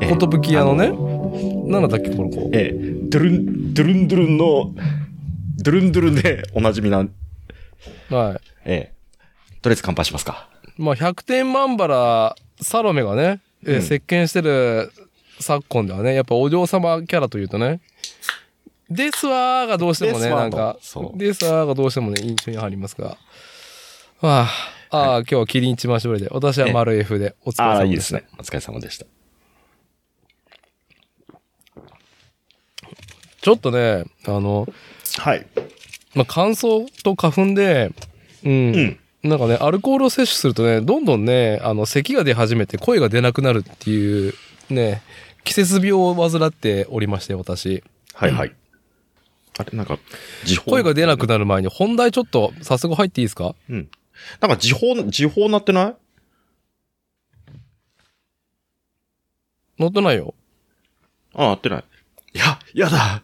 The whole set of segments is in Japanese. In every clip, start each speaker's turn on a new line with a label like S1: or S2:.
S1: 寿屋のね、なんだっけ、この子。
S2: ええ、ドゥルン、ドゥルンドゥルンの、ドゥルンドゥルンでおなじみな、
S1: はい。
S2: ええ、とりあえず乾杯しますか。
S1: まあ、100点万バラ、サロメがね、えー
S2: うん
S1: 席巻してる昨今ではね、やっぱお嬢様キャラというとね、ですわーがどうしてもね、
S2: ですわー
S1: な
S2: と
S1: んか
S2: そ、う
S1: ですわーがどうしてもね、印象に入りますが。はあ、ああ、今日はキリン一番搾りで、私は丸 F で、お疲れ
S2: ああ、
S1: 様
S2: いい
S1: で
S2: で
S1: し
S2: す
S1: た。
S2: ね。お疲れ様でした。
S1: ちょっとね、あの、
S2: はい。
S1: まあ、乾燥と花粉で、うん、
S2: ん
S1: なんかね、アルコールを摂取するとね、どんどんね、あの、咳が出始めて声が出なくなるっていう、ね、季節病を患っておりまして、私。
S2: はいはい。あれ、なんか、時報。
S1: 声が出なくなる前に、本題ちょっと、早速入っていいですか
S2: うん。なんか時報、時報なってない
S1: 乗ってないよ。
S2: ああ、なってない。いや、やだ。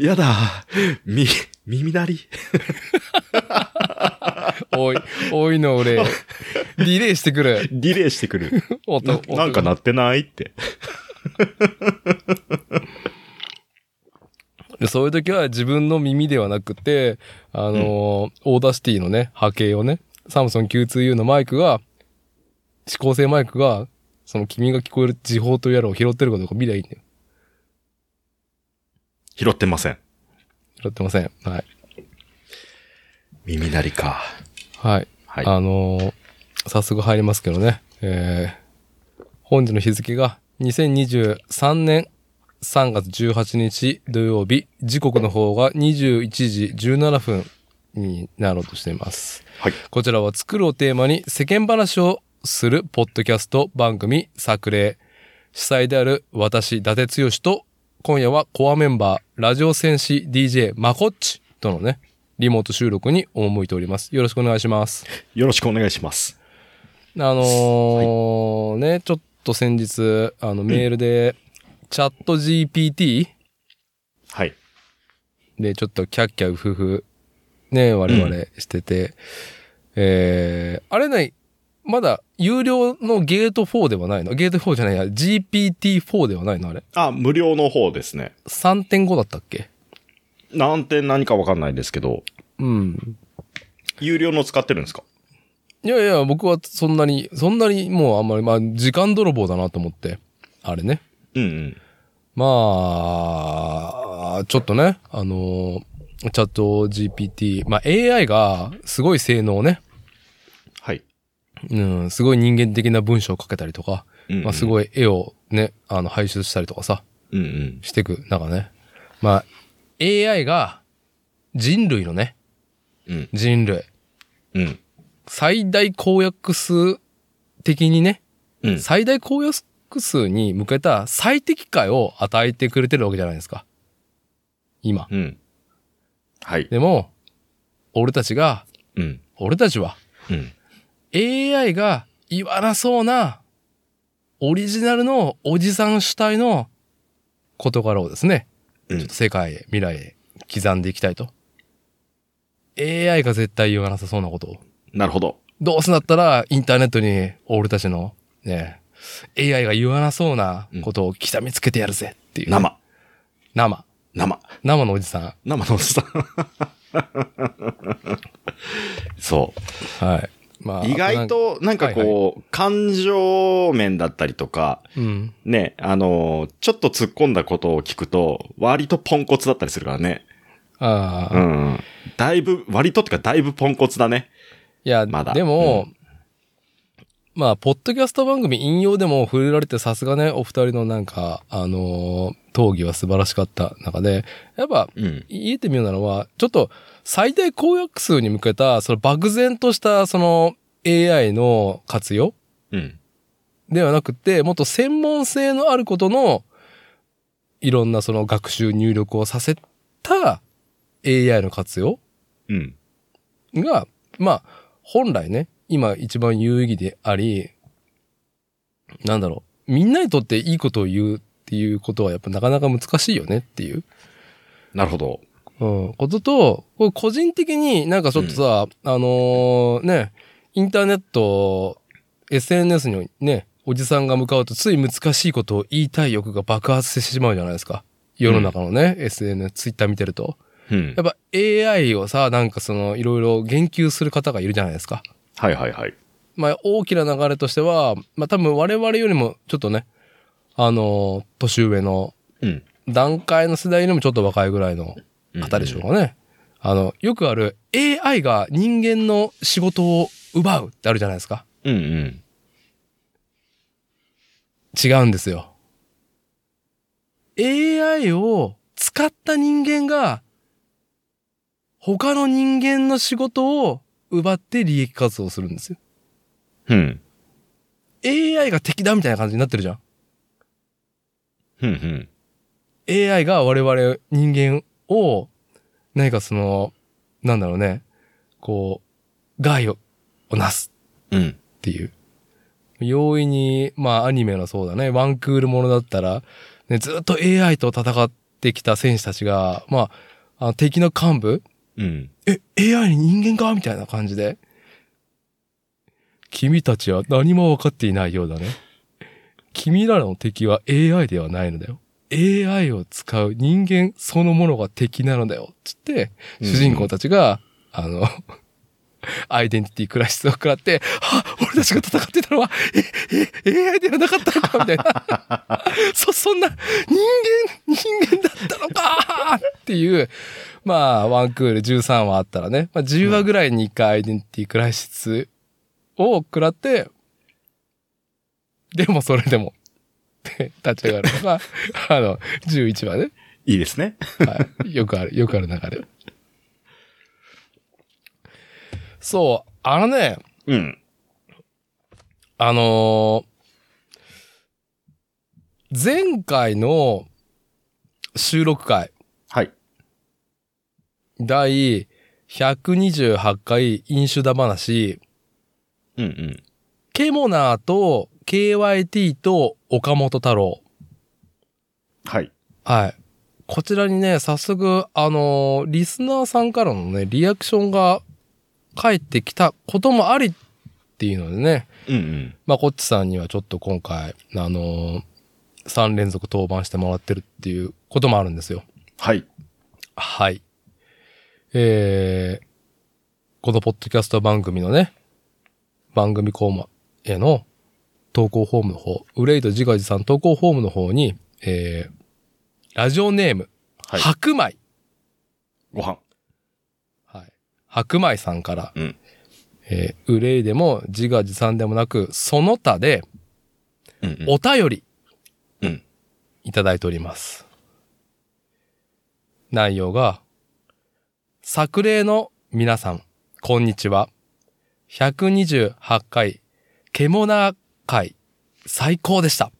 S2: いや、やだ。み、耳鳴り。
S1: おい、おいの 俺、ディレイしてくる。
S2: ディレイしてくる。な
S1: 音、音
S2: なんか鳴ってないって。
S1: でそういう時は自分の耳ではなくて、あのーオーダーシティのね、波形をね、サムソン Q2U のマイクが、指向性マイクが、その君が聞こえる時報というやらを拾ってるかどうか見りゃいいんだよ。
S2: 拾ってません。
S1: 拾ってません。はい。
S2: 耳鳴りか。
S1: はい。
S2: はい。
S1: あのー早速入りますけどね。えー本日の日付が2023年3月18日土曜日、時刻の方が21時17分になろうとしています。
S2: はい。
S1: こちらは作るをテーマに世間話をするポッドキャスト番組作例。主催である私、伊達剛と、今夜はコアメンバー、ラジオ戦士 DJ マコッチとのね、リモート収録に赴いております。よろしくお願いします。
S2: よろしくお願いします。
S1: あのーね、ちょっと先日、あの、メールで、チャット GPT
S2: はい。
S1: で、ちょっとキャッキャウフフ、ね、我々してて、えー、あれない、まだ有料のゲート4ではないのゲート4じゃないや、GPT4 ではないのあれ。
S2: あ、無料の方ですね。
S1: 3.5だったっけ
S2: なんて何かわかんないですけど、
S1: うん。
S2: 有料の使ってるんですか
S1: いやいや、僕はそんなに、そんなにもうあんまり、まあ、時間泥棒だなと思って、あれね。
S2: うんうん。
S1: まあ、ちょっとね、あの、チャット GPT、まあ AI がすごい性能をね、
S2: はい。
S1: うん、すごい人間的な文章を書けたりとか、
S2: うんうん
S1: まあ、すごい絵をね、あの、排出したりとかさ、
S2: うんうん。
S1: してく、なんかね。まあ、AI が人類のね、
S2: うん。
S1: 人類、
S2: うん。
S1: 最大公約数的にね、
S2: うん。
S1: 最大公約数に向けた最適解を与えてくれてるわけじゃないですか。今。
S2: うん。はい。
S1: でも、俺たちが、
S2: うん。
S1: 俺たちは、
S2: うん。
S1: AI が言わなそうな、オリジナルのおじさん主体の事柄をですね、
S2: うん
S1: ちょっと世界へ、未来へ刻んでいきたいと。AI が絶対言わなさそうなことを。
S2: なるほど。
S1: どうすんだったら、インターネットに俺たちの、ね、AI が言わなそうなことを刻みつけてやるぜっていう、
S2: 生。
S1: 生。
S2: 生。
S1: 生のおじさん。
S2: 生のおっさん。そ
S1: はい。まあ、
S2: う。意外
S1: あ
S2: と、なんかこう、
S1: はい
S2: 感情面だったりとか、
S1: となんか。
S2: ね、あのーちょっと突っ込んだことを聞くと、割とポンコツだったりするからね。
S1: うん。ああ。
S2: うんうん。だいぶ、割とってか、だいぶポンコツだね。
S1: いや、
S2: まだ
S1: でも、まあ、ポッドキャスト番組引用でも触れられてさすがね、お二人のなんか、あのー討議は素晴らしかった中で、やっぱ、
S2: うん。
S1: 言えてみようなのは、ちょっと最大公約数に向けた、その漠然とした、その AI の活用
S2: うん。
S1: ではなくて、もっと専門性のあることの、いろんなその学習入力をさせた AI の活用
S2: うん。
S1: が、まあ、本来ね、今一番有意義であり、なんだろう、みんなにとっていいことを言うっていうことはやっぱなかなか難しいよねっていう、
S2: なるほど。
S1: うん、ことと、これ個人的になんかちょっとさ、あのーね、インターネット、SNS にね、おじさんが向かうとつい難しいことを言いたい欲が爆発してしまうじゃないですか。世の中のね、SNS、ツイッター見てると。
S2: うん
S1: や。っぱ AI をさ、なんかその、いろいろ言及する方がいるじゃないですか。
S2: はいはいはい。
S1: まあ、大きな流れとしては、まあ多分我々よりもちょっとね、あの、年上の
S2: うん。
S1: 段階の世代よりもちょっと若いぐらいの方でしょうかね。あの、よくある AI が人間の仕事を奪うってあるじゃないですか。
S2: うんうん。
S1: 違うんですよ。AI を使った人間が他の人間の仕事を奪って利益活動をするんですよ。
S2: うん。
S1: AI が敵だみたいな感じになってるじゃん。
S2: うんうん。
S1: AI が我々人間を何かその、なんだろうね、こう、害ををなす
S2: うん。
S1: っていう。容易に、まあアニメのそうだね、ワンクールものだったら、ね、ずっと AI と戦ってきた選手たちが、まあ、あの敵の幹部、
S2: うん。
S1: え、AI に人間かみたいな感じで。君たちは何も分かっていないようだね。君らの敵は AI ではないのだよ。AI を使う人間そのものが敵なのだよ。つって、主人公たちが、あの、アイデンティティクライシスを食らって、は俺たちが戦ってたのは、え、え、AI ではなかったのかみたいな。 そ、そんな、人間、人間だったのかっていう、まあ、ワンクール13話あったらね、まあ、10話ぐらいに1回アイデンティティクライシスを食らって、でもそれでも、って立ち上がるのが、あの、11話ね。
S2: いいですね。
S1: はい。よくある、よくある流れ。そう、あのね、
S2: うん。
S1: あのー前回の収録回、
S2: はい。
S1: 第128回飲酒だ話、
S2: うんうん。
S1: ケモナーと KYT と岡本太郎。
S2: はい。
S1: はい。こちらにね、早速、あのーリスナーさんからのね、リアクションが返ってきたこともありっていうのでね、
S2: うんうん。
S1: まあ、こっちさんにはちょっと今回、あのー、3連続登板してもらってるっていうこともあるんですよ。
S2: はい。
S1: はい。えー、このポッドキャスト番組のね、番組コーマへの投稿フォームの方、ウレイとジガジさん投稿フォームの方に、えー、ラジオネーム、
S2: はい
S1: 白米、
S2: ご飯。
S1: はい。白米さんから、
S2: うん
S1: えー、憂いでも自画自賛でもなく、その他で
S2: うんうん。
S1: お便り、
S2: うん
S1: いただいております。内容が、作例の皆さん、こんにちは。128回、ケモナー回、最高でした。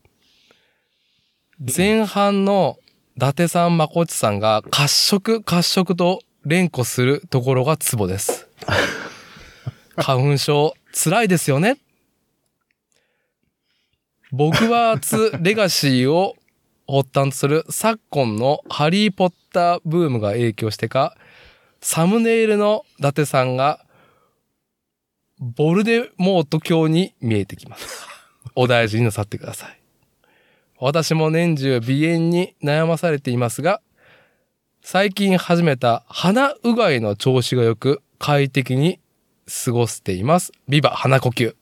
S1: 前半の伊達さん、まこっちさんが褐色、褐色と連呼するところがツ ボです。花粉症、辛いですよね僕は初レガシーを発端とする昨今のハリーポッターブームが影響してか、サムネイルの伊達さんが、ボルデモート教に見えてきます。お大事になさってください。私も年中鼻炎に悩まされていますが、最近始めた鼻うがいの調子が良く快適に過ごしています。ビバ鼻呼吸。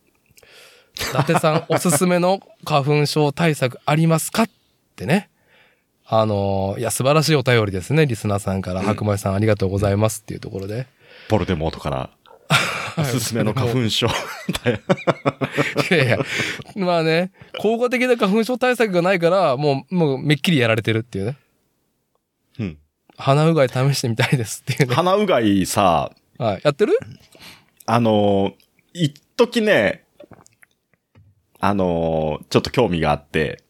S1: 伊達さんおすすめの花粉症対策ありますかってね。あのーいや、素晴らしいお便りですね。リスナーさんから、白米さんありがとうございますっていうところで。
S2: ボルデモートから、 おすすめの 花粉 症。
S1: いやいや、まあね、効果的な花粉症対策がないから、もう、もうめっきりやられてるっていうね。
S2: うん。
S1: 鼻うがい試してみたいですっていうね。
S2: 鼻うがいさ、
S1: はい。やってる
S2: あのー、一時ね、あのー、ちょっと興味があって、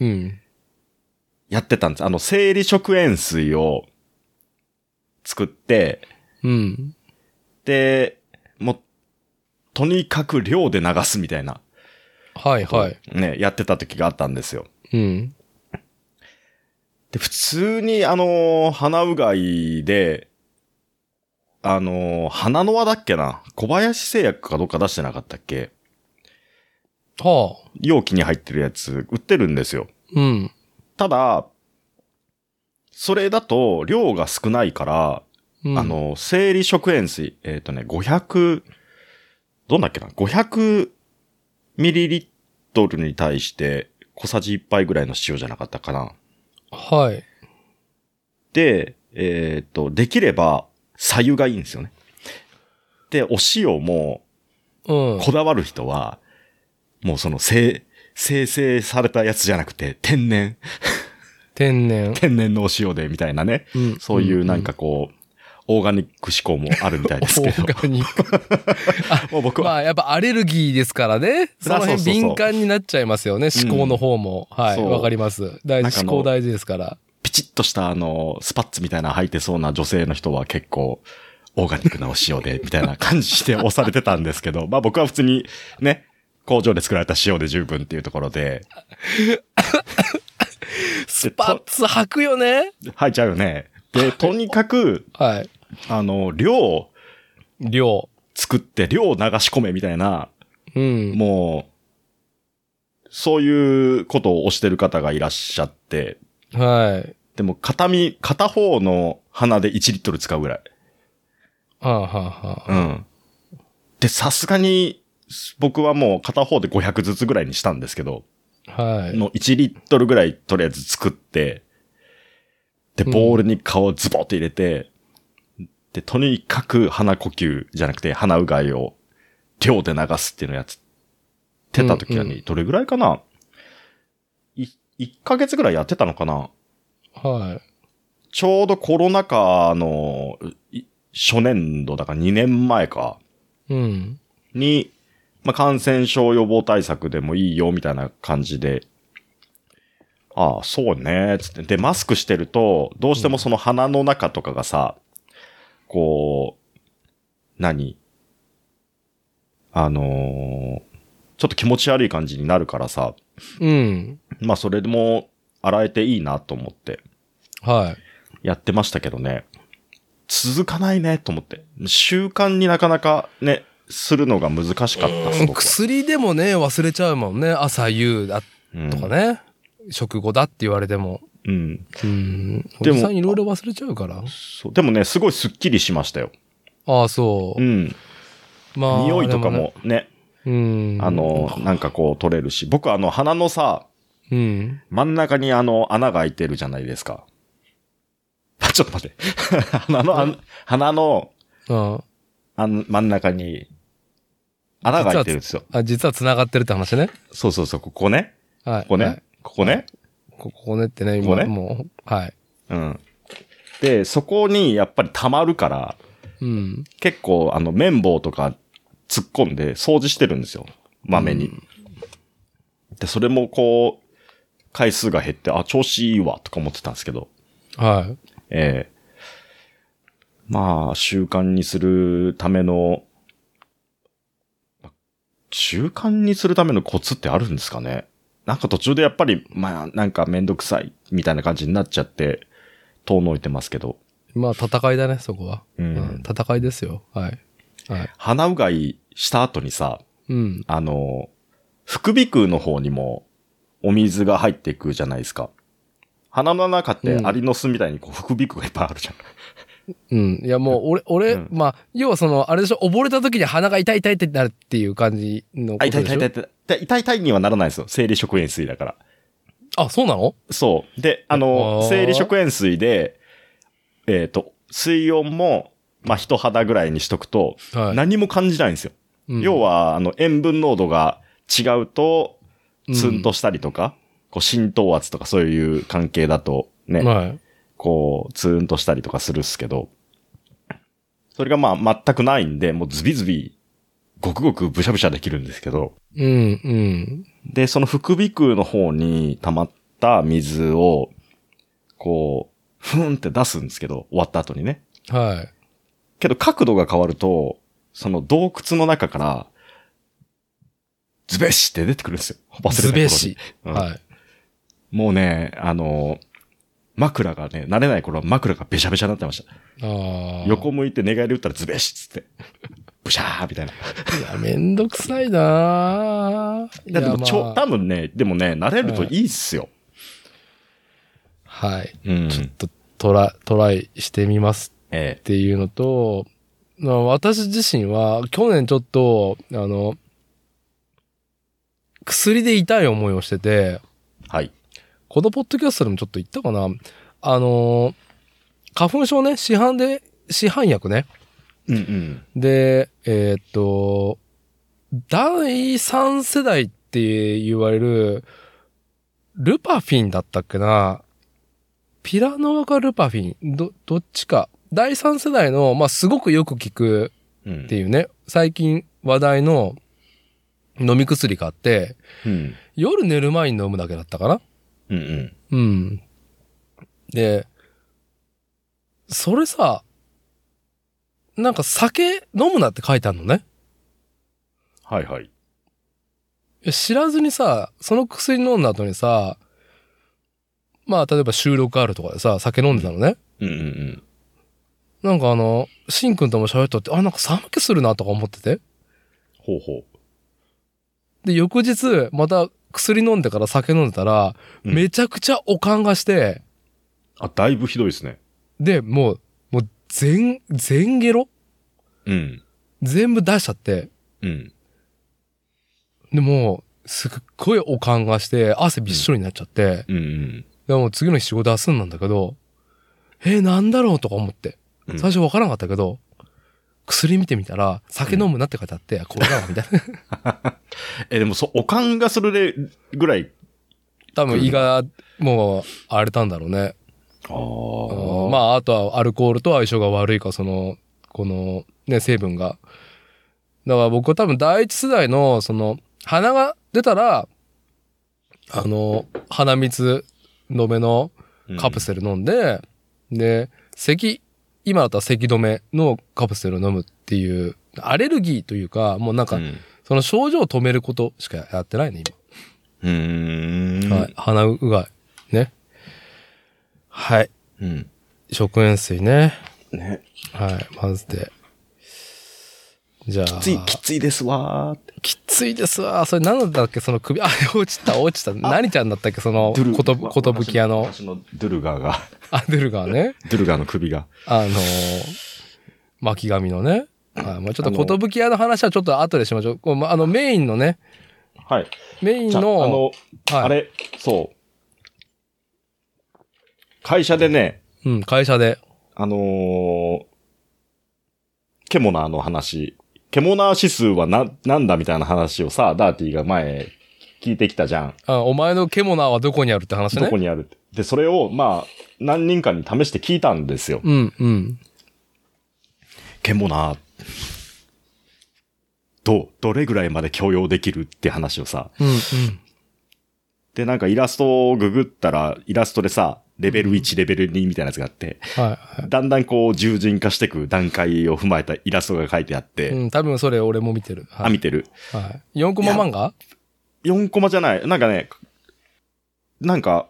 S1: うん。
S2: やってたんです。あの、生理食塩水を作って、
S1: うん。
S2: で、もう、とにかく量で流すみたいな、
S1: はいはい。
S2: ね、やってた時があったんですよ。
S1: うん。
S2: で、普通に、あのー鼻うがいで、あのー鼻の輪だっけな小林製薬かどっか出してなかったっけ
S1: はあ。
S2: 容器に入ってるやつ売ってるんですよ。
S1: うん。
S2: ただ、それだと量が少ないから、
S1: うん、
S2: あ、の、生理食塩水、えっ、とね、500、どんだっけな、500ミリリットルに対して小さじ1杯ぐらいの塩じゃなかったかな。
S1: はい。
S2: で、えっ、と、できれば、左右がいいんですよね。で、お塩も、
S1: うん。
S2: こだわる人は、もうその、生、生成されたやつじゃなくて、天然、
S1: 天然。
S2: 天然のお塩で、みたいなね。
S1: うん
S2: そういうなんかこう、オーガニック思考もあるみたいですけど。
S1: オーガニック。
S2: もう僕は
S1: まあ、やっぱアレルギーですからね。その
S2: そうそうそ
S1: 辺
S2: う
S1: 敏感になっちゃいますよ
S2: う
S1: ね。
S2: ん
S1: 思考の方も。はい。
S2: そう
S1: わかります。大
S2: なん
S1: 事、
S2: かあ
S1: 思
S2: の
S1: 考大事ですから。
S2: ピチッとしたあの、スパッツみたいなの履いてそうな女性の人は結構、オーガニックなお塩で、みたいな感じで押されてたんですけど、 まあ僕は普通にね、工場で作られた塩で十分っていうところで、
S1: スパッツ履くよね。
S2: 入っちゃうよね。で、とにかく、
S1: はい。
S2: あの、量を
S1: 量。
S2: 作って量を流し込めみたいな、
S1: うん。
S2: もう、そういうことをしてる方がいらっしゃって、
S1: はい。
S2: でも片身、片方の鼻で1リットル使うぐらい。
S1: はあ、はあはあ、
S2: うん。で、さすがに、僕はもう片方で500ずつぐらいにしたんですけど、
S1: はい。
S2: の1リットルぐらいとりあえず作って、で、
S1: うん
S2: ボールに顔をズボって入れて、で、とにかく鼻呼吸じゃなくて鼻うがいを量で流すっていうのをやってた時は
S1: うんう
S2: に、どれぐらいかな、い、1ヶ月ぐらいやってたのかな
S1: はい。
S2: ちょうどコロナ禍のい初年度だから2年前か。
S1: うん。
S2: に、まあ、感染症予防対策でもいいよ、みたいな感じで、ああ、そうね、つって。で、マスクしてると、どうしてもその鼻の中とかがさ、こう、何あのーちょっと気持ち悪い感じになるからさ、
S1: うん。
S2: まあ、それでも、洗えていいなと思って、
S1: はい。
S2: やってましたけどね、続かないね、と思って。習慣になかなかね、するのが難しかったっす、僕は
S1: 薬でもね、忘れちゃうもんね。朝夕だ
S2: うん
S1: とかね。食後だって言われても。
S2: うん。
S1: うん。
S2: で
S1: で
S2: も
S1: も。いろいろ忘れちゃうから。
S2: そう。でもね、すごいスッキリしましたよ。
S1: ああ、そうう。
S2: ん。
S1: まあ。
S2: 匂いとかもね、
S1: でね。うん。
S2: あの、なんかこう取れるし、僕あの鼻のさ、
S1: うん。
S2: 真ん中にあの穴が開いてるじゃないですか。 あちょっと待って。 鼻の、あん鼻の
S1: うん。
S2: あん真ん中に穴が開いてるんですよ。
S1: あ、実は繋がってるって話ね。
S2: そうそうそう、ここね。
S1: はい。
S2: ここね。
S1: はい
S2: ここね。
S1: こここねってね、
S2: ここ
S1: 今
S2: ね
S1: もう。はい。
S2: うん。で、そこにやっぱり溜まるから、
S1: うん。
S2: 結構あの綿棒とか突っ込んで掃除してるんですよ。まめに。で、それもこう、回数が減って、あ、調子いいわ、とか思ってたんですけど、
S1: は
S2: ええまあ、習慣にするための、習慣にするためのコツってあるんですかねなんか途中でやっぱり、まあ、なんかめんどくさい、みたいな感じになっちゃって、遠のいてますけど。
S1: い。まあ、戦いだね、そこは。
S2: う
S1: うんん。戦いですよ。はい。はい。
S2: 鼻うがいした後にさ、
S1: うん。
S2: あの、副鼻腔の方にもお水が入っていくじゃないですか。鼻の中って
S1: うん
S2: アリの巣みたいにこう副鼻腔がいっぱいあるじゃん。
S1: うん。いや、もう、俺、俺、
S2: うん
S1: まあ、要はその、あれでしょ、溺れた時に鼻が痛い痛いってなるっていう感じの
S2: あ、
S1: ことでし
S2: 痛い痛
S1: ょ。
S2: い痛い痛い。で痛い痛いにはならないですよ。生理食塩水だから。
S1: あ、そうなの
S2: そう。で、あの
S1: あ、ー
S2: 生理食塩水で、えっ、と、水温も、まあ、人肌ぐらいにしとくと、
S1: はい。
S2: 何も感じないんですよ。
S1: うん
S2: 要は、あの、塩分濃度が違うと、ツンとしたりとか、こう浸透圧とかそういう関係だと、ね、
S1: はい。
S2: こう、ツーンとしたりとかするっすけど、それがまあ全くないんで、もうズビズビ、ごくごくブシャブシャできるんですけど、
S1: うん、うん。
S2: で、その副鼻腔の方に溜まった水を、こう、ふーんって出すんですけど、終わった後にね。
S1: はい。
S2: けど角度が変わると、その洞窟の中から、ズベシって出てくるんですよ。忘れた頃
S1: ズ
S2: に
S1: ベシ。。
S2: うん
S1: はい。
S2: もうね、あの、枕がね、慣れない頃は枕がべしゃべしゃになってました。
S1: ああ。
S2: 横向いて寝返り打ったらズベシっつって。ブシャーみたいな。
S1: いや、めんどくさいなぁ。い
S2: だ
S1: や
S2: ってもうちょ、
S1: まあ
S2: 多分ね、でもね、慣れるといいっすよ。
S1: はい。
S2: うん。
S1: ちょっとトラ、トライしてみます
S2: え
S1: っていうのと、まあ私自身は去年ちょっと、あの、薬で痛い思いをして
S2: え
S1: て、
S2: はい。
S1: このポッドキャストでもちょっと言ったかな。あの、花粉症ね、市販で、市販薬ね。
S2: うんうん。
S1: で、えーっと、第3世代って言われる、ルパフィンだったっけなピラノアかルパフィンど、どっちか。第3世代の、まあ、すごくよく効く
S2: うん
S1: っていうね、最近話題の飲み薬があって、
S2: うん。
S1: 夜寝る前に飲むだけだったかな
S2: うんうん。
S1: うん。で、それさ、なんか酒飲むなって書いてあるのね。
S2: はいはい。
S1: いや知らずにさ、その薬飲んだ後にさ、まあ、例えば収録あるとかでさ、酒飲んでたのね。
S2: うんうんうん。
S1: なんかあの、シンくんとも喋ったって、あ、なんか寒気するなとか思ってて。
S2: ほうほ
S1: で、翌日、また薬飲んでから酒飲んでたら、
S2: うん
S1: めちゃくちゃおかんがして、
S2: う。あ、だいぶひどいですね。
S1: で、もう、もう全、全ゲロ
S2: うん。
S1: 全部出しちゃって。
S2: うん。
S1: でもう、すっごいおかんがして、汗びっしょりになっちゃって、
S2: うんうん。
S1: でもう次の日仕事休んだんだけど、えー、なんだろうとか思って。
S2: うん
S1: 最初わからなかったけど、薬見てみたら、酒飲むなって書いてあって、これだわ、み たいな。
S2: え、でもそ、おかんがするれぐらい。
S1: 多分胃が、もう、荒れたんだろうね。
S2: あ
S1: うん
S2: あ
S1: まあ、あとはアルコールと相性が悪いか、その、この、ね、成分が。だから僕は多分第一世代の、その、鼻が出たら、あの、鼻水止めのカプセル飲んで、で、咳、今だったら咳止めのカプセル飲むっていう、アレルギーというか、もうなんか、
S2: うん。
S1: その症状を止めることしかやってないね、
S2: うーん。
S1: 今。はい。。鼻うがい。ね。はい。
S2: うん。
S1: 食塩水ね。
S2: ね。
S1: はい。まずで。じゃあ。
S2: きつい、きついですわーって。
S1: きついですわ。それ何だったっけその首。あ、 落ちた、落ちた。何ちゃんだったっけその、こと、ことぶき屋の、
S2: 私のドゥルガー が、
S1: アデルガーね。
S2: ドゥルガーの首が。
S1: あのー巻き髪のね。はい。まあちょっとことぶき屋の話はちょっと後でしましょうこう。まあの、メインのね。
S2: はい。
S1: メイン
S2: じゃあ
S1: の、
S2: あの、
S1: はい
S2: あれ、そう。会社でね、
S1: うん、会社で。
S2: あのーケモナーの話、ケモナー指数はな、なんだみたいな話をさ、ダーティが前聞いてきたじゃん。
S1: あお前のケモナーはどこにあるって話ね。
S2: どこにあるって。で、それを、まあ、何人かに試して聞いたんですよ。
S1: うんうん。
S2: ケモナー、ど、どれぐらいまで許容できるって話をさ。
S1: うんうん。
S2: で、なんかイラストをググったら、イラストでさ、レベル1、レベル2みたいなやつがあって、
S1: はいは
S2: だんだんこう、従人化していく段階を踏まえたイラストが書いてあっ
S1: い。
S2: て、
S1: うん、多分それ俺も見てる。は
S2: あ、見てる。
S1: い。はい、4コマ漫画
S2: 4コマじゃない。なんかね、なんか、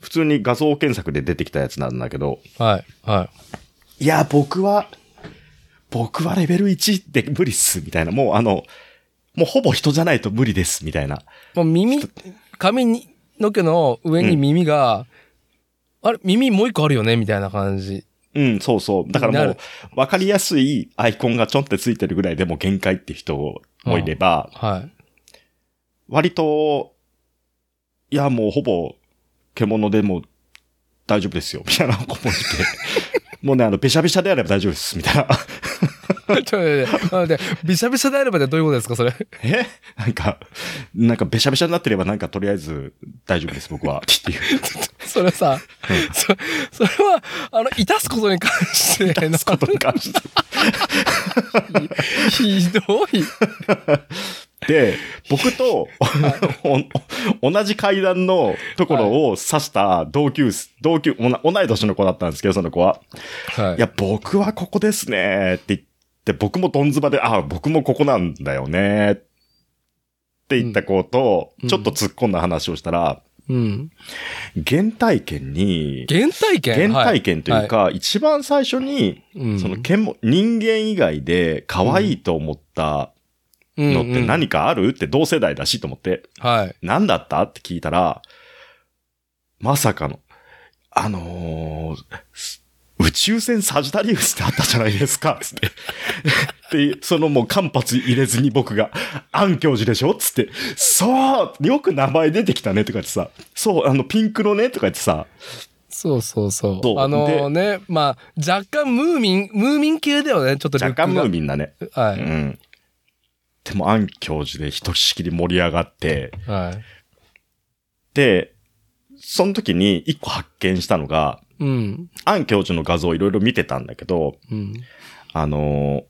S2: 普通に画像検索で出てきたやつなんだけど、
S1: はいはい
S2: や、僕は、僕はレベル1って無理っす、みたいな。もうあの、もうほぼ人じゃないと無理です、みたいな。
S1: い。もう耳、髪にの毛の上に耳が、あれ耳もう一個あるよねみたいな感じ。
S2: うん、そうそう。だから
S1: な
S2: も
S1: る
S2: う、わかりやすいアイコンがちょんってついてるぐらいでもう限界って人もいれば、
S1: はい。
S2: 割と、いや、もうほぼ、獣でも大丈夫ですよ、みたいな子もいて。もうね、あの、べしゃべしゃであれば大丈夫です、みたいな。
S1: ちょっと待って待って、びしゃびしゃであればってどういうことですかそれ。
S2: えなんか、なんかべしゃべしゃになってればなんかとりあえず大丈夫です、僕は。っていう。
S1: それさ、そそれは、あの、いたすことに関しての、
S2: ことに関して。
S1: ひどい。
S2: で、僕と、お同じ階段のところを指した同級生、同級、おな同い年の子だったんですけど、その子は。
S1: はい
S2: いや、僕はここですねって言って、僕もどんずばで、ああ、僕もここなんだよねって言った子と
S1: う、ん
S2: ちょっと突っ込んだ話をしたら、
S1: うん。
S2: 原体験に、
S1: 原体験
S2: 原体験という、か、一番最初に、
S1: はいはい
S2: その剣も、人間以外で可愛いと思った
S1: うん
S2: のって何かあるって同世代だしと思って、
S1: はい。
S2: 何だったって聞いたら、まさかの、あのーす宇宙船サジタリウスってあったじゃないですか、つって。 で、そのもう間髪入れずに僕が、アン教授でしょつって、そうよく名前出てきたねとか言ってさ、そう、あの、ピンクのねとか言ってさ、
S1: そうそうそう。
S2: そう
S1: あのね、まあ、若干ムーミン、ムーミン系だよね、ちょっとルッ
S2: 若干
S1: クが
S2: ムーミンだね。
S1: は
S2: う
S1: い。
S2: ん。でも、アン教授でひとしきり盛り上がって、
S1: はい。
S2: で、その時に一個発見したのが、
S1: うん。
S2: アン教授の画像をいろいろ見てたんだけど、
S1: うん。
S2: あのー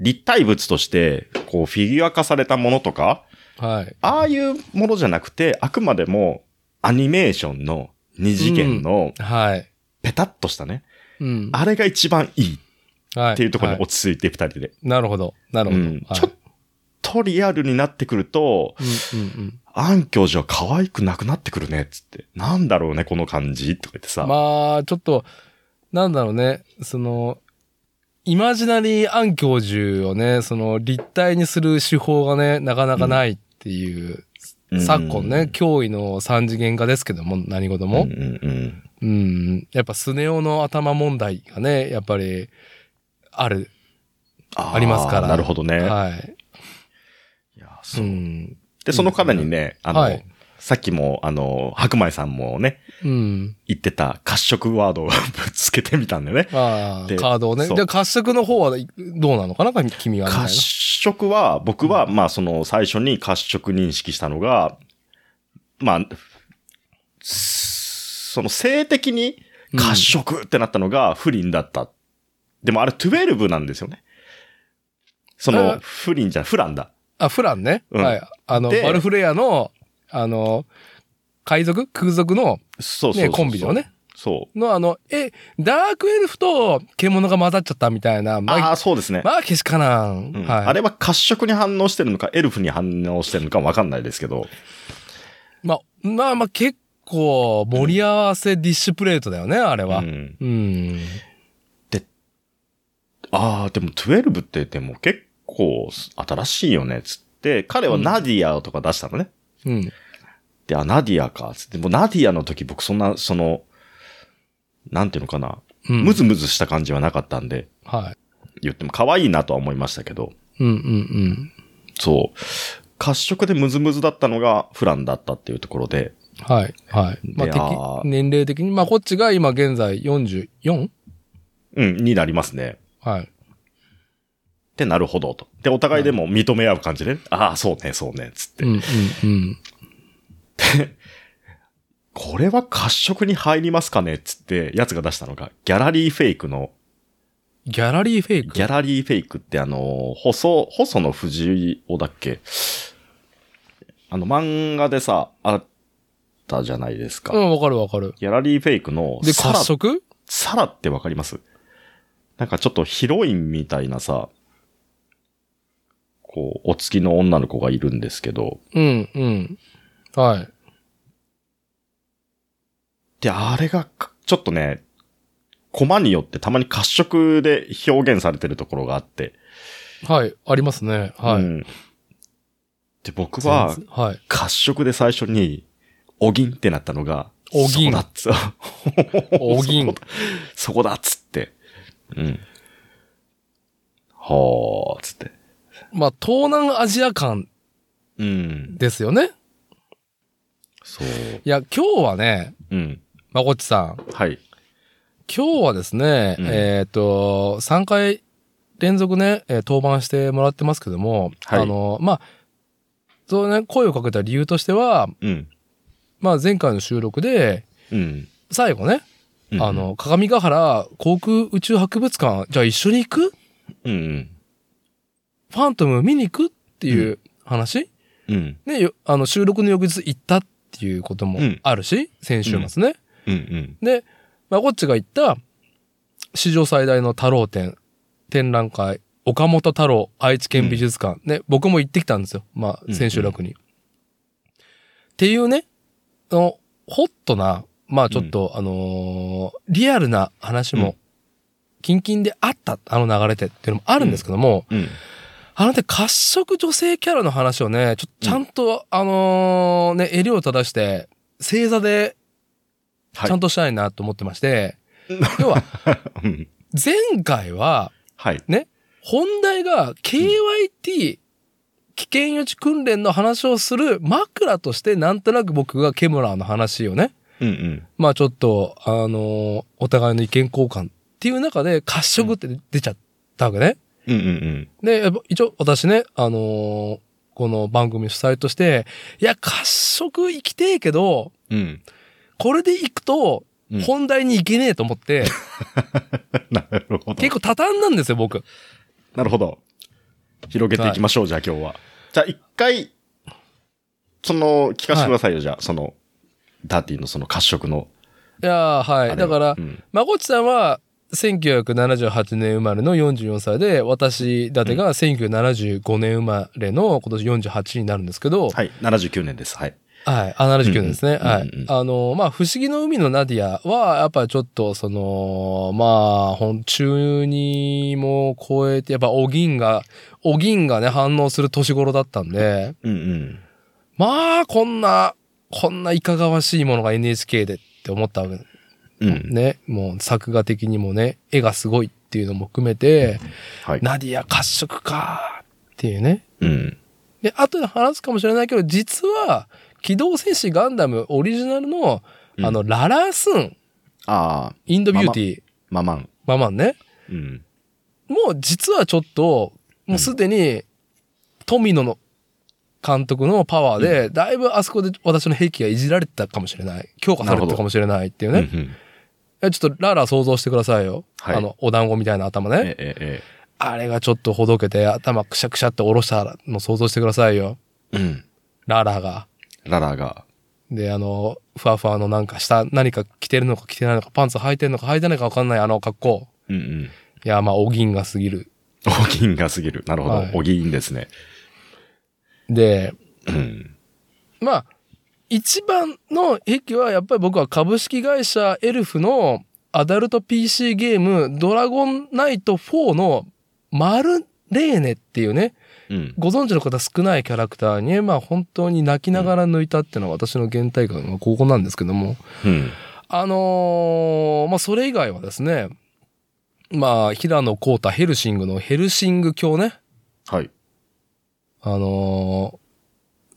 S2: 立体物として、こう、フィギュア化されたものとか、
S1: はい。
S2: ああいうものじゃなくて、あくまでも、アニメーションの二次元の、
S1: はい。
S2: ペタッとしたね、
S1: うん。
S2: あれが一番いい
S1: は
S2: っていうところに
S1: は
S2: 落ち着いて、二人で。
S1: なるほど。なるほ
S2: う
S1: ど。
S2: ん
S1: はい
S2: ちょっとリアルになってくると、
S1: うんうん
S2: アン教授は可愛くなくなってくるね、つって。なんだろうね、この感じとか言って
S1: う
S2: さ。
S1: ん。まあ、ちょっと、なんだろうね、その、イマジナリーアン教授をね、その立体にする手法がね、なかなかないっていう、
S2: うん
S1: 昨今ね、脅威の三次元化ですけども、何事も。
S2: うんうんうん。
S1: うん。やっぱスネ夫の頭問題がね、やっぱり、ある。
S2: あー
S1: ありますから
S2: なるほどね。
S1: はい。
S2: いや
S1: う。
S2: そうんで、その彼にね、あの、
S1: はい
S2: さっきも、あの、白米さんもね、
S1: うん。
S2: 言ってた褐色ワードを ぶつけてみたんだよね。
S1: ああ、
S2: で
S1: カードをね。
S2: そう
S1: で、褐色の方はどうなのかな君はみたいな。
S2: 褐色は、僕は、まあ、その、最初に褐色認識したのが、まあ、その、性的に褐色ってなったのが不倫だった。でも、あれ、12なんですよね。そ
S1: あ
S2: の、不倫じゃない、フランだ。
S1: あ、フランね。
S2: うん
S1: はい。あの、
S2: で
S1: バルフレアの、あの、海賊空賊の、
S2: そうそうそう
S1: ね、コンビの。ね。
S2: そう。
S1: の、あの、え、ダークエルフと獣が混ざっちゃったみたいな。
S2: あ
S1: まあ、
S2: あ、そうですね。
S1: まあ、けしからん。
S2: うん
S1: はい。
S2: あれは褐色に反応してるのか、エルフに反応してるのかわかんないですけど。
S1: まあ、まあまあ、結構、盛り合わせディッシュプレートだよね、あれは。
S2: うん
S1: うん。
S2: ああ、でも12ってでも結構新しいよね、つって、彼はナディアとか出したのね。
S1: うん。
S2: で、あ、ナディアか、つって。でもナディアの時僕そんな、その、なんていうのかな、
S1: うん。
S2: ムズムズした感じはなかったんで、
S1: はい。
S2: 言っても可愛いなとは思いましたけど、
S1: うんうん
S2: そう。褐色でムズムズだったのがフランだったっていうところで、
S1: うん。はい。はい。ま
S2: いや
S1: あ、
S2: ー
S1: 的、年齢的に、まあ、こっちが今現在 44?
S2: うん、になりますね。
S1: はい。
S2: ってなるほどと。で、お互いでも認め合う感じで、ああ、そうね、そうね、つって
S1: うん。うんうん。
S2: これは褐色に入りますかねっつって、やつが出したのが、ギャラリーフェイクの、
S1: ギャラリーフェイク
S2: ギャラリーフェイクってあの、細、細野藤尾だっけあの、漫画でさ、あったじゃないですか。
S1: うん、わかるわかる。
S2: ギャラリーフェイクの、
S1: で、
S2: サラ
S1: 褐、色
S2: サラってわかりますなんかちょっとヒロインみたいなさ、こう、お付きの女の子がいるんですけど、
S1: うん、うん。はい。
S2: で、あれがか、ちょっとね、コマによってたまに褐色で表現されてるところがあって。
S1: はい、ありますね。はい。
S2: うんで、僕は
S1: 全然はい。
S2: 褐色で最初に、おぎんってなったのが、
S1: おぎ
S2: そこ
S1: ん
S2: だっつ。
S1: おぎん
S2: そこだ。 そこだっつって。うん。はーっつって。
S1: まあ、東南アジア感
S2: うん。
S1: ですよね。
S2: そう。
S1: いや、今日はね、
S2: うん。
S1: まこっちさん、
S2: はい。
S1: 今日はですね、
S2: うん
S1: えっ、と、3回連続ね、えー登板してもらってますけども、
S2: はい
S1: あの、まあ、そうね、声をかけた理由としては、
S2: うん。
S1: まあ、前回の収録で、
S2: うん。
S1: 最後ね、
S2: うん
S1: あ、の、鏡ヶ原航空宇宙博物館、じゃあ一緒に行く
S2: うん。
S1: ファントム見に行くっていう話、
S2: うん。
S1: ね、よあの収録の翌日行ったっていうことも
S2: うん
S1: あるし、先週末ね。
S2: うん。うん。
S1: で、まあ、こっちが行った史上最大の太郎展、展覧会、岡本太郎愛知県美術館、ね、僕も行ってきたんですよ。ま
S2: う
S1: あ、
S2: ん
S1: 千秋楽に。っていうね、の、ホットな、まあちょっと、あのーリアルな話
S2: うん
S1: も、キンキンであった、あの流れてっていうのもあるんですけども、
S2: うん。
S1: あのね、褐色女性キャラの話をね、ちょっとちゃんと、あのーね、襟を正して、正座で、
S2: はい
S1: ちゃんとしたいなと思ってまして、要は、
S2: うん
S1: 前回は、
S2: はい。
S1: 本題が KYT 危険予知訓練の話をする枕としてなんとなく僕がケムラーの話をね、
S2: うんうん。
S1: まあちょっと、あのーお互いの意見交換っていう中で褐色って出ちゃったわけね。
S2: うんうんうん。
S1: で、やっぱ一応私ね、あのーこの番組主催として、いや、褐色生きてえけど、
S2: うん。
S1: これで行くと
S2: うん、
S1: 本題に行けねえと 思って、
S2: なるほど。
S1: 結構畳んだんですよ、僕。
S2: なるほど。広げていきましょう、じゃあ今日は。じゃあ一回、その、聞かせてくださいよ、じゃあ、その、ダーティのその褐色の
S1: いやー
S2: あ
S1: は
S2: れを。
S1: い。だから
S2: う、ん
S1: まこっちさんは、1978年生まれの44歳で、私、伊達が1975年生まれの今年48になるんですけど、
S2: はい、79年です。はい。
S1: はい。あ、79年ですね。
S2: うん
S1: は
S2: う
S1: い
S2: んうん。
S1: あの、まあ、不思議の海のナディアは、やっぱちょっと、その、まあ、本中にも超えて、やっぱお銀が、お銀がね、反応する年頃だったんで、
S2: うんうん。
S1: まあ、こんな、こんないかがわしいものが NHK でって思ったわけ
S2: うん。
S1: ね。もう作画的にもね、絵がすごいっていうのも含めて、
S2: はい。
S1: ナディア褐色かっていうね。
S2: うん。
S1: で、後で話すかもしれないけど、実は、機動戦士ガンダムオリジナルの、
S2: うん
S1: あの、ララースン、
S2: ああ、
S1: インドビューティー、
S2: まあまん。
S1: ママンね。
S2: うん。
S1: もう実はちょっと、もうすでに、富野の監督のパワーで、だいぶあそこで私の兵器がいじられてたかもしれない。強化されてたかもしれないっていう
S2: うんう
S1: ね。
S2: ん。
S1: えちょっとララ想像してくださいよ。
S2: はい
S1: あの、お団子みたいな頭ね。
S2: えええ
S1: あれがちょっとほどけて頭くしゃくしゃって下ろしたの想像してくださいよ。
S2: え。うん。
S1: ララが。
S2: ララが。
S1: で、あの、ふわふわのなんか下、何か着てるのか着てないのか、パンツ履いてるのか履いてないのかわかんないあの格好。
S2: うんうん。
S1: いや、まあ、お銀が過ぎる。
S2: お銀が過ぎる。なるほ
S1: はい
S2: ど。お銀ですね。
S1: で、
S2: うん。
S1: まあ、一番の壁はやっぱり僕は株式会社エルフのアダルト PC ゲームドラゴンナイト4のマルレーネっていうね、
S2: うん。
S1: ご存知の方少ないキャラクターに、まあ本当に泣きながら抜いたっていうのは私の原体感がここなんですけども、
S2: うん。
S1: あのーまあそれ以外はですね、まあ平野幸太ヘルシングのヘルシング教ね、
S2: はい。
S1: あの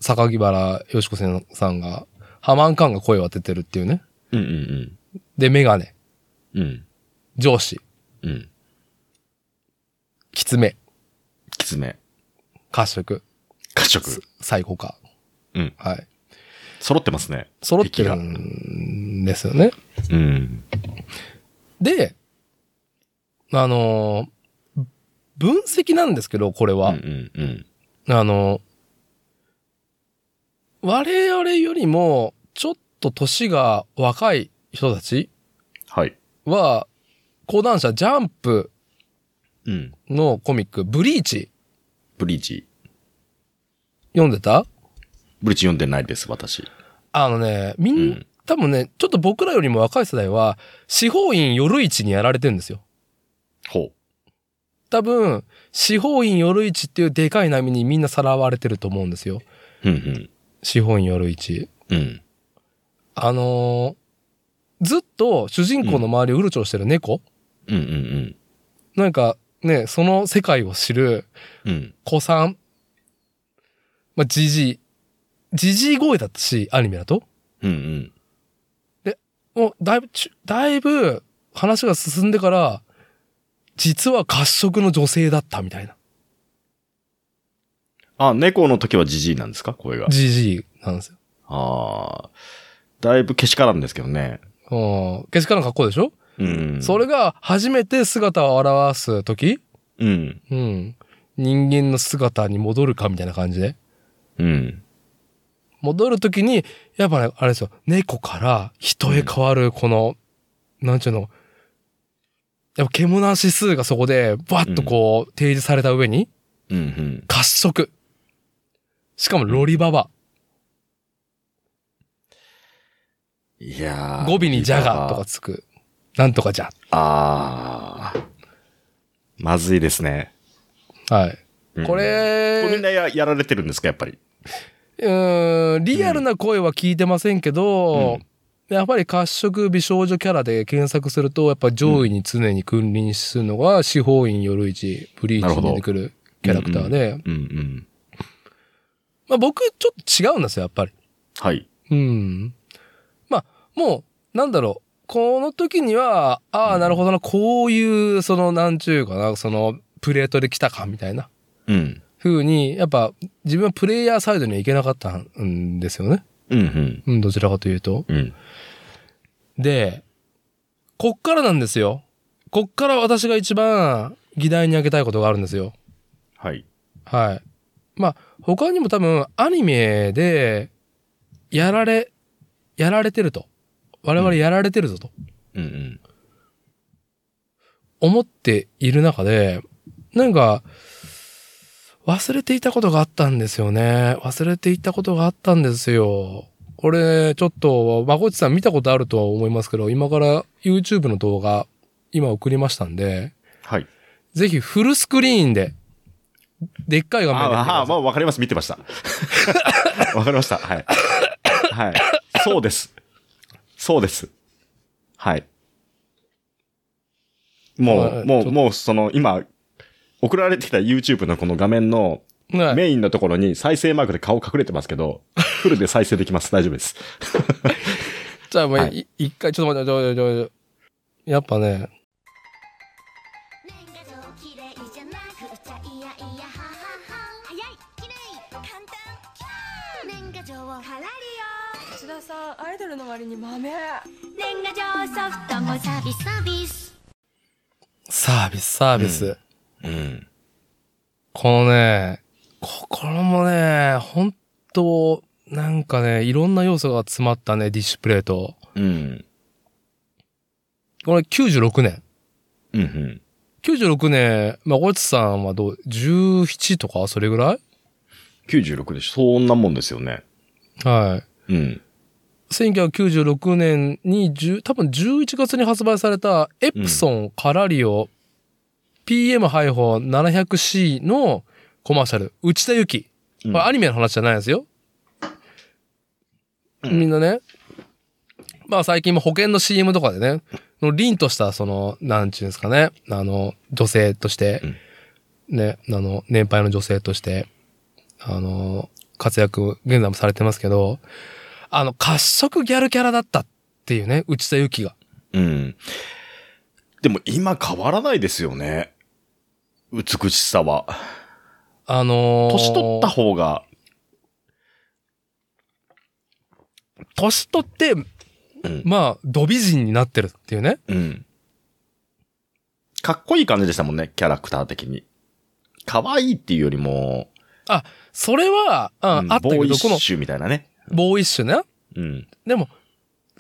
S1: ー、坂木原よしこさんが、ハマンカンが声を当ててるっていうね。
S2: うんうん
S1: で、メガネ、
S2: うん。うん。
S1: 上司、
S2: うん。
S1: きつめ、
S2: きつめ。
S1: 褐色、
S2: 褐色。
S1: 最高か。
S2: うん
S1: はい。
S2: 揃ってますね。
S1: 揃っ
S2: 敵
S1: てる
S2: が
S1: んですよね。
S2: うん。
S1: で、あのー分析なんですけど、これ
S2: うん
S1: は。
S2: うんうん。
S1: あのー我々よりも、ちょっと年が若い人たち
S2: はい。
S1: は、講談社ジャンプ
S2: うん。
S1: のコミック、ブリーチ、
S2: ブリーチ。
S1: 読んでた
S2: ブリーチ読んでないです、私。
S1: あのね、みん、
S2: うん
S1: 多分ね、ちょっと僕らよりも若い世代は、司法院夜市にやられてるんですよ。
S2: ほ
S1: 多分、司法院夜市っていうでかい波にみんなさらわれてると思うんですよ。
S2: う。うん
S1: 司法院夜市。
S2: うん。うん。
S1: あのーずっと主人公の周りをうろちょろしてる猫、
S2: うんうん
S1: なんかね、その世界を知る
S2: うん。うん。
S1: 子さん、まあ、じじい、じじい声だったし、アニメだと。
S2: うんうん。
S1: もうだいぶちゅ、だいぶ話が進んでから、実は褐色の女性だったみたいな。
S2: あ、猫の時はジジイなんですか声が。
S1: じじいなんですよ。
S2: ああ。だいぶけしからんですけどね。
S1: うん。けしからん格好でしょ、
S2: うん。
S1: それが初めて姿を現す時
S2: うん。
S1: うん。人間の姿に戻るかみたいな感じで。
S2: うん。
S1: 戻る時に、やっぱね、あれですよ、猫から人へ変わる、この、なんちゅうの、やっぱ獣指数がそこで、バッとこう、提示された上に、
S2: うんうん。
S1: 褐色。しかもロリババ。
S2: いやー
S1: 語尾にじゃがとか。つく。なんとかじゃ。
S2: あー。まずいですね。
S1: はい。
S2: うん
S1: こ
S2: こ
S1: れ、
S2: れみんなややられてるんですか、やっぱり。
S1: うーん、リアルな声は聞いてませんけど、やっぱり褐色美少女キャラで検索すると、やっぱ上位に常に君臨するのが、司法院夜市、ブリーチに出てくるキャラクターで、
S2: うんうん。
S1: まあ僕ちょっと違うんですよ、やっぱり。
S2: はい。
S1: うん。まあ、もう、なんだろう。この時には、ああ、なるほどな、こういう、その、なんちゅうかな、その、プレートで来たか、みたいな
S2: うん。
S1: 風に、やっぱ、自分はプレイヤーサイドには行けなかったんですよね。
S2: うんうん。
S1: うん、どちらかというと。
S2: うん。
S1: で、こっからなんですよ。こっから私が一番議題に挙げたいことがあるんですよ。
S2: はい。
S1: はい。まあ、他にも多分アニメで、やられ、やられてると。我々やられてるぞと
S2: うんうん。
S1: 思っている中で、なんか、忘れていたことがあったんですよね。忘れていたことがあったんですよ。これ、ちょっと、まこっちさん見たことあるとは思いますけど、今から YouTube の動画、今送りましたんで、
S2: はい。
S1: ぜひフルスクリーンで、でっかい
S2: あ
S1: 画面で見てください
S2: あ、まあ、わかります。見てま した。わかりました。はい。はい。そうです。そうです。はい。
S1: ま
S2: も
S1: あ
S2: う、も
S1: ちょっと
S2: う、もう、その、今、送られてきた YouTube のこの画面の
S1: はい
S2: メインのところに再生マークで顔隠れてますけ ど、フルで再生できます。大丈夫です。
S1: じゃあ、まあ、
S2: はい
S1: い一回、ちょっと待って、ちょ、ちょ、ちょ、やっぱね、
S3: 年賀状綺麗じゃなくっちゃいやいやははは早い綺麗簡単年賀状を貼られよ
S4: 津田さんアイドルの割に豆
S3: 年賀状ソフトもサービスサービス
S1: サービス、サービス。
S2: うん。
S1: このね、心もね、本当なんかね、いろんな要素が詰まったね、ディッシュプレート。
S2: うん。
S1: これ96年。
S2: うんうん。
S1: 96年、まあ、ごちさんはどう、17とかそれぐらい
S2: 96でしょ。そんなもんですよね。
S1: はい。
S2: うん。
S1: 1996年に10多分11月に発売されたエプソンカラリオ PM-700C のコマーシャル、内田有紀。
S2: うん
S1: これアニメの話じゃないですよ。みんなね、まあ最近も保険の CM とかでね、の凛としたその、なんちゅうんですかね、あの、女性として、ね、あの、年配の女性として、あの、活躍、現在もされてますけど、あの、褐色ギャルキャラだったっていうね、内田有紀が。
S2: うん。でも今変わらないですよね。美しさは。
S1: あのー
S2: 年取った方が。
S1: 年取って、
S2: うん
S1: まあ、ド美人になってるっていうね。
S2: うん。かっこいい感じでしたもんね、キャラクター的に。可愛いっていうよりも、
S1: それは、うん
S2: うん
S1: あったけ
S2: ボーイ
S1: ど、
S2: ッ
S1: この
S2: シュみたいなね。
S1: ボーイッシュね。
S2: うん。
S1: でも、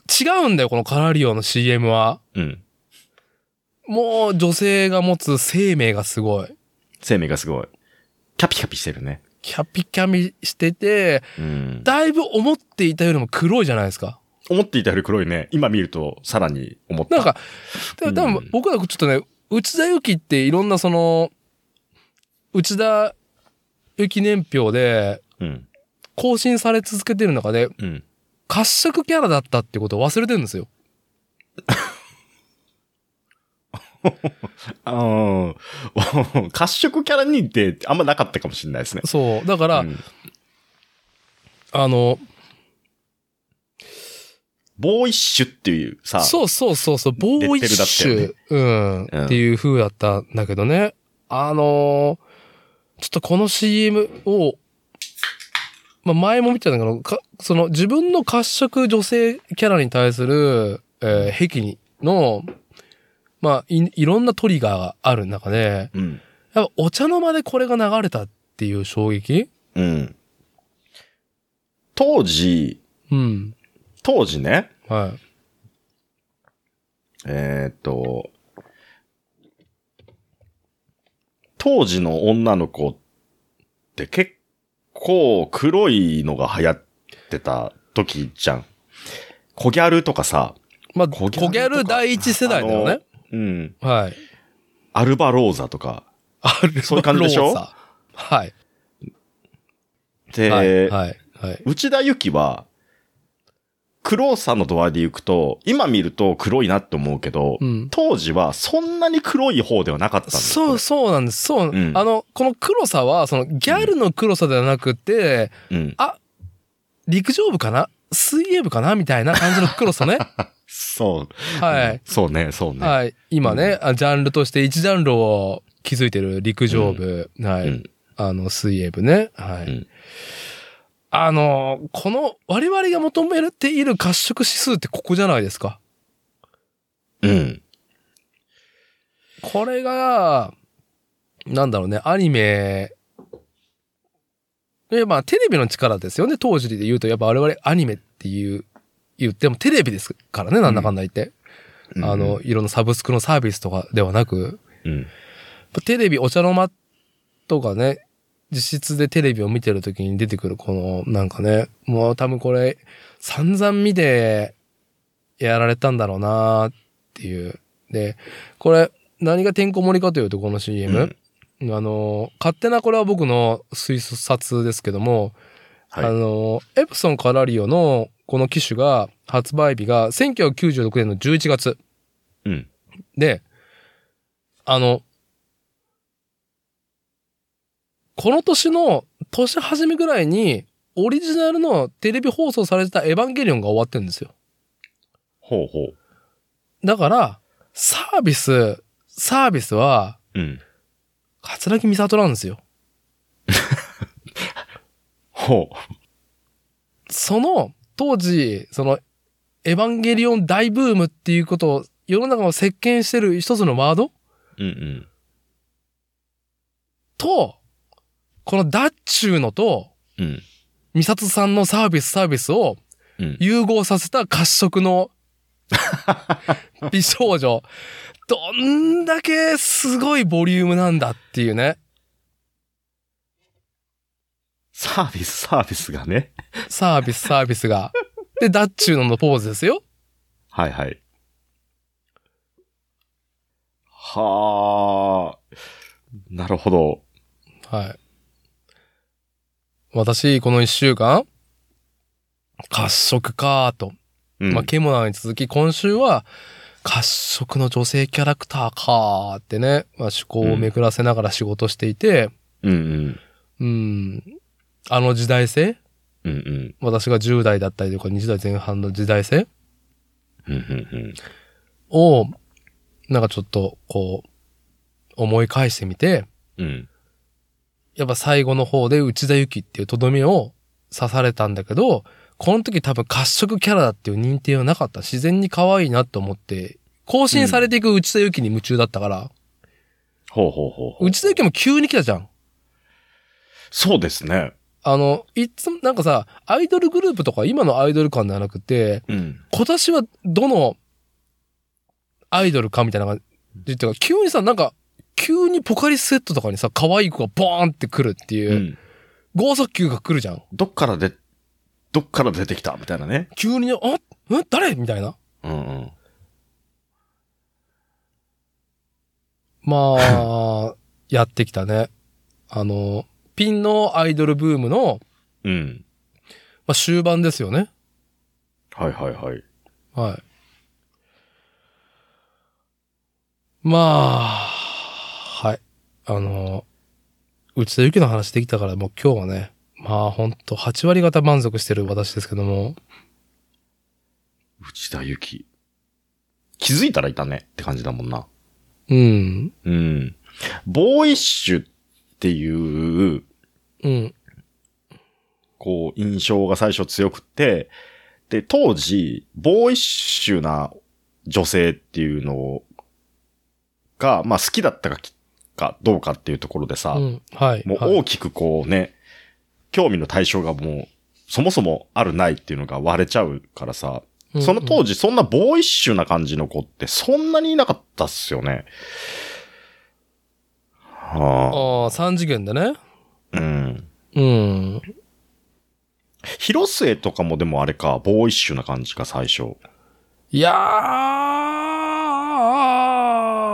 S1: 違うんだよ、このカラリオの CM は。
S2: うん。
S1: もう女性が持つ生命がすごい。
S2: 生命がすごい。キャピキャピしてるね。
S1: キャピキャピしてて、
S2: うん。
S1: だいぶ思っていたよりも黒いじゃないですか。
S2: 思っていたより黒いね。今見るとさらに思った。
S1: なんか、で
S2: うん
S1: 多分僕らちょっとね、内田有紀っていろんなその、内田有紀年表で
S2: うん。
S1: 更新され続けてる中で、
S2: うん。
S1: 褐色キャラだったってことを忘れてるんですよ。
S2: あのー 褐色キャラにってあんまなかったかもしれないですね。
S1: そう。だから、
S2: うん
S1: あの、
S2: ボーイッシュっていうさ、
S1: そうそうそうそう、ボーイッシ
S2: レ
S1: ュ、
S2: ッテ
S1: うん、
S2: うん
S1: っていう風だったんだけどね。あのーちょっとこの CM を、まあ、前も見てたんだけど、かその自分の褐色女性キャラに対する、えー、壁にの、まあい、いろんなトリガーがある中で、
S2: うん。
S1: やっぱお茶の間でこれが流れたっていう衝撃
S2: うん。当時、
S1: うん。
S2: 当時ね、
S1: はい。
S2: えーっと、当時の女の子って結構黒いのが流行ってた時じゃん。小ギャルとかさ、
S1: まあ、小
S2: 小ギ
S1: ギ
S2: ャルとか
S1: ャル第一世代だよね。
S2: あのうん。
S1: はい。
S2: アルバローザとか。
S1: ある
S2: そういう感じでしょ
S1: はい。
S2: で、
S1: はい。はい。はい。
S2: 内田有紀は、黒さの度合いで行くと、今見ると黒いなって思うけど、
S1: うん
S2: 当時はそんなに黒い方ではなかったんだよ
S1: そう、そうなんです。そう。
S2: うん
S1: あの、この黒さは、そのギャルの黒さではなくて、
S2: うん。
S1: 陸上部かな水泳部かなみたいな感じの黒さ ね。
S2: そう。
S1: はい。
S2: そうね、そうね。
S1: はい。今ね、あジャンルとして1ジャンルを築いてる陸上部、はい、
S2: うん
S1: あの、水泳部ね。はい。
S2: うん
S1: あの、この我々が求めている褐色指数ってここじゃないですか。
S2: うん。
S1: これが、なんだろうね、アニメ、でまあ、テレビの力ですよね。当時で言うと、やっぱ我々アニメっていう、言ってもテレビですからね、なんだかんだ言って。
S2: うん
S1: あの、、いろんなサブスクのサービスとかではなく、
S2: うん。
S1: テレビ、お茶の間とかね、実質でテレビを見てる時に出てくるこの、なんかね、もう多分これ、散々見て、やられたんだろうなっていう。で、これ、何がてんこ盛りかというと、この CM、あの、勝手なこれは僕の推察ですけども、
S2: はい
S1: あの、エプソンカラリオのこの機種が、発売日が1996年の11月。
S2: うん。
S1: で、あの、この年の年初めぐらいに、オリジナルのテレビ放送されてたエヴァンゲリオンが終わってるんですよ。
S2: ほうほう。
S1: だから、サービス、サービスは、
S2: うん。
S1: 桂木美里なんですよ。
S2: ほ
S1: その、当時、その、エヴァンゲリオン大ブームっていうことを、世の中を席巻してる一つのワード
S2: う。うんうん。
S1: と、このダッチューのと、
S2: うん。
S1: 美里さんのサービスサービスを、
S2: うん。
S1: 融合させた褐色の美少女。どんだけすごいボリュームなんだっていうね。
S2: サービス、サービスがね。
S1: サービス、サービスが。で、ダッチューノのポーズですよ。
S2: はいはい。はあ。なるほど。
S1: はい。私、この一週間、褐色かーと。
S2: うん
S1: まあ、ケモナに続き、今週は、褐色の女性キャラクターかーってね、まあ、趣向を巡らせながら仕事していて、
S2: うんうん。
S1: うん、あの時代性
S2: うんうん。
S1: 私が10代だったりとか20代前半の時代性
S2: うんうん
S1: を、なんかちょっと、こう、思い返してみて、
S2: うん。うん。
S1: やっぱ最後の方で内田有紀っていうとどめを刺されたんだけど、この時多分褐色キャラだっていう認定はなかった。自然に可愛いなと思って、更新されていく内田有紀に夢中だったから、
S2: ほうほうほうほう。
S1: 内田有紀も急に来たじゃん。
S2: そうですね。
S1: あの、いつも、なんかさ、アイドルグループとか今のアイドル感ではなくて、
S2: うん。
S1: 今年はどのアイドルかみたいな感じっていうか、急にさ、なんか、急にポカリスエットとかにさ、可愛い子がボーンって来るっていうう、
S2: ん。
S1: 剛速球が来るじゃん。
S2: どっからで、どっから出てきたみたいなね。
S1: 急に、あ、ん誰みたいな。
S2: うんうん。
S1: まあ、やってきたね。あの、ピンのアイドルブームの、
S2: うん。
S1: まあ、終盤ですよね。
S2: はいはいはい。
S1: はい。まあ、はい。あの、内田有紀の話できたから、もう今日はね、まあほんと8割方満足してる私ですけども、
S2: 内田有紀。気づいたらいたねって感じだもんな。
S1: うん、
S2: うん。ボーイッシュっていう、
S1: うん、
S2: こう、印象が最初強くって、で、当時、ボーイッシュな女性っていうのが、まあ好きだったかきかどうかっていうところでさ、
S1: うん、はい。
S2: もう
S1: はい
S2: 大きくこうね、興味の対象がもう、そもそもあるないっていうのが割れちゃうからさ、
S1: うん
S2: その当時そんなボーイッシュな感じの子ってそんなにいなかったっすよね。は
S1: ああ、3次元でね。
S2: あ、うん。
S1: うん、
S2: 広末とかもでもあれか、ボーイッシュな感じか、最初。
S1: いや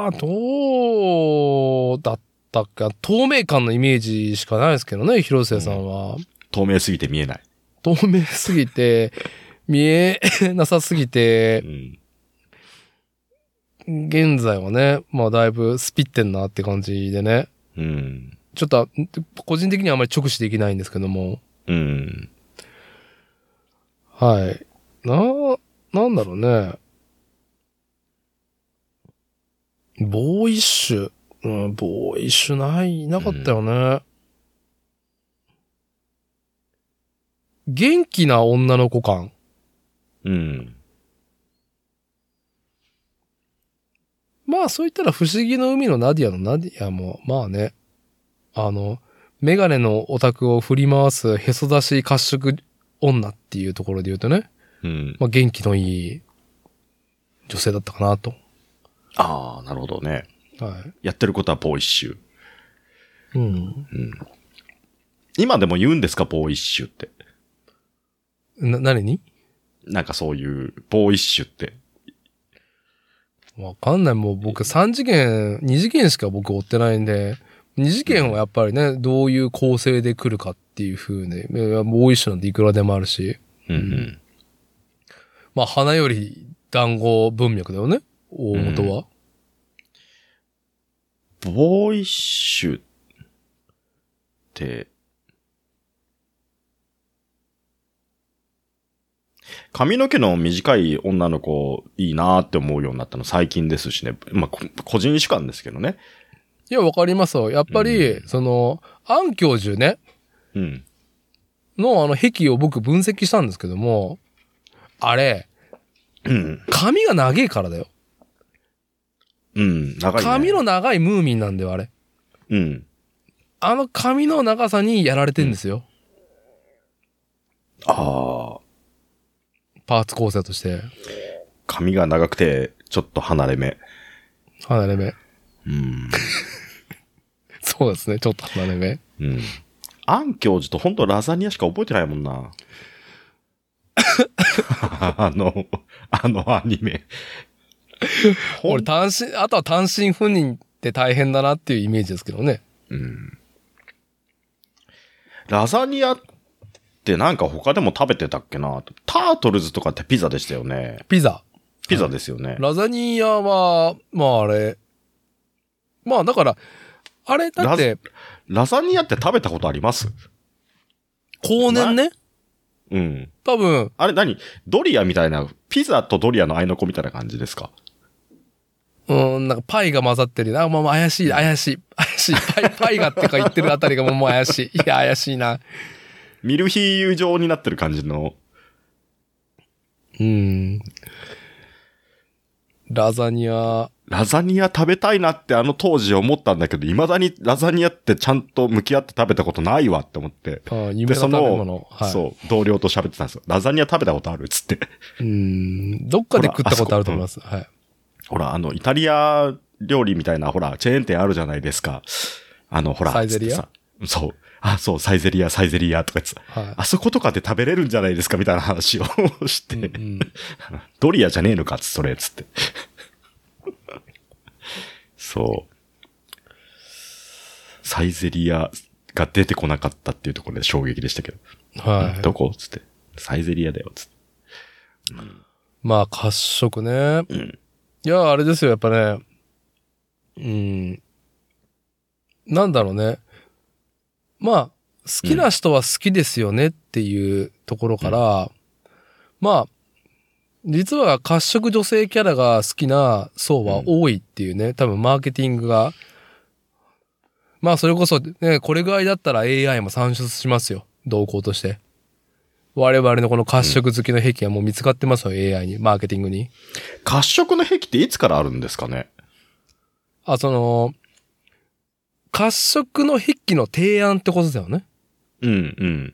S1: ー、どうだったっけ透明感のイメージしかないですけどね、広末さんは。
S2: 透明すぎて見えない。
S1: 透明すぎて、見えなさすぎて
S2: う、ん。
S1: 現在はね、まあだいぶスピってんなって感じでね。
S2: うん。
S1: ちょっと、個人的にはあまり直視できないんですけども。
S2: うん。
S1: はい。な、なんだろうね。ボーイッシュ。うん、ボーイッシュない、なかったよね。元気な女の子感。
S2: うん。
S1: まあそう言ったら不思議の海のナディアのナディアも、まあね、あの、メガネのオタクを振り回すへそ出し褐色女っていうところで言うとね、
S2: うん。
S1: まあ元気のいい女性だったかなと。
S2: ああ、なるほどね。
S1: は
S2: やってることはボーイッシュ。
S1: い。うん。
S2: 今でも言うんですか、ボーイッシュって。
S1: な、何に
S2: なんかそういう、ボーイッシュって。
S1: わかんない。もう僕3次元、2次元しか僕追ってないんで、2次元はやっぱりね、どういう構成で来るかっていう風に、いやもう一緒なんていくらでもあるし、
S2: うんうん。
S1: まあ花より団子文脈だよね、大元は。
S2: ボーイッシュって、髪の毛の短い女の子いいなーって思うようになったの最近ですしね。まあ、こ個人主観ですけどね。
S1: いや、わかりますよ。やっぱり、
S2: う
S1: その、アン教授ね、
S2: うん。
S1: のあの、壁を僕分析したんですけども、あれ、
S2: うん。
S1: 髪が長いからだよ。
S2: うん。長い、ね。
S1: 髪の長いムーミンなんだよ、あれ。
S2: うん。
S1: あの髪の長さにやられてんですよ。
S2: ああ。
S1: パーツ構成として。
S2: 髪が長くて、ちょっと離れ目。
S1: 離れ目。
S2: うん。
S1: そうですね、ちょっと離れ目。
S2: うん。アン教授と本当ラザニアしか覚えてないもん な。あの、あのアニメ。ほ
S1: 俺、
S2: ん
S1: 単身、あとは単身赴任って大変だなっていうイメージですけどね。
S2: うん。ラザニアってなんか他でも食べてたっけなタートルズとかってピザでしたよね。
S1: ピザ。
S2: ピザですよね。
S1: ラザニアは、まああれ。まあだから、あれ、だって、
S2: ラザニアって食べたことあります
S1: 後年ね。
S2: うん。
S1: 多分、
S2: あれ何ドリアみたいな、ピザとドリアの合いの子みたいな感じですか
S1: うん、なんかパイが混ざってるよな。あ、まあまあ怪しい、怪しい、怪しい。パイ、 パイがってか言ってるあたりがもうもう怪しい。いや、怪しいな。
S2: ミルフィーユ状になってる感じの。
S1: うん。ラザニア、
S2: ラザニア食べたいなってあの当時思ったんだけど、未だにラザニアってちゃんと向き合って食べたことないわって思って。
S1: あ夢
S2: で、
S1: の
S2: そ
S1: 食べ
S2: の
S1: 物。、はい、
S2: そう、同僚と喋ってたんですよ。ラザニア食べたことあるっつって。
S1: うん。どっかで食ったことあると思います。はい。
S2: ほら、あの、イタリア料理みたいな、ほら、チェーン店あるじゃないですか。あの、ほら、
S1: サイゼリア
S2: つってさそう。あ、そう、サイゼリア、サイゼリアとか言ってさ、
S1: はい
S2: あそことかで食べれるんじゃないですかみたいな話を して、
S1: うん
S2: ドリアじゃねえのかっつそれ、つって。そう。サイゼリアが出てこなかったっていうところで衝撃でしたけど。
S1: はい。
S2: どこつって。サイゼリアだよ、つって。
S1: まあ、褐色ね。いや、あれですよ、やっぱね。うん。なんだろうね。まあ、好きな人は好きですよねっていうところから、まあ、実は褐色女性キャラが好きな層は多いっていうね、多分マーケティングが。まあ、それこそ、ね、これぐらいだったら AI も参出しますよ。動向として。我々のこの褐色好きの兵器はもう見つかってますよ、AI に、マーケティングに。
S2: 褐色の壁っていつからあるんですかね
S1: あ、その、褐色の筆記の提案ってことだよね。
S2: うん、うん。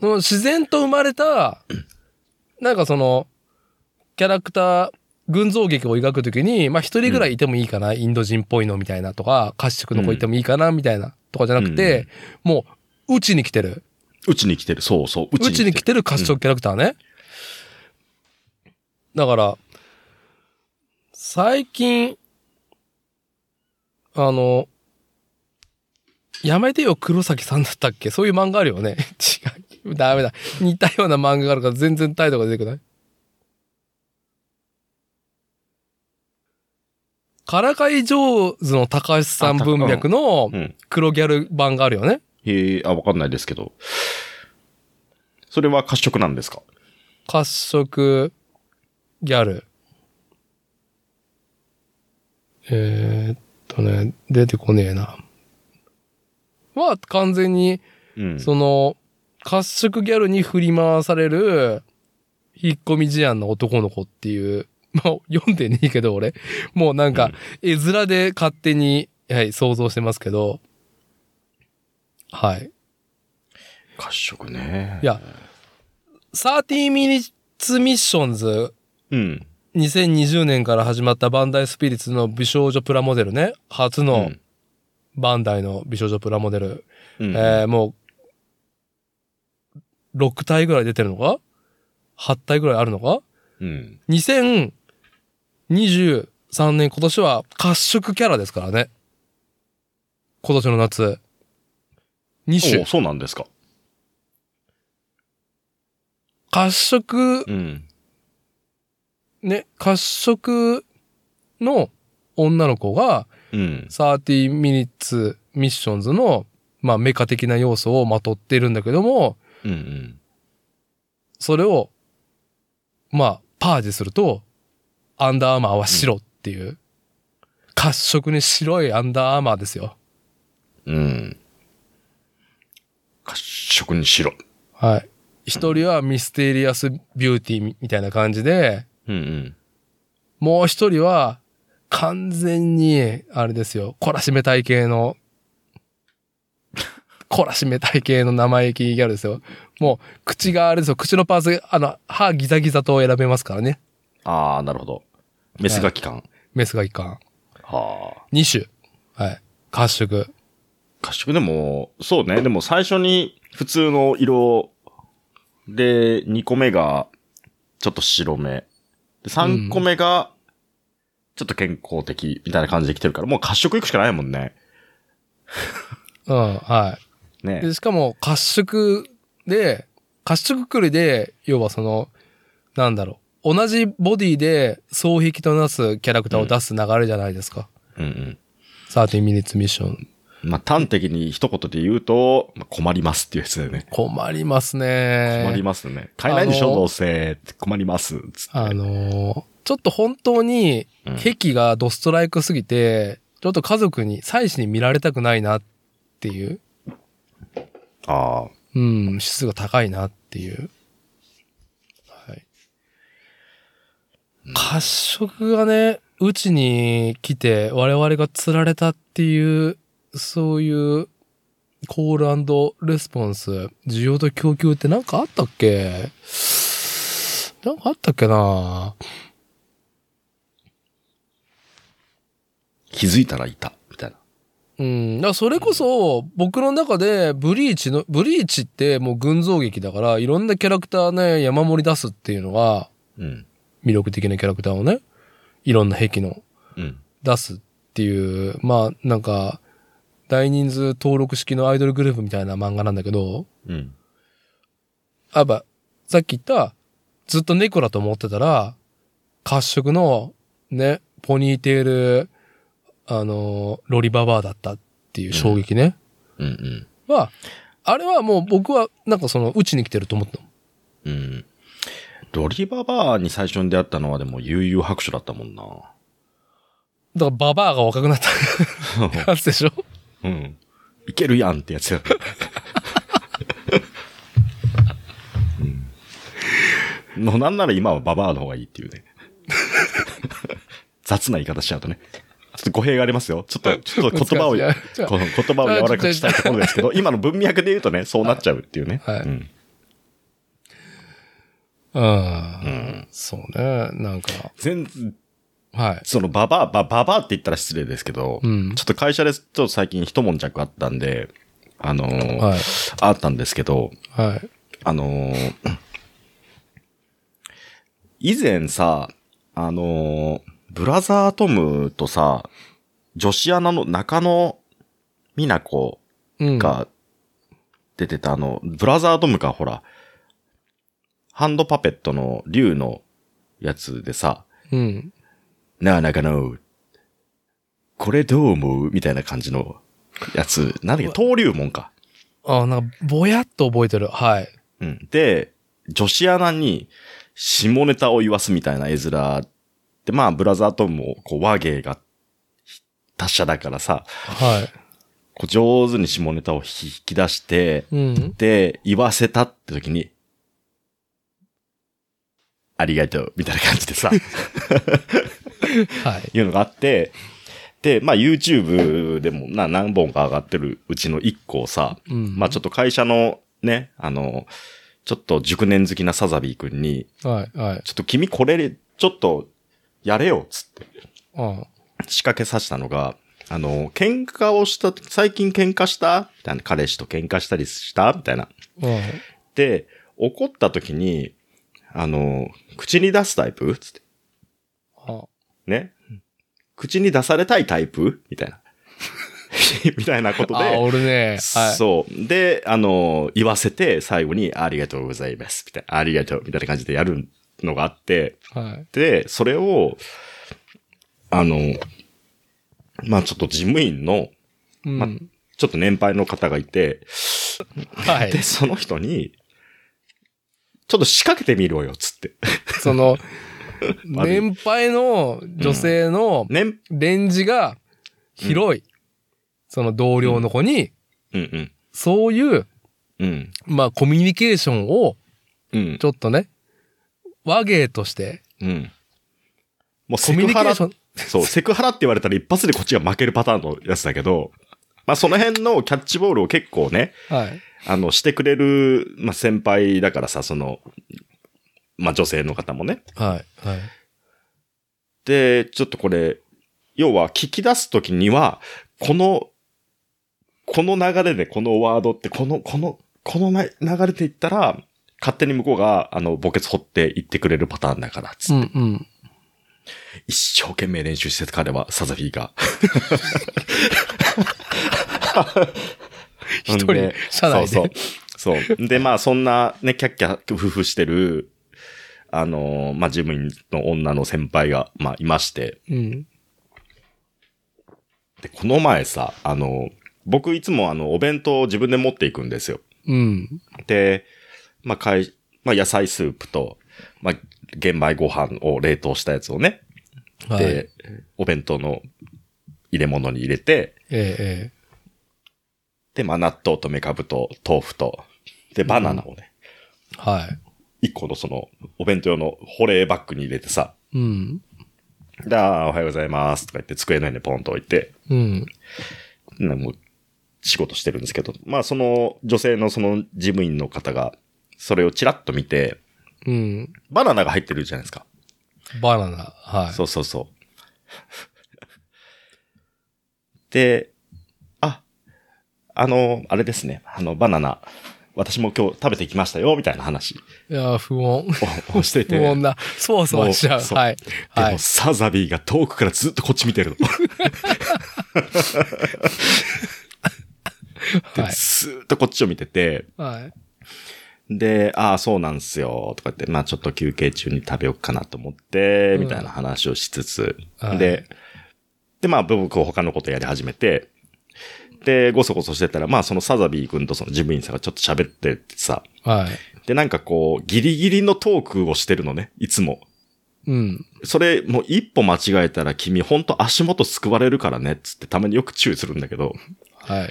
S1: その自然と生まれた、なんかその、キャラクター、群像劇を描くときに、まあ一人ぐらいいてもいいかな、インド人っぽいのみたいなとか、褐色の子いてもいいかな、みたいなとかじゃなくて、もう、うちに来てる。
S2: うちに来てる。そうそう。う
S1: うちに来てる褐色キャラクターね。だから、最近、あの、やめてよ黒崎さんだったっけそういう漫画あるよね。 違う。ダメだ。似たような漫画があるから全然態度が出てこない。からかい上手の高橋さん文脈の
S2: うん。
S1: 黒ギャル版があるよね。
S2: へえ、あ、わかんないですけど。それは褐色なんですか
S1: 褐色ギャル。えーっとね、出てこねえな。は、完全に、
S2: うん。
S1: その、褐色ギャルに振り回される、引っ込み思案の男の子っていう、もう読んでねえけど俺、もうなんか、絵面で勝手に、はい、想像してますけど、はい。
S2: 褐色ね。
S1: いや、30 minutes missions
S2: うん。
S1: 2020年から始まったバンダイスピリッツの美少女プラモデルね。初
S2: う
S1: の
S2: ん。
S1: バンダイの美少女プラモデル。
S2: うん。
S1: えー、もう、6体ぐらい出てるのか ?8 体ぐらいあるのか
S2: うん。
S1: ?2023 年今年は褐色キャラですからね。今年の夏。2
S2: お
S1: 種。
S2: そうなんですか。
S1: 褐色、
S2: うん。
S1: ね、褐色の女の子が、
S2: うん。
S1: 30 minutes missions の、まあ、メカ的な要素をまとっているんだけども、
S2: うん。うん。
S1: それを、まあ、パージすると、アンダーアーマーは白っていう、褐色に白いアンダーアーマーですよ。
S2: うん。褐色にしろ。
S1: はい。一人はミステリアスビューティーみみたいな感じで、
S2: うんうん。
S1: もう一人は、完全に、あれですよ、懲らしめ体系の、懲らしめ体系の生意気ギャルですよ。もう、口があれですよ、口のパーツ、あの、歯ギザギザと選べますからね。
S2: ああ、なるほど。メスが期間。
S1: メスが一貫。
S2: はあ。
S1: 二種。はい。褐色。
S2: 褐色でも、そうね。でも最初に普通の色で、2個目がちょっと白目。で、3個目がちょっと健康的みたいな感じで来てるから、もう褐色いくしかないもんね。
S1: うん、は
S2: ね
S1: い。。で、しかも、褐色で、褐色くりで、要はその、なんだろう。同じボディで、双璧となすキャラクターを出す流れじゃないですか。
S2: うんうん。
S1: 13 minutes mission。
S2: まあ、端的に一言で言うと、まあ、困りますっていうやつだよね。
S1: 困りますね。
S2: 困りますね。買えないでしょ、
S1: あのー
S2: どうせ。困ります。つって。
S1: あのーちょっと本当に、
S2: うん
S1: 壁がドストライクすぎて、ちょっと家族に、妻子に見られたくないなっていう、
S2: ああ。
S1: うん、質が高いなっていう。はい。褐色がね、うちに来て我々が釣られたっていう、そういうコールレスポンス、需要と供給ってなんかあったっけなんかあったっけな
S2: 気づいたらいた。みたいな。
S1: うん。だからそれこそ、僕の中で、ブリーチの、ブリーチってもう群像劇だから、いろんなキャラクターね、山盛り出すっていうのが、
S2: うん。
S1: 魅力的なキャラクターをね、いろんな兵器の
S2: うん。
S1: 出すっていう、まあ、なんか、大人数登録式のアイドルグループみたいな漫画なんだけど、
S2: うん。
S1: あ、やっぱ、さっき言った、ずっと猫だと思ってたら、褐色の、ね、ポニーテール、あの、ロリババアだったっていう衝撃ね。
S2: うんうん。
S1: は、あれはもう僕はなんかその、うちに来てると思ったの。
S2: うん。ロリババアに最初に出会ったのはでも悠々白書だったもんな。
S1: だからババアが若くなった やつでしょ
S2: うん。いけるやんってや つや。うん。もうなんなら今はババアの方がいいっていうね。 雑な言い方しちゃうとね。ちょっと語弊がありますよ。ちょっと、 ちょっと言 葉を、こ
S1: 難しい
S2: の言葉を柔らかくしたいところですけど、今の文脈で言うとね、そうなっちゃうっていうね。
S1: はい
S2: うん。
S1: うん。
S2: うん。
S1: そうね。なんか、
S2: 全然、
S1: はい。
S2: そのババア、バババアって言ったら失礼ですけど、
S1: うん
S2: ちょっと会社でちょっと最近一悶着あったんで、あのー
S1: はい
S2: あったんですけど、
S1: はい。
S2: あのー以前さ、あのーブラザートムとさ、女子アナの中野美奈子
S1: うん。
S2: が出てた、あの、ブラザートムか、ほら、ハンドパペットの竜のやつでさ、
S1: うん。
S2: なあ、中野、これどう思うみたいな感じのやつ。なんだっけ、登竜門か。
S1: あ、なんか、ぼやっと覚えてる。はい。
S2: うん。で、女子アナに下ネタを言わすみたいな絵面で、まあ、ブラザートムも、こう、和芸が達者だからさ、
S1: は
S2: こう上手に下ネタを引き出して、
S1: い。うん。
S2: で、言わせたって時に、ありがとう、みたいな感じでさ、
S1: はい。
S2: いうのがあって、で、まあ YouTube でもな何本か上がってるうちの1個をさ、
S1: うん
S2: まあちょっと会社のね、あの、ちょっと熟年好きなサザビー君に、
S1: はい、はい。
S2: ちょっと君これ、ちょっと、やれよ、つって
S1: あ
S2: 仕掛けさせたのが、あの、喧嘩をした、最近喧嘩したみたいな、彼氏と喧嘩したりしたみたいな。
S1: あ。
S2: で、怒った時に、あの、口に出すタイプつって。
S1: あ
S2: ね。口に出されたいタイプみたいな。 みたいなこと
S1: あ。あ、
S2: で。
S1: 俺ね。はい。
S2: そう。で、あの、言わせて、最後に、ありがとうございます。みたいな、ありがとう。みたいな感じでやるのがあって、
S1: はい。
S2: で、それを、あの、まあちょっと事務員の、
S1: うん。
S2: まあちょっと年配の方がいて、
S1: はい
S2: で、。その人に、ちょっと仕掛けてみろよ、つって。
S1: その、
S2: 悪い
S1: 年配の女性の
S2: 年、
S1: レンジが広い。その同僚の子に、
S2: うんうん。
S1: そういう、
S2: うん。
S1: まあ、コミュニケーションを、
S2: うん
S1: ち。ょっとね、和芸として、
S2: うん。もう
S1: コ
S2: セ
S1: ミュ
S2: ク
S1: ニケ
S2: ハ
S1: ー
S2: ラ
S1: ション、
S2: そう、セクハラって言われたら一発でこっちが負けるパターンのやつだけど、まあその辺のキャッチボールを結構ね、
S1: はい。
S2: あの、してくれる、まあ先輩だからさ、その、まあ女性の方もね。
S1: はい。はい。
S2: で、ちょっとこれ、要は聞き出すときには、この、この流れでこのワードって、この、この、このな流れでいったら、勝手に向こうが、あの、墓穴掘って言ってくれるパターンだから、つって
S1: うんうん。
S2: 一生懸命練習してた彼は、サザビー が。
S1: 一人車内で
S2: そうそう。そう。で、まあ、そんな、ね、キャッキャ、夫婦してる、あのーまあ、事務員の女の先輩が、まあ、いまして。
S1: うん。
S2: で、この前さ、あのー僕いつもあの、お弁当を自分で持っていくんですよ。
S1: うん。
S2: で、まあ、かい、まあ、野菜スープと、まあ、玄米ご飯を冷凍したやつをね、
S1: はい。え
S2: で、お弁当の入れ物に入れて、
S1: え、え
S2: で、まあ、納豆とメカブと豆腐と、で、バナナをね、
S1: え。はい。
S2: 一、個のその、お弁当用の保冷バッグに入れてさ、
S1: うん。
S2: で、あーおはようございますとか言って机の上にポンと置いて、
S1: うん。
S2: なもう仕事してるんですけど、まあ、その女性のその事務員の方が、それをチラッと見て、
S1: うん。
S2: バナナが入ってるじゃないですか。
S1: バナナ。はい。
S2: そうそうそう。 で、あ、あの、あれですね、あの、バナナ、私も今日食べてきましたよ、みたいな話。
S1: いやー、不穏。
S2: ををして
S1: 不
S2: て。
S1: 穏な。そわそわしち
S2: も
S1: ゃう。
S2: うそう
S1: はい。
S2: で
S1: はい
S2: も、。サザビーが遠くからずっとこっち見てるの。
S1: は
S2: で
S1: い。
S2: ずーっとこっちを見てて、
S1: はい。
S2: で、ああ、そうなんすよ、とか言って、まあちょっと休憩中に食べようかなと思って、みたいな話をしつつ、
S1: はい
S2: で、で、まあ僕は他のことやり始めて、で、ごそごそしてたら、まあそのサザビー君とその事務員さんがちょっと喋っててさ、
S1: はい。
S2: で、なんかこう、ギリギリのトークをしてるのね、いつも。
S1: うん。
S2: それ、もう一歩間違えたら君ほんと足元すくわれるからね、つってたまによく注意するんだけど、
S1: はい。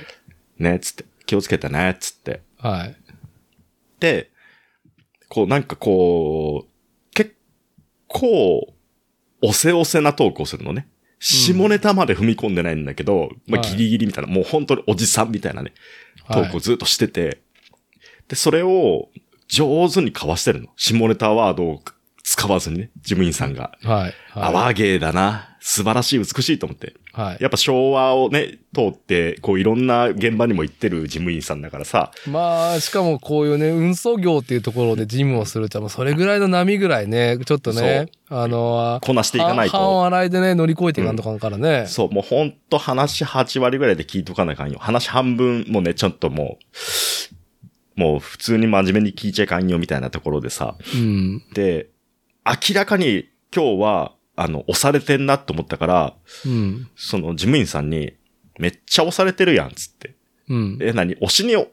S2: ね、つって、気をつけてね、つって。
S1: はい。
S2: で、こうなんかこう、結構、おせおせなトークをするのね。下ネタまで踏み込んでないんだけど、まあ
S1: はい
S2: ギリギリみたいな、もう本当におじさんみたいなね、ト
S1: はい
S2: ークをずっとしてて、で、それを上手にかわしてるの。下ネタワードを使わずにね、事務員さんが。
S1: はい。
S2: あ、
S1: い。
S2: わげーだな。素晴らしい、美しいと思って。
S1: はい。
S2: やっぱ昭和をね、通って、こういろんな現場にも行ってる事務員さんだからさ、
S1: まあ、しかもこういうね、運送業っていうところで事務をするって、もうそれぐらいの波ぐらいね、ちょっとね、あの、
S2: こなしていかないと
S1: 半を洗いでね、乗り越えていかんとかんからね。
S2: そう、もうほんと話8割ぐらいで聞いとかなきゃいかんよ。話半分もね、ちょっともう、もう普通に真面目に聞いちゃいかんよみたいなところでさ。
S1: うん。
S2: で、明らかに今日は、あの、押されてんなと思ったから、
S1: うん。
S2: その事務員さんに、めっちゃ押されてるやん、つって。
S1: うん。
S2: え、何押しによ、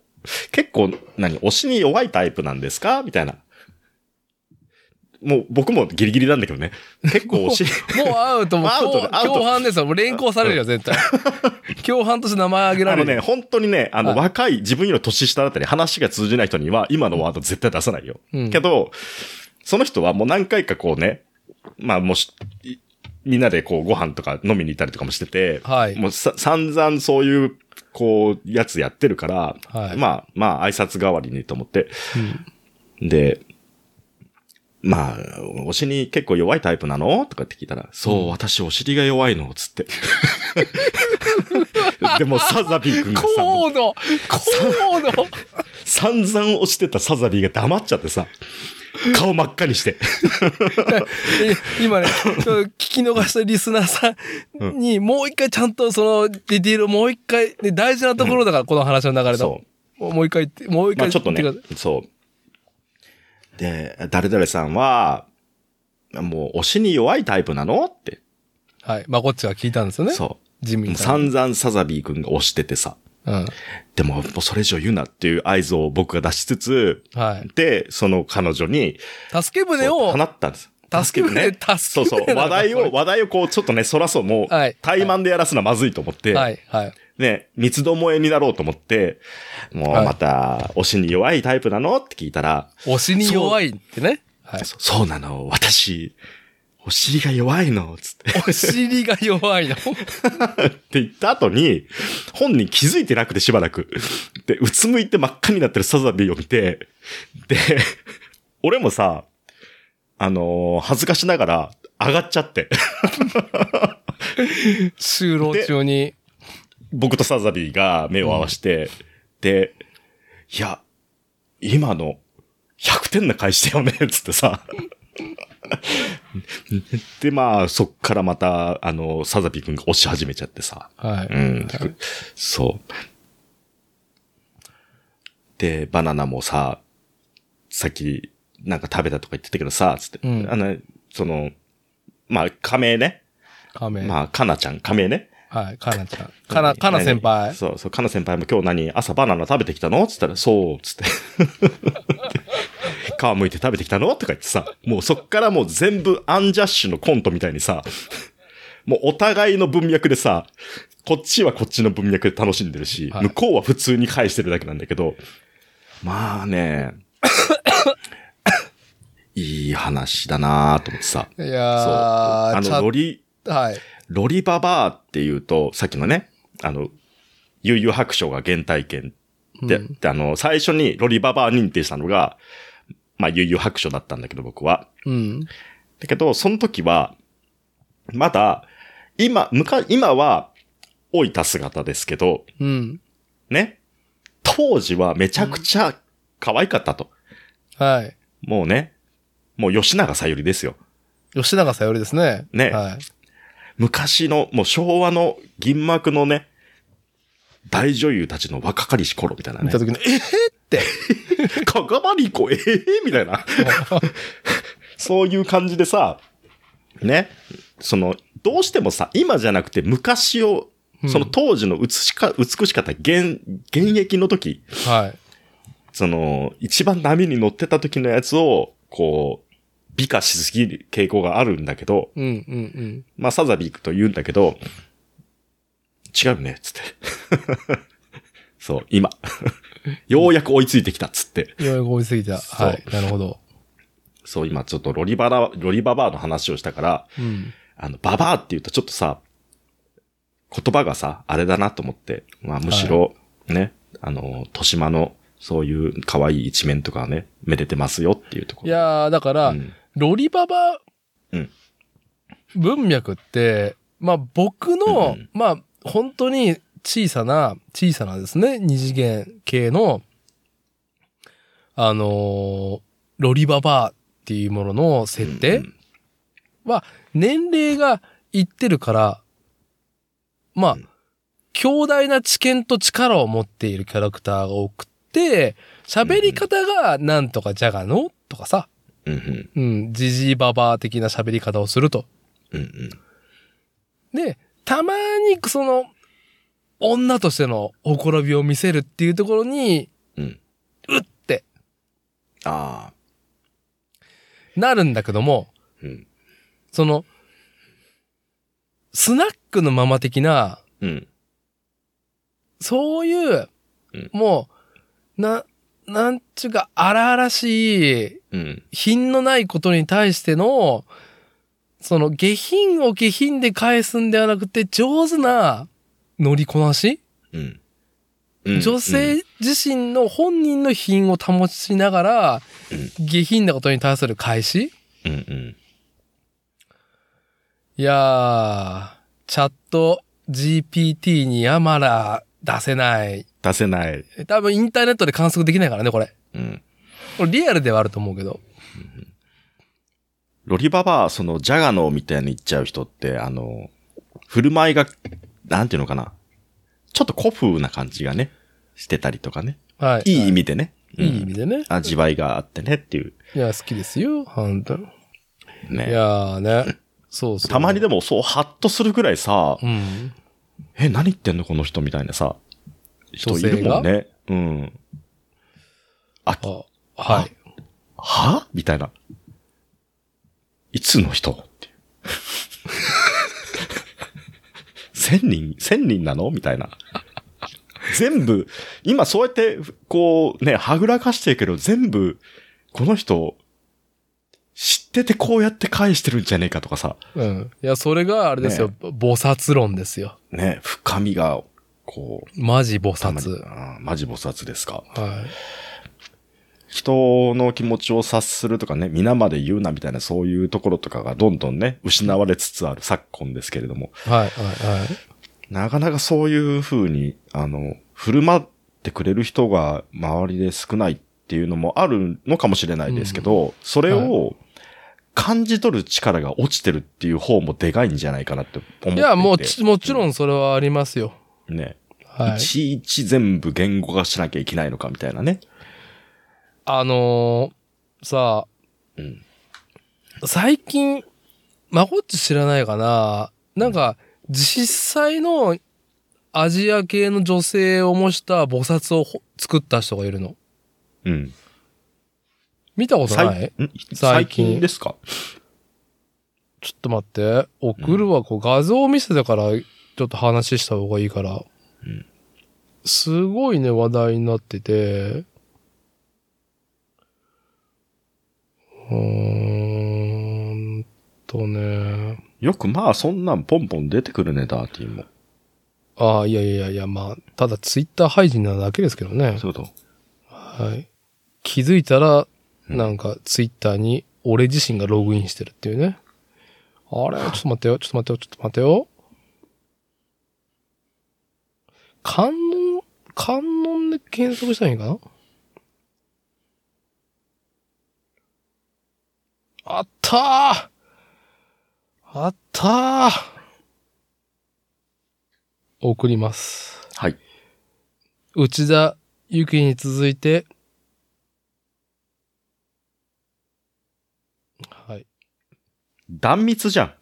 S2: 結構、何押しに弱いタイプなんですかみたいな。もう僕もギリギリなんだけどね。結構押し、
S1: もうアウト、もう
S2: アウトだアウト
S1: 共犯ですよ。もう連行されるよ、絶対。共犯として名前挙げら
S2: あ
S1: れ
S2: の
S1: る
S2: ね、
S1: よ。
S2: 本当にね、あの、
S1: はい
S2: 若い、自分より年下だったり、話が通じない人には、今のワード絶対出さないよ。
S1: うん
S2: けど、その人はもう何回かこうね、まあもうし、いみんなでこうご飯とか飲みに行ったりとかもしてて、
S1: はい
S2: もうさ散々そういう、こう、やつやってるから、
S1: はい
S2: まあ、まあ、挨拶代わりにと思って、で、まあ、お尻結構弱いタイプなのとかって聞いたら、そう、私お尻が弱いの、つって。 でも、サザビー君がさ、もう
S1: 高度高度
S2: 散々押してたサザビーが黙っちゃってさ、顔真っ赤に して。
S1: え今ね、ちょっと聞き逃したリスナーさんに、もう一回ちゃんとそのディティールをもう一回、ね、大事なところだから、この話の流れだ
S2: そ
S1: もうもう一回言って、もう一
S2: まあ
S1: 回
S2: ちょっとね
S1: 言てくださ、
S2: そう。で、誰々さんは、もう、押しに弱いタイプなのって。
S1: いはい。まあ、こっちが聞いたんですよね。
S2: そ
S1: ジ
S2: う。
S1: ミ
S2: もう
S1: ーさん。
S2: 散々サザビー君が押しててさ。
S1: うん。
S2: でも、もうそれ以上言うなっていう合図を僕が出しつつ、
S1: はい。
S2: で、その彼女に、
S1: 助け舟
S2: こ
S1: を
S2: う放、ったんです。
S1: 助け舟
S2: そ
S1: 助
S2: うそ
S1: け舟なんだ
S2: う。話題
S1: これ
S2: を、話題をこう、ちょっとね、そらそう、もう、
S1: はい
S2: 怠慢でやらすのはまずいと思って、
S1: はい、はい。
S2: ね、三つどもえになろうと思って、もう
S1: はい
S2: また、推しに弱いタイプなのって聞いたら、
S1: 推しに弱いってね。はい。
S2: そそうなの、私、お尻が弱いの、つって。っ
S1: お尻が弱いの。
S2: て言った後に、本人気づいてなくてしばらく。で、うつむいて真っ赤になってるサザビーを見て、で、俺もさ、あのー恥ずかしながら、上がっちゃって。
S1: 就労中に。
S2: 僕とサザビーが目を合わせて、で、いや、今の100点な返しだよね、つって さ。で、まあ、そっからまた、あの、サザビー君が押し始めちゃってさ。
S1: は
S2: う
S1: い。
S2: ん。そう。で、バナナもさ、さっき、なんか食べたとか言ってたけどさ、つって。
S1: うん
S2: あの、その、まあ、仮名ね。
S1: カメ。
S2: まあ、かなちゃん、仮名ね。
S1: はい、かなちゃん。かな、かな先輩。
S2: そうそう、かな先輩も今日何朝バナナ食べてきたのつったら、そう、つって。 皮むいて食べてきたのとか言ってさ、もうそっからもう全部アンジャッシュのコントみたいにさ、もうお互いの文脈でさ、こっちはこっちの文脈で楽しんでるし、
S1: はい
S2: 向こうは普通に返してるだけなんだけど、まあ ね、いい話だなぁと思ってさ。
S1: い
S2: そう。
S1: や
S2: あ
S1: ー、ちゃ
S2: の、
S1: ん
S2: ロリ、
S1: はい。
S2: ロリババアっていうと、さっきのね、あの、悠々白書が原体験で、
S1: うん
S2: であの、最初にロリババア認定したのが、まあ、悠々白書だったんだけど、僕は。
S1: うん。
S2: だけど、その時は、まだ、今、むか、今は、老いた姿ですけど、
S1: うん。
S2: ね。当時はめちゃくちゃ可愛かったと。
S1: はい。
S2: もうね、もう吉永さゆりですよ。
S1: 吉永さよりですね。
S2: ね
S1: はい。
S2: 昔の、もう昭和の銀幕のね、大女優たちの若かりし頃みたいなね
S1: 見た。時の、えへって。
S2: かがまりこ、ええみたいな。そういう感じでさ、ね、その、どうしてもさ、今じゃなくて昔を、その当時の美しか、美しかった現、現役の時、
S1: はい。
S2: その、一番波に乗ってた時のやつを、こう、美化しすぎる傾向があるんだけど、
S1: うん、うん、
S2: まあ、サザビークと言うんだけど、違うね、つって。 そう、今。 ようやく追いついてきた、つって。
S1: うん。ようやく追いすぎた。
S2: そう
S1: はい。なるほど。
S2: そう、今ちょっとロリバラ、ロリババアの話をしたから、
S1: うん。
S2: あの、ババアって言うとちょっとさ、言葉がさ、あれだなと思って、まあむしろ、ね、あの、豊島の、そういう可愛い一面とかね、めでてますよっていうところ。
S1: いやー、だから、
S2: うん
S1: ロリババ
S2: うん
S1: 文脈って、まあ僕の、
S2: うん
S1: まあ本当に小さな、小さなですね、二次元系の、あのーロリババアっていうものの設定
S2: うん
S1: は、年齢がいってるから、まあ、
S2: うん
S1: 強大な知見と力を持っているキャラクターが多くって、喋り方がなんとかじゃがのとかさ、
S2: うんうん
S1: うん、ジジイババア的な喋り方をすると。
S2: うんうん
S1: で、たまにその、女としてのほころびを見せるっていうところに、
S2: うん
S1: うって
S2: ああ。
S1: なるんだけども、
S2: うん。
S1: その、スナックのママ的な、
S2: うん。
S1: そういう
S2: うん、
S1: もう、な、なんちゅうか荒々しい
S2: うん。
S1: 品のないことに対しての、その下品を下品で返すんではなくて上手な乗りこなし、
S2: うん。うん
S1: 女性自身の本人の品を保ちながら、下品なことに対する返し
S2: うんうん。
S1: いやー、チャット GPT にやまら出せない。
S2: 出せない。
S1: 多分インターネットで観測できないからね、これ。
S2: うん。
S1: これリアルではあると思うけど。
S2: ロリババア、その、ジャガノーみたいに言っちゃう人って、あの、振る舞いが、なんていうのかな。ちょっと古風な感じがね、してたりとかね。
S1: はい。
S2: いい意味でね。
S1: いい意
S2: うん
S1: 味でね。
S2: 味わいがあってねっていう。
S1: いや、好きですよ、本当に。い
S2: ね。
S1: やーね。そうそう。
S2: たまにでもそう、ハッとするぐらいさ、
S1: うん。
S2: え、何言ってんのこの人みたいなさ、人いるもんね。うん。
S1: あはい。
S2: はみたいな。いつの人っていう。 千人、千人なのみたいな。全部、今そうやって、こうね、はぐらかしてるけど、全部、この人、知っててこうやって返してるんじゃねえかとかさ、
S1: うん。いや、それがあれですよ。
S2: ね
S1: ぼ菩薩論ですよ。
S2: ね、深みが、こう、
S1: マジ菩
S2: たまに
S1: 薩。
S2: あーマジ菩薩ですか。
S1: は
S2: 人の気持ちを察するとかね、皆まで言うなみたいなそういうところとかがどんどんね、失われつつある昨今ですけれども、
S1: い。はい、はい、はい。
S2: なかなかそういう風に、あの、振る舞ってくれる人が周りで少ないっていうのもあるのかもしれないですけど、それを感じ取る力が落ちてるっていう方もでかいんじゃないかなって思ってい
S1: い
S2: て。
S1: や、もうち、もちろんそれはありますよ。
S2: ね。
S1: はい
S2: い、。ちいち全部言語化しなきゃいけないのかみたいなね。
S1: あのー、さ
S2: うん。
S1: あ、最近、まこっち知らないかななんか、実際のアジア系の女性を模した菩薩をほ作った人がいるの。
S2: うん。
S1: 見たこと
S2: さ
S1: ないい
S2: ん
S1: 近
S2: 最近ですか
S1: ちょっと待って。送るわ、こう画像を見せたから、ちょっと話した方がいいから。
S2: ん
S1: すごいね、話題になってて。うーんとね。
S2: よくまあそんなんポンポン出てくるね、ダーティーも。
S1: ああ、いやいやいや、まあ、ただツイッター配信なだけですけどね。
S2: そうだ。
S1: はい。気づいたら、
S2: うん
S1: なんかツイッターに俺自身がログインしてるっていうね。あれちょっと待ってよ、ちょっと待ってよ、ちょっと待ってよ。観音、観音で検索したらいいかなあったーあったー送ります。
S2: はい。
S1: 内田ゆきに続いて、はい。
S2: 断密じゃん。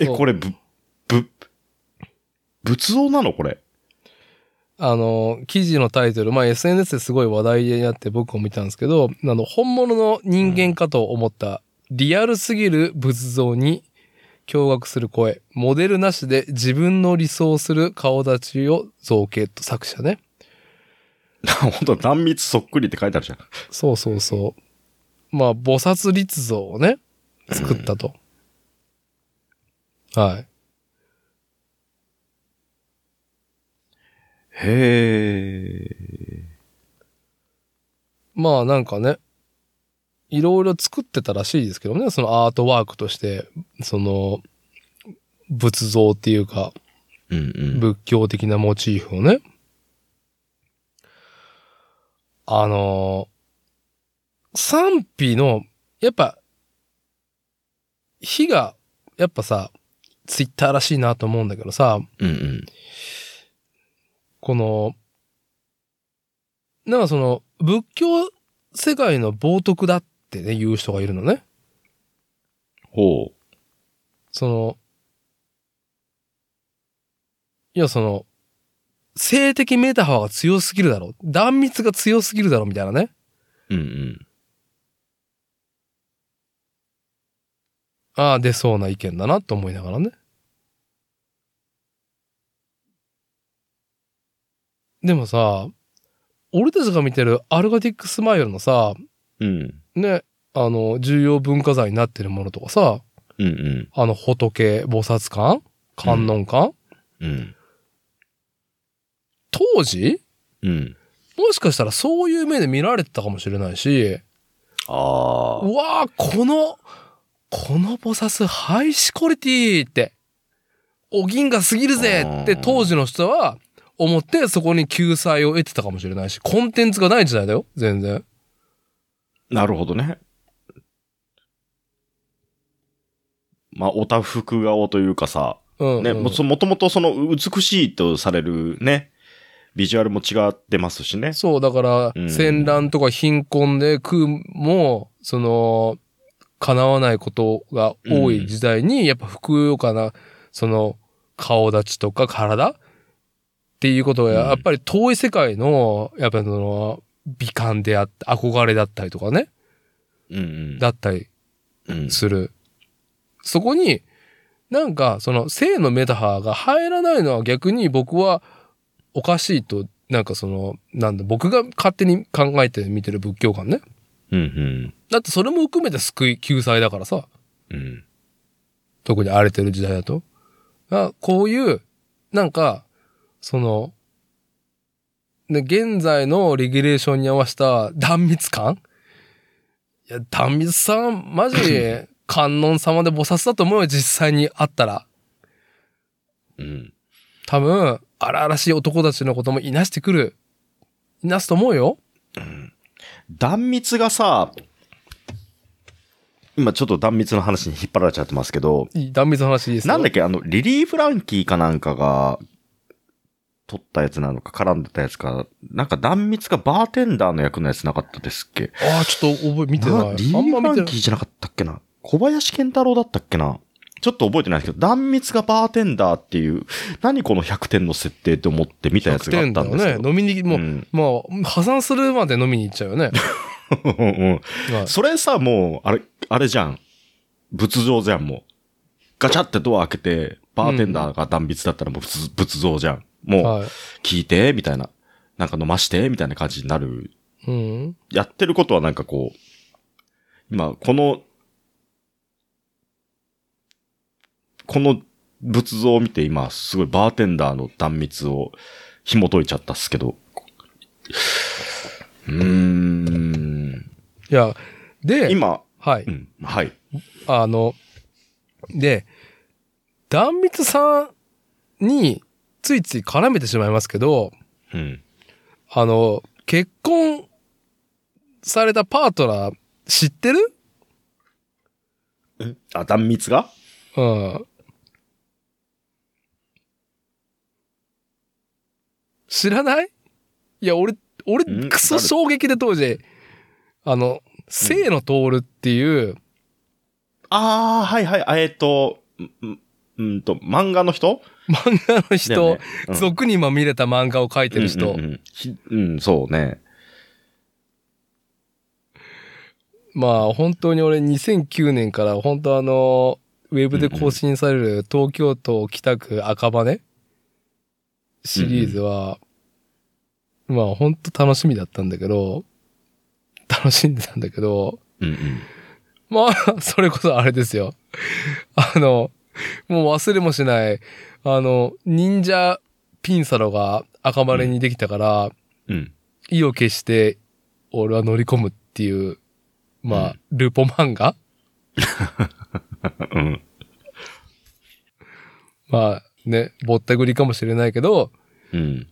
S2: え、こ
S1: れ
S2: れ、ぶ、ぶ、仏像なのこれ。
S1: あの、記事のタイトル、まあ、SNS ですごい話題になって僕も見たんですけど、あの、本物の人間かと思った、リアルすぎる仏像に驚愕する声、モデルなしで自分の理想する顔立ちを造形と作者ね。
S2: ほんと、断密そっくりって書いてあるじゃん。
S1: そうそうそう。まあ、菩薩立像をね、作ったと。はい。
S2: へえ。
S1: まあなんかね、いろいろ作ってたらしいですけどね、そのアートワークとして、その、仏像っていうか、
S2: うんうん。
S1: 仏教的なモチーフをね。あのー賛否の、やっぱ、火が、やっぱさ、ツイッターらしいなと思うんだけどさ、
S2: うんうん。
S1: この、なんかその、仏教世界の冒涜だってね、言う人がいるのね。
S2: ほ
S1: その、いや、その、性的メタファーが強すぎるだろう。断密が強すぎるだろう、みたいなね。
S2: う。うんうん。
S1: ああ、出そうな意見だな、と思いながらね。でもさ、俺たちが見てるアルガティックスマイルのさ、
S2: うん。
S1: ね、あの、重要文化財になってるものとかさ、
S2: うんうん。
S1: あの、仏、菩薩館観音館、
S2: うん。
S1: 当時
S2: うん。
S1: もしかしたらそういう目で見られてたかもしれないし、
S2: ああ。
S1: うわあ、この、この菩薩ハイシコリティって、お銀河すぎるぜって
S2: うん
S1: 当時の人は思ってそこに救済を得てたかもしれないし、コンテンツがない時代だよ、全然。
S2: なるほどね。まあ、オタフク顔というかさ、
S1: うん、
S2: ね、
S1: うん
S2: もそもともとその美しいとされるね、ビジュアルも違ってますしね。
S1: そう、だから
S2: う、ん
S1: 戦乱とか貧困で食うも、その、叶わないことが多い時代に、やっぱふくよかな、その、顔立ちとか体っていうことが、
S2: うん
S1: やっぱり遠い世界の、やっぱりその、美観であって、憧れだったりとかね、
S2: うんうん。
S1: だったり
S2: うん、
S1: する。そこに、なんか、その、性のメタファーが入らないのは逆に僕はおかしいと、なんかその、なんだ、僕が勝手に考えて見てる仏教観ね。
S2: うんうん。
S1: だってそれも含めて救い、救済だからさ。
S2: うん。
S1: 特に荒れてる時代だと。あこういう、なんか、その、ね、現在のレギュレーションに合わせた断密感いや、断密さん、マジ、 観音様で菩薩だと思うよ、実際に会ったら。
S2: うん。
S1: 多分、荒々しい男たちのこともいなしてくる。いなすと思うよ。
S2: 断密がさ、今ちょっと断密の話に引っ張られちゃってますけど、
S1: いい断密の話いいですよ
S2: なんだっけ、あの、リリー・フランキーかなんかが、撮ったやつなのか、絡んでたやつか、なんか断密かバーテンダーの役のやつなかったですっけ
S1: ああ、ちょっと覚え、見て
S2: な
S1: な
S2: リリ
S1: い。あん
S2: ー・
S1: ま
S2: フラ
S1: 見て
S2: ン
S1: な
S2: キ
S1: い。
S2: ーじゃなかったっけな小林健太郎だったっけなちょっと覚えてないですけど、断密がバーテンダーっていう、何この100点の設定って思って見たやつがあったんですけ
S1: ね。
S2: ど。
S1: 飲みに、もう、
S2: うん
S1: もう、破産するまで飲みに行っちゃう よね。
S2: うんうん
S1: はい
S2: それさ、もう、あれ、あれじゃん。仏像じゃん、もう。ガチャってドア開けて、バーテンダーが断筆だったらもう仏仏像じゃん。も
S1: は
S2: う、聞いて、みたいな。なんか飲まして、みたいな感じになる。
S1: い。うん。
S2: やってることはなんかこう、今、この、この仏像を見て今、すごいバーテンダーの断密を紐解いちゃったっすけど。うーん。
S1: いや、で、
S2: 今、。
S1: はいう
S2: ん、はい。
S1: あの、で、壇蜜さんについつい絡めてしまいますけど、
S2: うん。
S1: あの、結婚されたパートナー知ってる
S2: あ、断密が
S1: うん。知らないいや、俺、俺
S2: ん、
S1: クソ衝撃で当時、あの、生の通るっていう、
S2: ああ、はいはい、あえっと、うん、うんと、漫画の人
S1: 漫画の
S2: だよ
S1: 人
S2: ね、うん
S1: 俗にまみれた漫画を描いてる人、
S2: うんうんうんひうん、そうね。
S1: まあ本当に俺2009年から本当あのウェブで更新される東京都北区赤羽シリーズは、まあ本当楽しみだったんだけど楽しんでたんだけど
S2: うんうん。
S1: まあそれこそあれですよあのもう忘れもしないあの忍者ピンサロが赤羽にできたから、
S2: うん。
S1: 意を決して俺は乗り込むっていうまあ、
S2: う
S1: ルポ漫画
S2: うん。
S1: まあね、ぼったくりかもしれないけど、
S2: うん。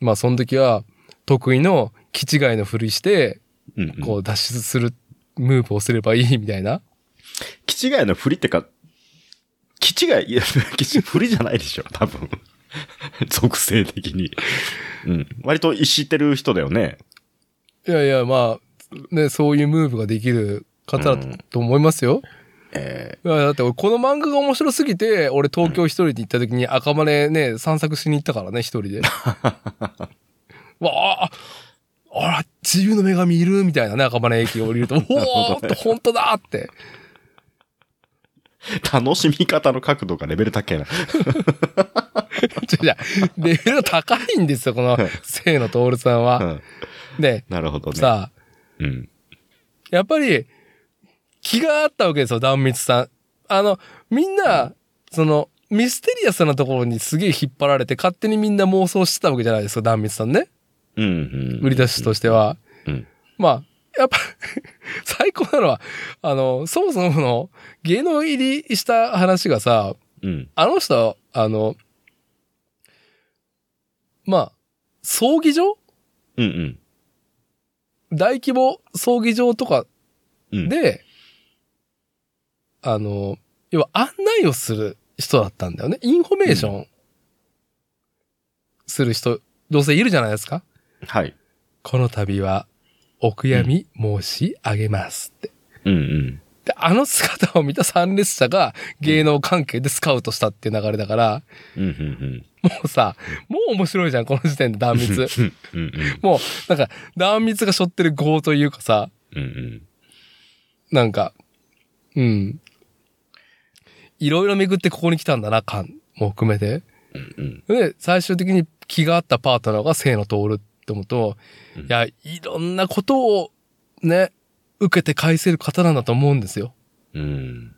S1: まあその時は得意の気違いのふりして、
S2: うん、うん。
S1: こう脱出するムーブをすればいいみたいな。
S2: 気違いの振りってか、気違い、いや、 気違い、振りじゃないでしょ、多分。 属性的に。うん。割と意してる人だよね。
S1: いやいや、まあ、ね、そういうムーブができる方だと思いますよ。
S2: え
S1: いやだって俺この漫画が面白すぎて、俺東京一人で行った時に赤羽ね、散策しに行ったからね、一人 で。わあ、あら、自由の女神いるみたい なね、赤羽駅降りると、おおーっと、本当だって。
S2: ー楽しみ方の角度がレベル高いな。
S1: じゃじゃレベル高いんですよ、この、清野徹さん
S2: う
S1: は。
S2: ん。
S1: で、
S2: なるほどね。
S1: さあ、
S2: うん。
S1: やっぱり、気があったわけですよ、壇蜜さん。あの、みんな、その、ミステリアスなところにすげえ引っ張られて、勝手にみんな妄想してたわけじゃないですか、壇蜜さんね。
S2: うん、うん。
S1: 売り出しとしては。
S2: うん。
S1: まあ、やっぱ、 最高なのは、あの、そもそもの芸能入りした話がさ、
S2: うん。
S1: あの人は、あの、まあ、葬儀場
S2: うん、うん。
S1: 大規模葬儀場とか
S2: うん。、
S1: で、あの、要は案内をする人だったんだよね。インフォメーションする人、どうせいるじゃないですか。
S2: はい。
S1: この度は、お悔やみ申し上げますって。
S2: うん、うん。
S1: で、あの姿を見た参列者が芸能関係でスカウトしたっていう流れだから、
S2: うん、うん、
S1: もうさ、もう面白いじゃん、この時点で断密。
S2: うん。うん、うん。
S1: もう、なんか、断密が背負ってる業というかさ、
S2: うん、うん。
S1: なんか、うん。いろいろ巡ってここに来たんだな、感も含めて。
S2: うん、
S1: で、最終的に気が合ったパートナーが生の通るって思うと、
S2: うん
S1: いや、いろんなことをね、受けて返せる方なんだと思うんですよ。
S2: うん。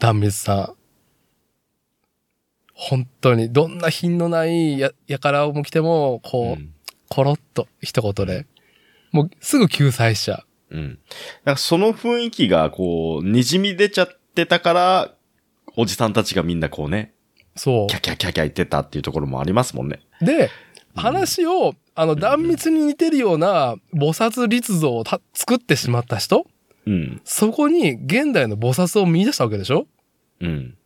S1: 断蜜さん。本当に、どんな品のないや、やからも来ても、
S2: う
S1: こう、
S2: ん。
S1: コロッと一言で、もうすぐ救済しちゃう。
S2: うん。なんかその雰囲気がこう、滲み出ちゃってたから、おじさんたちがみんなこうね、
S1: そう
S2: キ。ャキャキャキャ言ってたっていうところもありますもんね。
S1: で、話を、あの、断密に似てるような菩薩立像をた作ってしまった人
S2: うん。
S1: そこに現代の菩薩を見出したわけでしょ
S2: うん。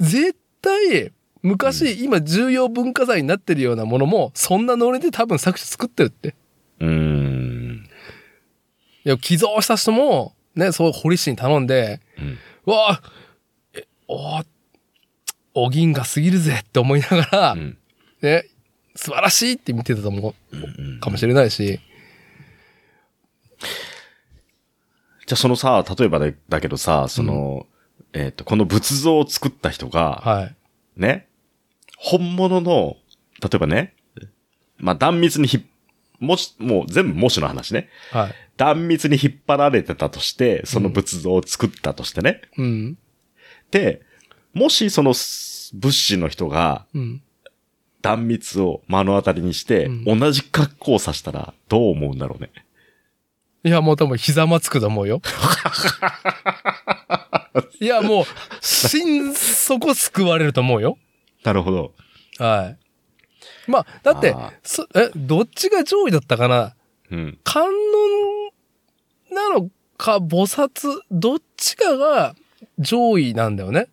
S1: 絶対、昔、今重要文化財になってるようなものも、そんなノリで多分作詞作ってるって。
S2: うーん。
S1: いや、寄贈した人も、ね、そう、堀市に頼んで、
S2: うん
S1: うわあえおーお銀が過ぎるぜって思いながら、
S2: うん。
S1: ね、素晴らしいって見てたと思うかもしれないし、
S2: じゃあそのさ、例えばだだけどさ、その、えっ、と、この仏像を作った人が、
S1: はい。
S2: ね、本物の、例えばね、まあ、断密にひっ、もし、もう全部もしの話ね。
S1: はい。
S2: 断密に引っ張られてたとして、その仏像を作ったとしてね。
S1: うん。
S2: で、もしそのす物資の人が
S1: うん。
S2: 断密を目の当たりにして、
S1: う
S2: 同じ格好をさせたらどう思うんだろうね。
S1: いや、もう多分、ひざまつくと思うよ。いや、もう、心底救われると思うよ。
S2: なるほど。
S1: はい。まあ、だって
S2: あー、
S1: そえ、どっちが上位だったかな
S2: うん。
S1: 観音なのか、菩薩、どっちかが上位なんだよね。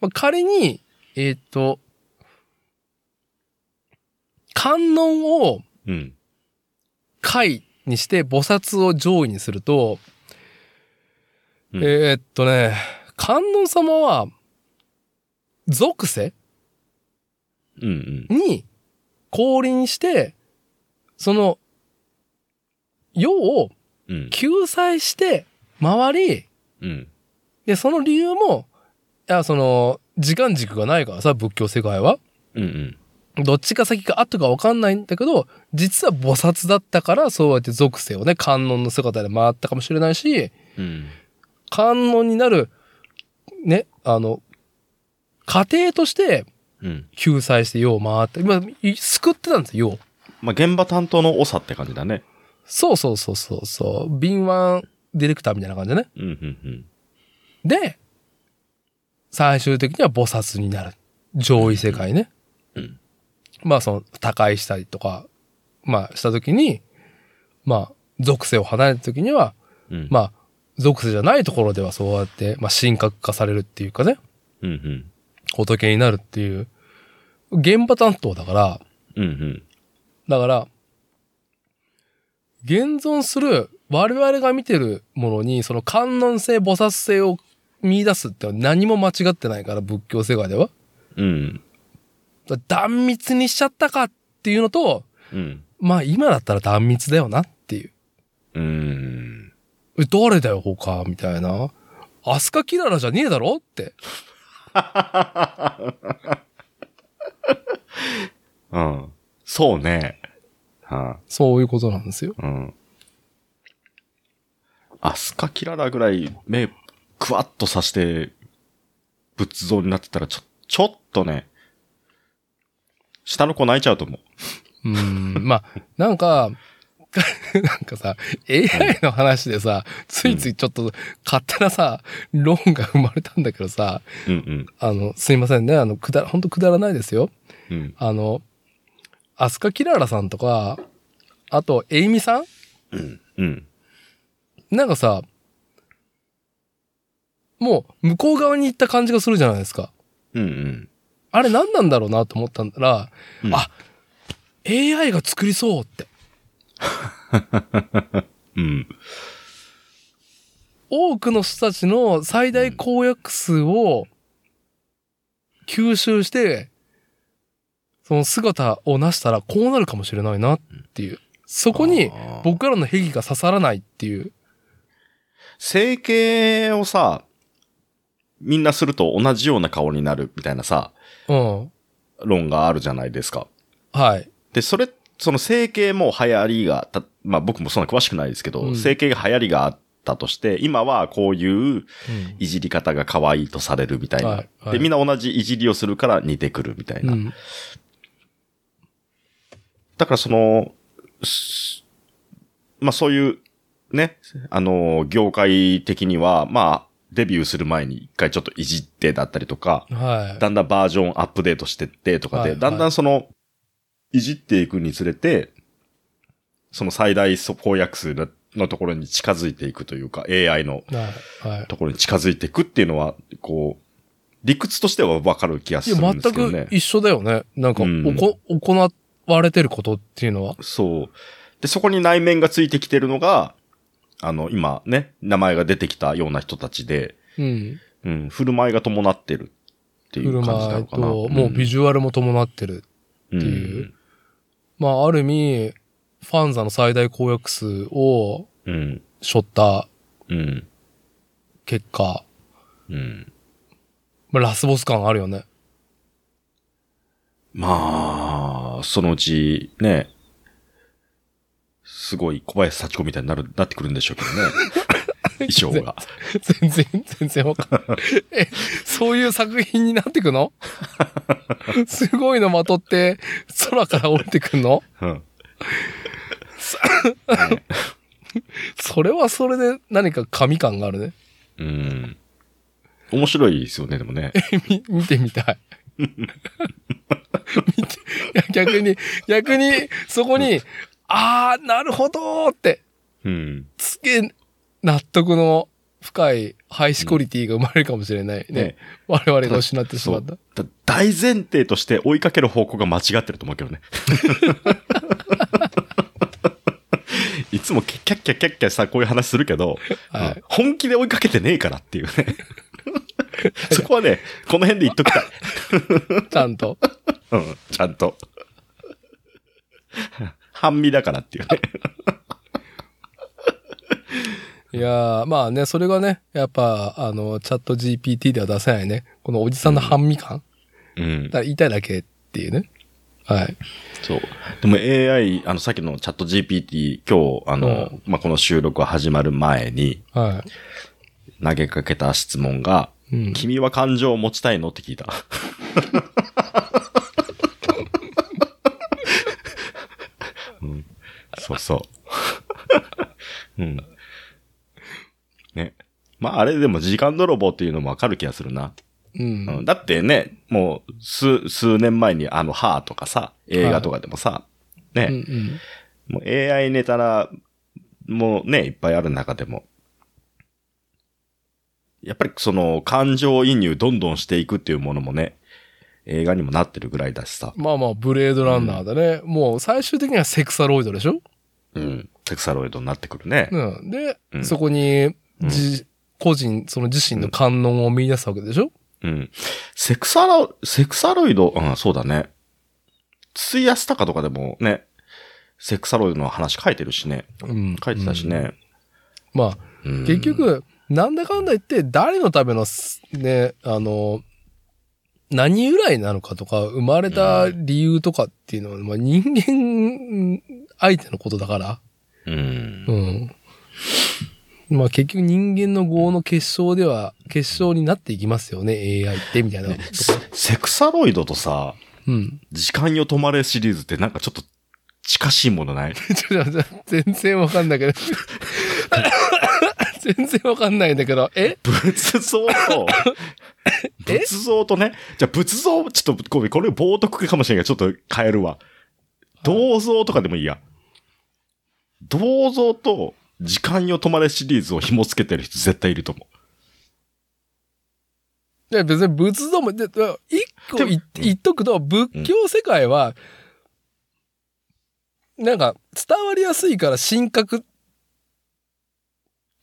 S1: まあ、仮に、えっ、と、観音を、
S2: うん。
S1: 下位にして菩薩を上位にすると、
S2: うん
S1: えーっとね、観音様は、属性
S2: うんうん。
S1: に降臨して、その、世を
S2: うん。
S1: 救済して回り、
S2: うん。
S1: で、その理由も、いや、その、時間軸がないからさ、仏教世界は。
S2: うんうん。
S1: どっちが先か後か分かんないんだけど、実は菩薩だったから、そうやって属性をね、観音の姿で回ったかもしれないし、
S2: うん。
S1: 観音になる、ね、あの、家庭として
S2: うん。
S1: 救済して世を回って、今、い救ってたんですよ、世を
S2: まあ、現場担当の長って感じだね。
S1: そうそうそうそうそう、敏腕、ディレクターみたいな感じだね。
S2: うん、うん、
S1: で、最終的には菩薩になる。上位世界ね。
S2: うん
S1: まあその、他界したりとか、まあした時に、まあ、属性を離れた時には、
S2: うん。うん、
S1: まあ、属性じゃないところではそうやって、まあ、神格化されるっていうかね、
S2: うん、うん。
S1: 仏になるっていう、現場担当だから、
S2: うん、うん。
S1: だから、現存する我々が見てるものに、その観音性、菩薩性を見出すってのは何も間違ってないから、仏教世界では。
S2: うん、
S1: だ断密にしちゃったかっていうのと、
S2: うん。
S1: まあ今だったら断密だよなっていう。
S2: うん。
S1: え誰だよ、他、みたいな。アスカキララじゃねえだろって。
S2: うん。そうね。は
S1: そういうことなんですよ。
S2: いうん。アスカキララぐらい目、クワッとさして、仏像になってたら、ちょ、ちょっとね、下の子泣いちゃうと思う。
S1: うーん、まあ、なんか、 なんかさ、AI の話でさ、ついついちょっと勝手なさ、論が生まれたんだけどさ、
S2: うん
S1: あの、すいませんね、あの、くだ、ほんとくだらないですよ。
S2: うん。うん。
S1: あの、アスカキララさんとか、あと、エイミさん
S2: うん。
S1: なんかさ、もう、向こう側に行った感じがするじゃないですか。
S2: うんうん。
S1: あれ何なんだろうなと思ったんだら、
S2: うん
S1: あ、AI が作りそうって。
S2: うん。
S1: 多くの人たちの最大公約数を吸収して、その姿をなしたらこうなるかもしれないなっていう。そこに
S2: あー
S1: 僕らの兵器が刺さらないっていう。
S2: 整形をさ、みんなすると同じような顔になるみたいなさ、
S1: うん。
S2: 論があるじゃないですか。
S1: はい。
S2: で、それ、その整形も流行りがた、まあ僕もそんな詳しくないですけど、
S1: うん
S2: 整形が流行りがあったとして、今はこういう
S1: うん
S2: いじり方が可愛いとされるみたいな。
S1: はいはい
S2: で、みんな同じいじりをするから似てくるみたいな。
S1: うん
S2: だからその、すまあそういう、ね、あの、業界的には、まあ、デビューする前に一回ちょっといじってだったりとか、
S1: はい。
S2: だんだんバージョンアップデートしてってとかで、
S1: はいはい
S2: だんだんその、いじっていくにつれて、その最大公約数ののところに近づいていくというか、AI の
S1: はい。はい。
S2: ところに近づいていくっていうのは、こう、理屈としてはわかる気が
S1: い
S2: す
S1: や、
S2: るんです
S1: 全
S2: けど
S1: く
S2: ね。
S1: 一緒だよね。なんか、
S2: うん
S1: おこ、行われてることっていうのは。
S2: そう。で、そこに内面がついてきてるのが、あの、今ね、名前が出てきたような人たちで、
S1: うん。
S2: うん、振る舞いが伴ってるっていう感じな
S1: 車
S2: のかな。
S1: と、もうビジュアルも伴ってる。
S2: ュ
S1: っていうまあ、ある意味、ファンザの最大公約数を
S2: うん、
S1: 背負った
S2: うん、
S1: 結果、
S2: うん。
S1: まあ、ラスボス感あるよね。
S2: まあ、そのうち、ね、すごい小林幸子みたいになる、なってくるんでしょうけどね。衣装が。
S1: 全然、 全然わかんない。え、そういう作品になってくの すごいのまとって、空から降りてくんの
S2: うん。
S1: それはそれで何か神感があるね。
S2: うん。面白いですよね、でもね。
S1: み、見てみたい。 見ていや逆に、逆に、そこに、あー、なるほどーって、
S2: うん。
S1: すげえ納得の深いハイスコリティが生まれるかもしれないね。
S2: ね
S1: 我々が失ってしま
S2: そ
S1: った
S2: う。。だ大前提として追いかける方向が間違ってると思うけどね。いつもキャッキャッキャッキャさ、こういう話するけど、
S1: はい
S2: うん本気で追いかけてねえからっていうね。そこはね、この辺で言っときたい。
S1: ちゃ んと。
S2: うん、ちゃんと。半身だからっていうね。
S1: いやー、まあね、それがね、やっぱ、あの、チャット GPT では出せないね。このおじさんの半身感。
S2: うん
S1: だか。ら言いたいだけっていうね。はい。
S2: そう。でも AI、あの、さっきのチャット GPT、今日、あの、
S1: う
S2: まあ、この収録が始まる前に
S1: は
S2: 投げかけた質問が、
S1: い。うん。
S2: 君は感情を持ちたいのって聞い た。 うん、そうそう。うん。ね。まああれでも時間泥棒っていうのもわかる気がするな。
S1: うん。
S2: うんだってね、もう数、数年前にあの、ハーとかさ、映画とかでもさ、
S1: うんう
S2: ね、
S1: ん。
S2: もう AI ネタら、もうね、いっぱいある中でも、やっぱりその、感情移入どんどんしていくっていうものもね、映画にもなってるぐらいだしさ、
S1: まあまあ、ブレードランナーだね。もう最終的にはセクサロイドでしょ、
S2: うん、セクサロイドになってくるね。
S1: うん、で、
S2: うん
S1: そこに、じ、個人、その自身の観音を見出すわけでしょ、
S2: うん。セクサロ、セクサロイド、うん、そうだね。筒井康隆とかでもね、セクサロイドの話書いてるしね。
S1: うん
S2: 書いてたしね。
S1: まあ、
S2: うん
S1: 結、局、なんだかんだ言って、誰のためのす、ね、あの、何由来なのかとか、生まれた理由とかっていうのは、まあ人間相手のことだから。
S2: うん。
S1: うん。まあ結局人間の業の結晶では、結晶になっていきますよね、AI って、みたいな。
S2: セセクサロイドとさ、
S1: うん。
S2: 時間よ止まれシリーズってなんかちょっと近しいものない
S1: ちょっと待って全然わかんないけど。全然わかんないんだけど、え
S2: 仏像 と、
S1: え
S2: 仏像とね、じゃあ仏像、ちょっとごめん、これ冒涜かもしれんが、ちょっと変えるわ。銅像とかでもいいや。銅像と時間よ止まれシリーズを紐付けてる人絶対いると思
S1: いや別に仏像も、でで一個
S2: でも
S1: 言っ言っとくと、仏教世界は、なんか伝わりやすいから神格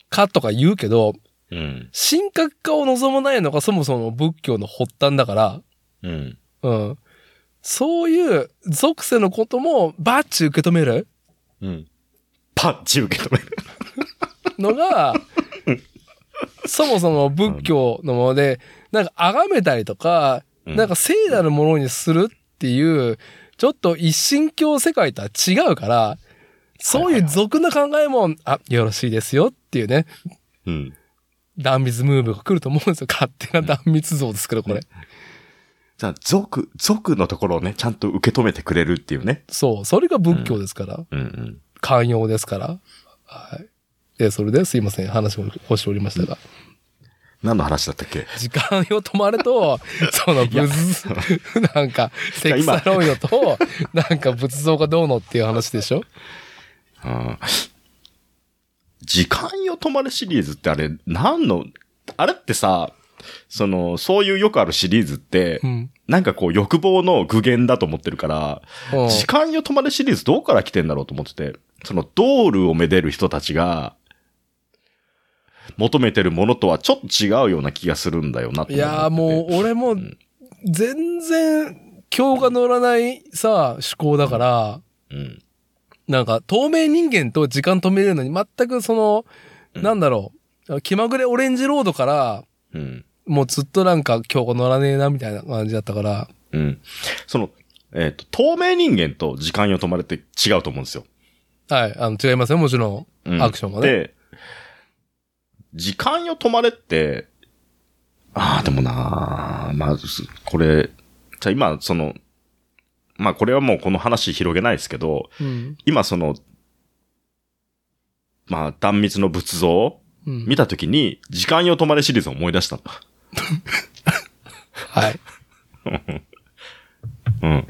S1: 化とか言うけど、
S2: う。うん。
S1: 神格化を望まないのがそもそも仏教の発端だから、
S2: うん。
S1: うん。そういう属性のこともバッチ受け止める
S2: うん。パッチ受け止める。
S1: のが、そもそも仏教のもので、なんか崇めたりとか、
S2: うん
S1: なんか聖なるものにするっていう、ちょっと一神教世界とは違うから、そういう俗な考えも、あ、よろしいですよっていうね、
S2: うん。
S1: 断密ムーブが来ると思うんですよ。勝手な断密像ですけど、これ。
S2: じゃあ、族、族のところをね、ちゃんと受け止めてくれるっていうね。
S1: そう、それが仏教ですから。
S2: うんうん。
S1: 寛容ですから。はい。え、それですいません。話を押しておりましたが。
S2: 何の話だったっけ
S1: 時間を止まる と、その仏、なんか、セクサロイドと、なんか仏像がどうのっていう話でしょ
S2: うん時間よ止まれシリーズってあれ、何の、あれってさ、その、そういうよくあるシリーズって、
S1: うん。
S2: なんかこう欲望の具現だと思ってるから、
S1: うん
S2: 時間よ止まれシリーズどこから来てんだろうと思ってて、そのドールをめでる人たちが、求めてるものとはちょっと違うような気がするんだよなって
S1: いやーも
S2: う。
S1: う、俺も、全然、今日が乗らないさ、思考だから、
S2: うん。
S1: なんか、透明人間と時間止めれるのに、全くその、なんだろう、気まぐれオレンジロードから、
S2: うん。
S1: もうずっとなんか今日が乗らねえな、みたいな感じだったから、
S2: うん。その、えっ、と、透明人間と時間よ止まれって違うと思うんですよ。
S1: はい、あの、違いますよ、もちろ
S2: うん
S1: ん。アクションはね。
S2: で、時間よ止まれって、ああ、でもなーまあ、すこれ、じゃあ今、その、まあこれはもうこの話広げないですけど、
S1: うん。
S2: 今その、まあ、断密の仏像を
S1: うん
S2: 見たときに、時間よ止まれシリーズを思い出したの。
S1: はい。
S2: うん。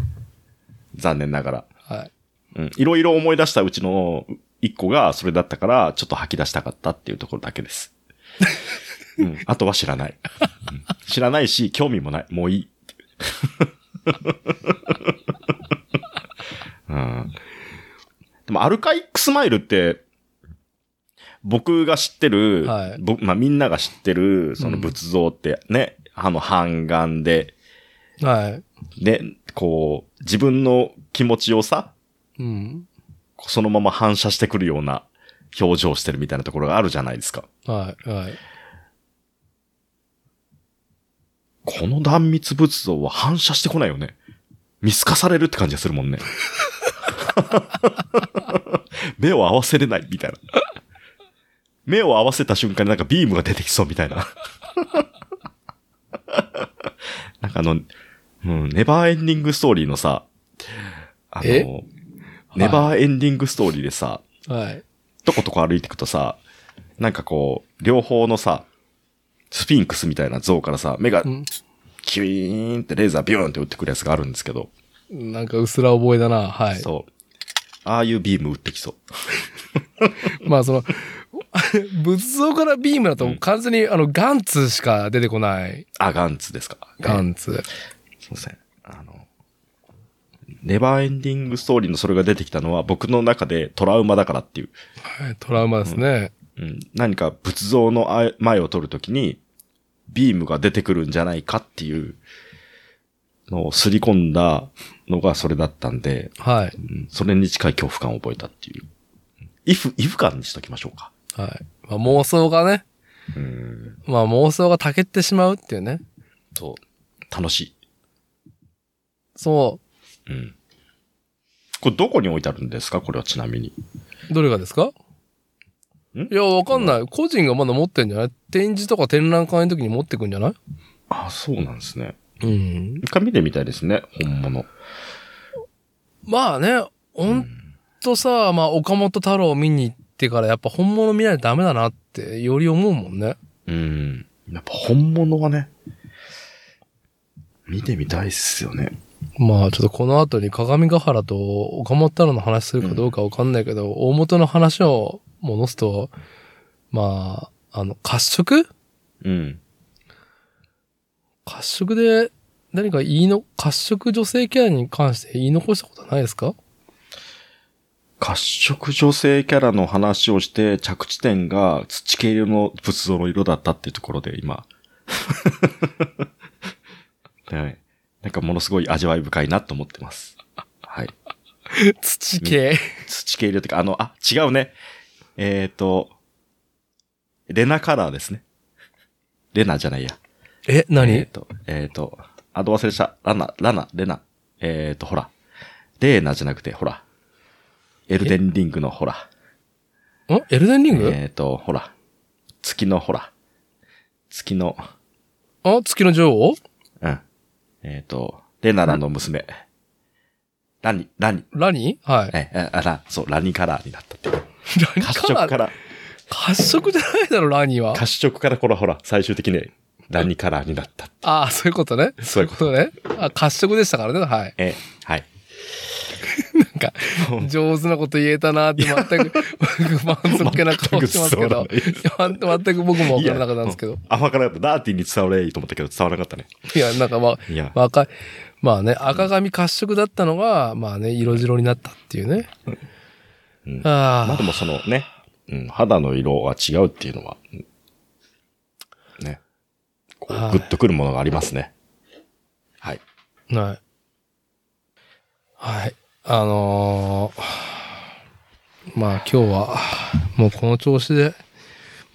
S2: 残念ながら。
S1: はい。
S2: うん。いろいろ思い出したうちの一個がそれだったから、ちょっと吐き出したかったっていうところだけ です。うん。あとは知らない。うん知らないし、興味もない。もうい い。うん。でも、アルカイックスマイルって、僕が知ってる、
S1: はい
S2: 僕、まあみんなが知ってる、その仏像ってね、あの、半眼で、
S1: はい。
S2: ね、こう、自分の気持ちをさ、
S1: うん。
S2: そのまま反射してくるような表情をしてるみたいなところがあるじゃないですか。
S1: はい。はい。
S2: この断密仏像は反射してこないよね。見透かされるって感じがするもんね。 目を合わせれないみたいな。目を合わせた瞬間になんかビームが出てきそうみたいな。 なんかあの、うん、ネバーエンディングストーリーのさ、あ
S1: え
S2: の、ネバーエンディングストーリーでさ、
S1: はい。
S2: とことこ歩いていくとさ、なんかこう、両方のさ、スフィンクスみたいな像からさ、目が
S1: ん
S2: キュイーンってレーザービューンって打ってくるやつがあるんですけど、
S1: なんかうすら覚えだな。はい。
S2: そう。ああいうビーム打ってきそう。
S1: まあその、 仏像からビームだと完全にあのガンツしか出てこない。
S2: あ、ガンツですか。
S1: ガンツ。
S2: すいません。あの、ネバーエンディングストーリーのそれが出てきたのは僕の中でトラウマだからっていう。
S1: はいトラウマですね。
S2: うん、何か仏像のあ前を取るときに、ビームが出てくるんじゃないかっていうのをすり込んだのがそれだったんで、
S1: はい。
S2: うん、それに近い恐怖感を覚えたっていう。イフ、イフ感にしときましょうか。
S1: はい。まあ妄想がね、
S2: うん、
S1: まあ妄想がたけってしまうっていうね。
S2: そう。楽し
S1: そ
S2: い。うん。これどこに置いてあるんですかこれはちなみに。
S1: う。どれがですか
S2: ん
S1: いや、わかんない。個人がまだ持ってんじゃない展示とか展覧会の時に持ってくんじゃない
S2: あ、そうなんですね。
S1: うん。
S2: 一回見てみたいですね、本物。
S1: まあね、ほんとさ、まあ岡本太郎見に行ってからやっぱ本物見ないとダメだなってより思うもんね。
S2: うん。やっぱ本物はね、見てみたいっすよね。
S1: まあちょっとこの後に鏡ヶ原と岡本太郎の話するかどうかわかんないけど、大元の話を戻すと、まあ、あの、褐色
S2: うん。
S1: 褐色で何か言いの、褐色女性ケアに関して言い残したことないですか
S2: 褐色女性キャラの話をして、着地点が土系色の仏像の色だったっていうところで、今。 はい。なんかものすごい味わい深いなと思ってます。はい。
S1: 土系。
S2: 土系色っていうか、あの、あ、違うね。えっ、ー、と、レナカラーですね。レナじゃないや。
S1: え、
S2: えっ、
S1: 何
S2: と、えっ、と、あ、どう忘れした。ラナ、ラナ、レナ。えっ、と、ほら。レーナじゃなくて、ほら。エルデンリングのほら。
S1: んエルデンリング、
S2: えっ、と、ほら。月のほら。月の、
S1: あ、月の女王
S2: うん。えっ、と、レナラの娘。ラニ、ラニ。
S1: ラニーはい。
S2: え、えあら、そう、ラニカラーになったっていう。
S1: ラニ
S2: 褐
S1: カ
S2: 色
S1: ラ
S2: か
S1: ー
S2: ら、
S1: 褐色じゃないだろ、ラニーは。
S2: 褐色からこらほら、最終的にラニカラーになった。
S1: ああ、そういうことね。
S2: そういうこと
S1: そうね。あ、褐色でしたからね、はい。
S2: え、はい。
S1: なんか、上手なこと言えたなって、全く、僕満足な顔してますけど、
S2: 全く
S1: 全く全く僕も分からなかったんですけど
S2: いや。うんあ、わからなかった。ダーティーに伝われいいと思ったけど、伝わらなかったね。
S1: いや、なんかまあ
S2: いや、
S1: まあ赤い、まあね、赤髪褐色だったのが、まあね、色白になったっていうね。
S2: うんまあ
S1: あ
S2: でもそのね、うん、肌の色が違うっていうのは、うんね、こ
S1: はいう
S2: グッとくるものがありますね。はい。
S1: あ、はい。はい。あのーまあ今日は、もうこの調子で、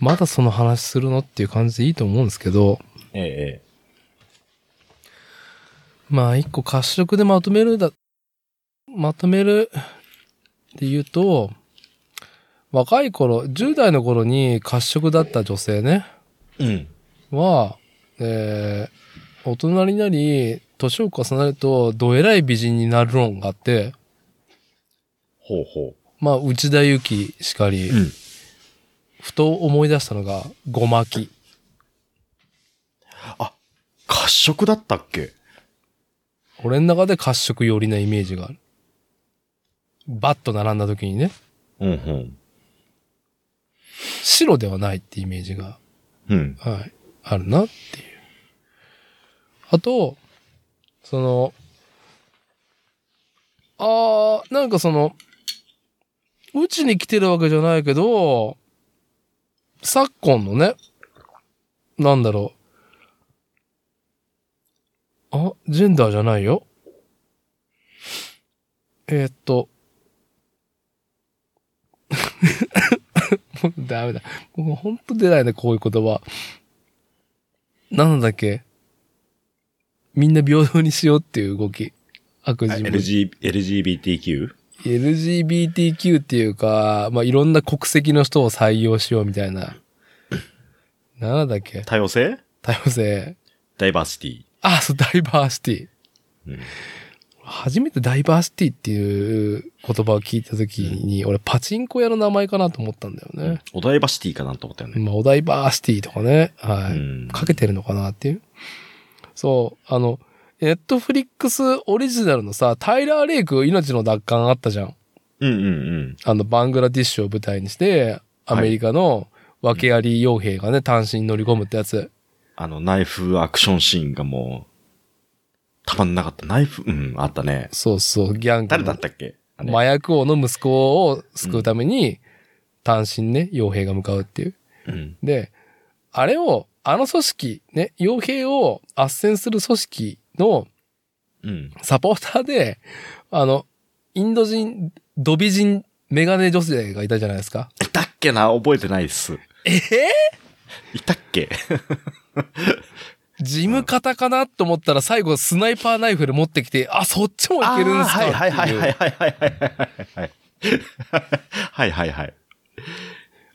S1: まだその話するのっていう感じでいいと思うんですけど、
S2: ええ、
S1: まあ一個褐色でまとめるだ、まとめるって言うと、若い頃、10代の頃に褐色だった女性ね、
S2: ええ。
S1: は、えー、大人になり、年を重ねると、どえらい美人になる論があって、
S2: ほうほ
S1: まあ、内田有紀しかり、
S2: う。うん。
S1: ふと思い出したのが、ごまき。
S2: 褐色だったっけ
S1: 俺の中で褐色寄りなイメージがある。バッと並んだ時にね、
S2: うんうん。
S1: 白ではないってイメージが
S2: うん。
S1: はい。あるなっていう。あと、その、あー、なんかその、うちに来てるわけじゃないけど、昨今のね、なんだろう。あ、ジェンダーじゃないよ。えーっと。 もうダメだ。もうほんと出ないね、こういう言葉。なんだっけみんな平等にしようっていう動き。悪事も
S2: LG LGBTQ?
S1: LGBTQ っていうか、まあ、いろんな国籍の人を採用しようみたいな。なんだっけ
S2: 多様性
S1: 多様性。
S2: ダイバーシティ。
S1: あ、そう、ダイバーシティ。
S2: うん
S1: 初めてダイバーシティっていう言葉を聞いた時に、俺パチンコ屋の名前かなと思ったんだよね。
S2: お台場シティかなんと思ったよね。
S1: まあ、おダイバーシティとかね。はい。
S2: うん
S1: かけてるのかなっていう。そう、あの、ネットフリックスオリジナルのさ、タイラー・レイク命の奪還あったじゃん。
S2: うんうんうん。
S1: あの、バングラディッシュを舞台にして、アメリカの訳あり傭兵がね、単身乗り込むってやつ。
S2: あの、ナイフアクションシーンがもう、たまんなかった。ナイフ、うん、あったね。
S1: そうそう、ギャング
S2: 誰
S1: の
S2: だったっけあれ
S1: 麻薬王の息子を救うために、単身ね、傭兵が向かうっていう。
S2: うん。
S1: で、あれを、あの組織、ね、傭兵を斡旋する組織の
S2: うん。
S1: サポーターで、あの、インド人、ドビ人メガネ女性がいたじゃないですか。
S2: いたっけな覚えてないっす。
S1: ええ
S2: いたっけ
S1: ジム型かなと思ったら最後スナイパーナイフル持ってきて、あ、そっちもいけるんすか
S2: あーはいはい
S1: って
S2: はいいうはいはいはいはいはい。はいはいはい。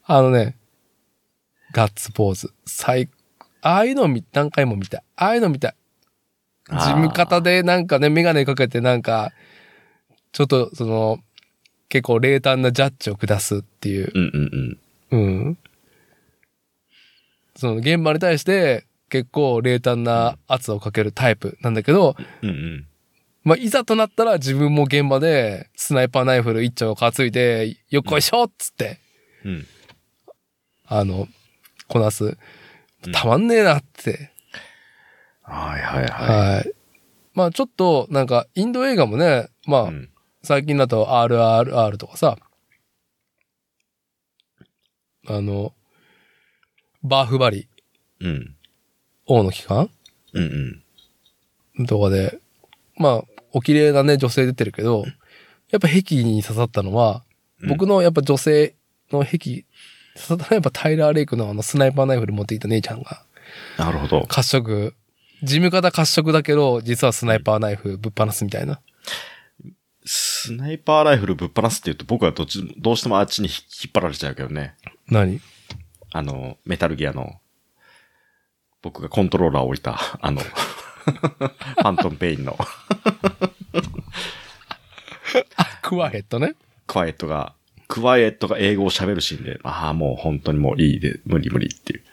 S1: あのね、ガッツポーズ。最、ああいうの見何回も見たい。ああいうの見たい。
S2: あー
S1: ジム型でなんかね、メガネかけてなんか、ちょっとその、結構冷淡なジャッジを下すっていう。
S2: うんうんうん。
S1: うん。その現場に対して結構冷淡な圧をかけるタイプなんだけど、
S2: うんうん。
S1: まあ、いざとなったら自分も現場でスナイパーナイフル一丁担いで、よっこいしょっつって、
S2: うん。
S1: あの、こなす
S2: うん。
S1: たまんねえなって。
S2: はいはいは
S1: はい。まあちょっと、なんか、インド映画もね、まあ、
S2: い。うん
S1: 最近だと RRR とかさ、あの、バーフバリ、
S2: うん。
S1: 王の帰還
S2: うんうん。
S1: とかで、まあ、お綺麗なね、女性出てるけど、やっぱ壁に刺さったのは、
S2: うん
S1: 僕のやっぱ女性の壁、刺さったのはやっぱタイラー・レイクのあのスナイパーナイフル持っていた姉ちゃんが、
S2: なるほど。
S1: 褐色、事務方褐色だけど、実はスナイパーナイフぶっ放すみたいな。
S2: スナイパーライフルぶっ放すって言うと僕はどっち、どうしてもあっちに引引っ張られちゃうけどね。
S1: 何
S2: あの、メタルギアの、僕がコントローラーを置いた、あの、フ ァントムペインの
S1: クワヘッドね。
S2: クワイエットが、クワイエットが英語を喋るシーンで、ああ、もう本当にもういいで、無理無理っていう。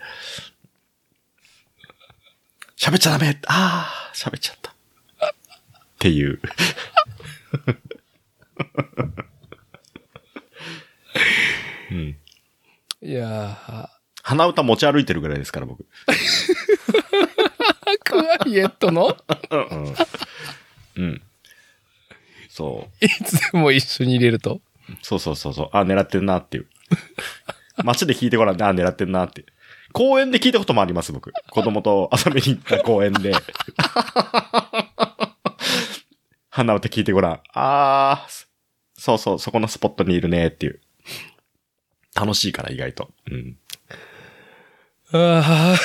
S2: 喋っちゃダメああ、喋っちゃった。っていう。うん。
S1: いやー、
S2: 鼻歌持ち歩いてるぐらいですから、僕。
S1: クワイエット の
S2: うん。うん。そう。
S1: いつも一緒に入れると。
S2: そうそうそうそう。あ、狙ってんなっていう。街で聞いてごらんね。あ、狙ってんなって。公園で聞いたこともあります、僕。子供と遊びに行った公園で。鼻歌聞いてごらん。あー、そうそう、そこのスポットにいるねっていう。楽しいから、意外と。うん。
S1: あ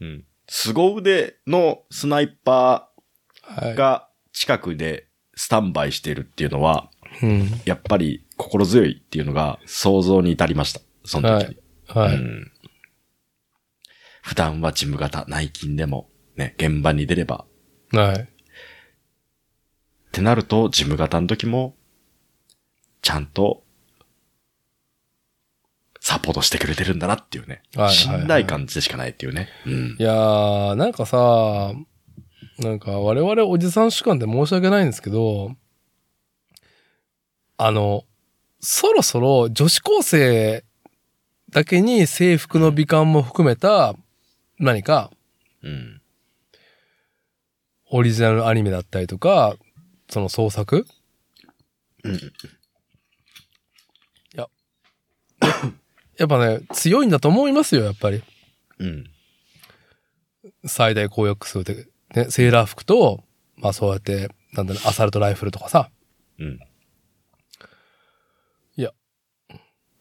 S2: うん。凄腕のスナイパ
S1: ーは
S2: ー
S1: い。
S2: が近くでスタンバイしてるっていうのは、
S1: うん。
S2: やっぱり心強いっていうのが想像に至りました。その時に。
S1: は
S2: う
S1: い。
S2: ん普段は事務型、内勤でも、ね、現場に出れば。
S1: はい。
S2: ってなると、事務型の時も、ちゃんと、サポートしてくれてるんだなっていうね。
S1: はいはいはい
S2: 信頼感でしかないっていうね。うん
S1: い。やー、なんかさ、なんか我々おじさん主観で申し訳ないんですけど、あの、そろそろ女子高生だけに制服の美観も含めた何か
S2: うん。
S1: オリジナルアニメだったりとか、その創作
S2: うん
S1: いや、 やっぱね、強いんだと思いますよ、やっぱり。
S2: うん。
S1: 最大公約数で、ね、セーラー服と、まあそうやって、なんだろう、アサルトライフルとかさ、
S2: うん。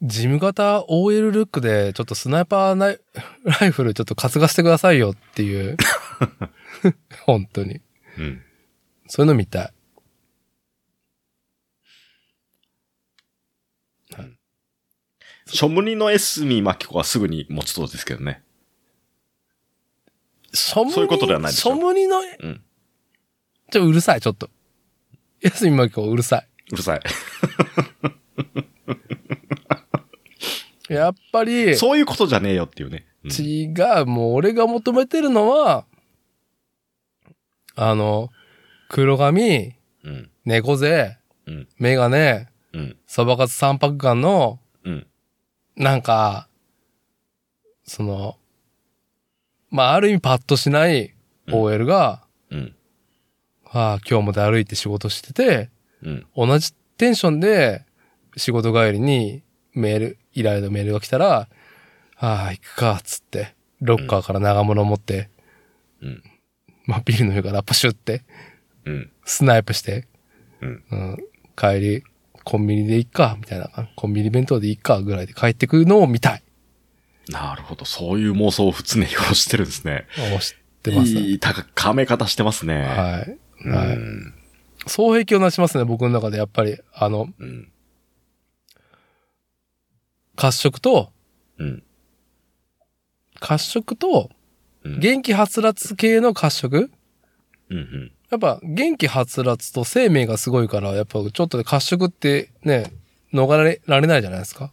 S1: ジム型 OL ルックで、ちょっとスナイパーナイライフルちょっと担がせてくださいよっていう。 本当に。
S2: うん。
S1: そういうの見たい。
S2: 庶務人のエスミーマキコはすぐに持ちそうですけどね。
S1: そう
S2: いうことではないでしょ
S1: しょむりの、
S2: うん。
S1: ちょ、うるさい、ちょっと。安見真紀子うるさ
S2: うるさい。
S1: い。やっぱり、
S2: そういうことじゃねえよっていうね。うん
S1: 違う、もう俺が求めてるのは、あの、黒髪、
S2: うん。
S1: 猫背、
S2: うん。
S1: メガネ、
S2: うん。
S1: サバカツ三白眼の、
S2: うん。
S1: なんか、その、まあ、ある意味パッとしない OL が、
S2: うん。
S1: ああ、今日もで歩いて仕事してて、
S2: うん。
S1: 同じテンションで仕事帰りにメール、依頼のメールが来たら、ああ、行くか、つって、ロッカーから長物を持って、
S2: うん。
S1: まあ、ビルの上からパシュって、
S2: うん。
S1: スナイプして、
S2: うん。
S1: うん、帰り、コンビニでいいか、みたいな、コンビニ弁当でいいか、ぐらいで帰ってくのを見たい。
S2: なるほど。そういう妄想を常に殺してるんですね。
S1: 思ってます。
S2: いい、たか、かめ方してますね。
S1: はい。
S2: う
S1: はい。
S2: ん。
S1: 双璧をなしますね、僕の中で、やっぱり。あの、
S2: うん。
S1: 褐色と、
S2: うん。
S1: 褐色と、
S2: うん
S1: 元気はつらつ系の褐色
S2: うん。うん。
S1: やっぱ元気はつらつと生命がすごいから、やっぱちょっとで褐色ってね、逃れられないじゃないですか。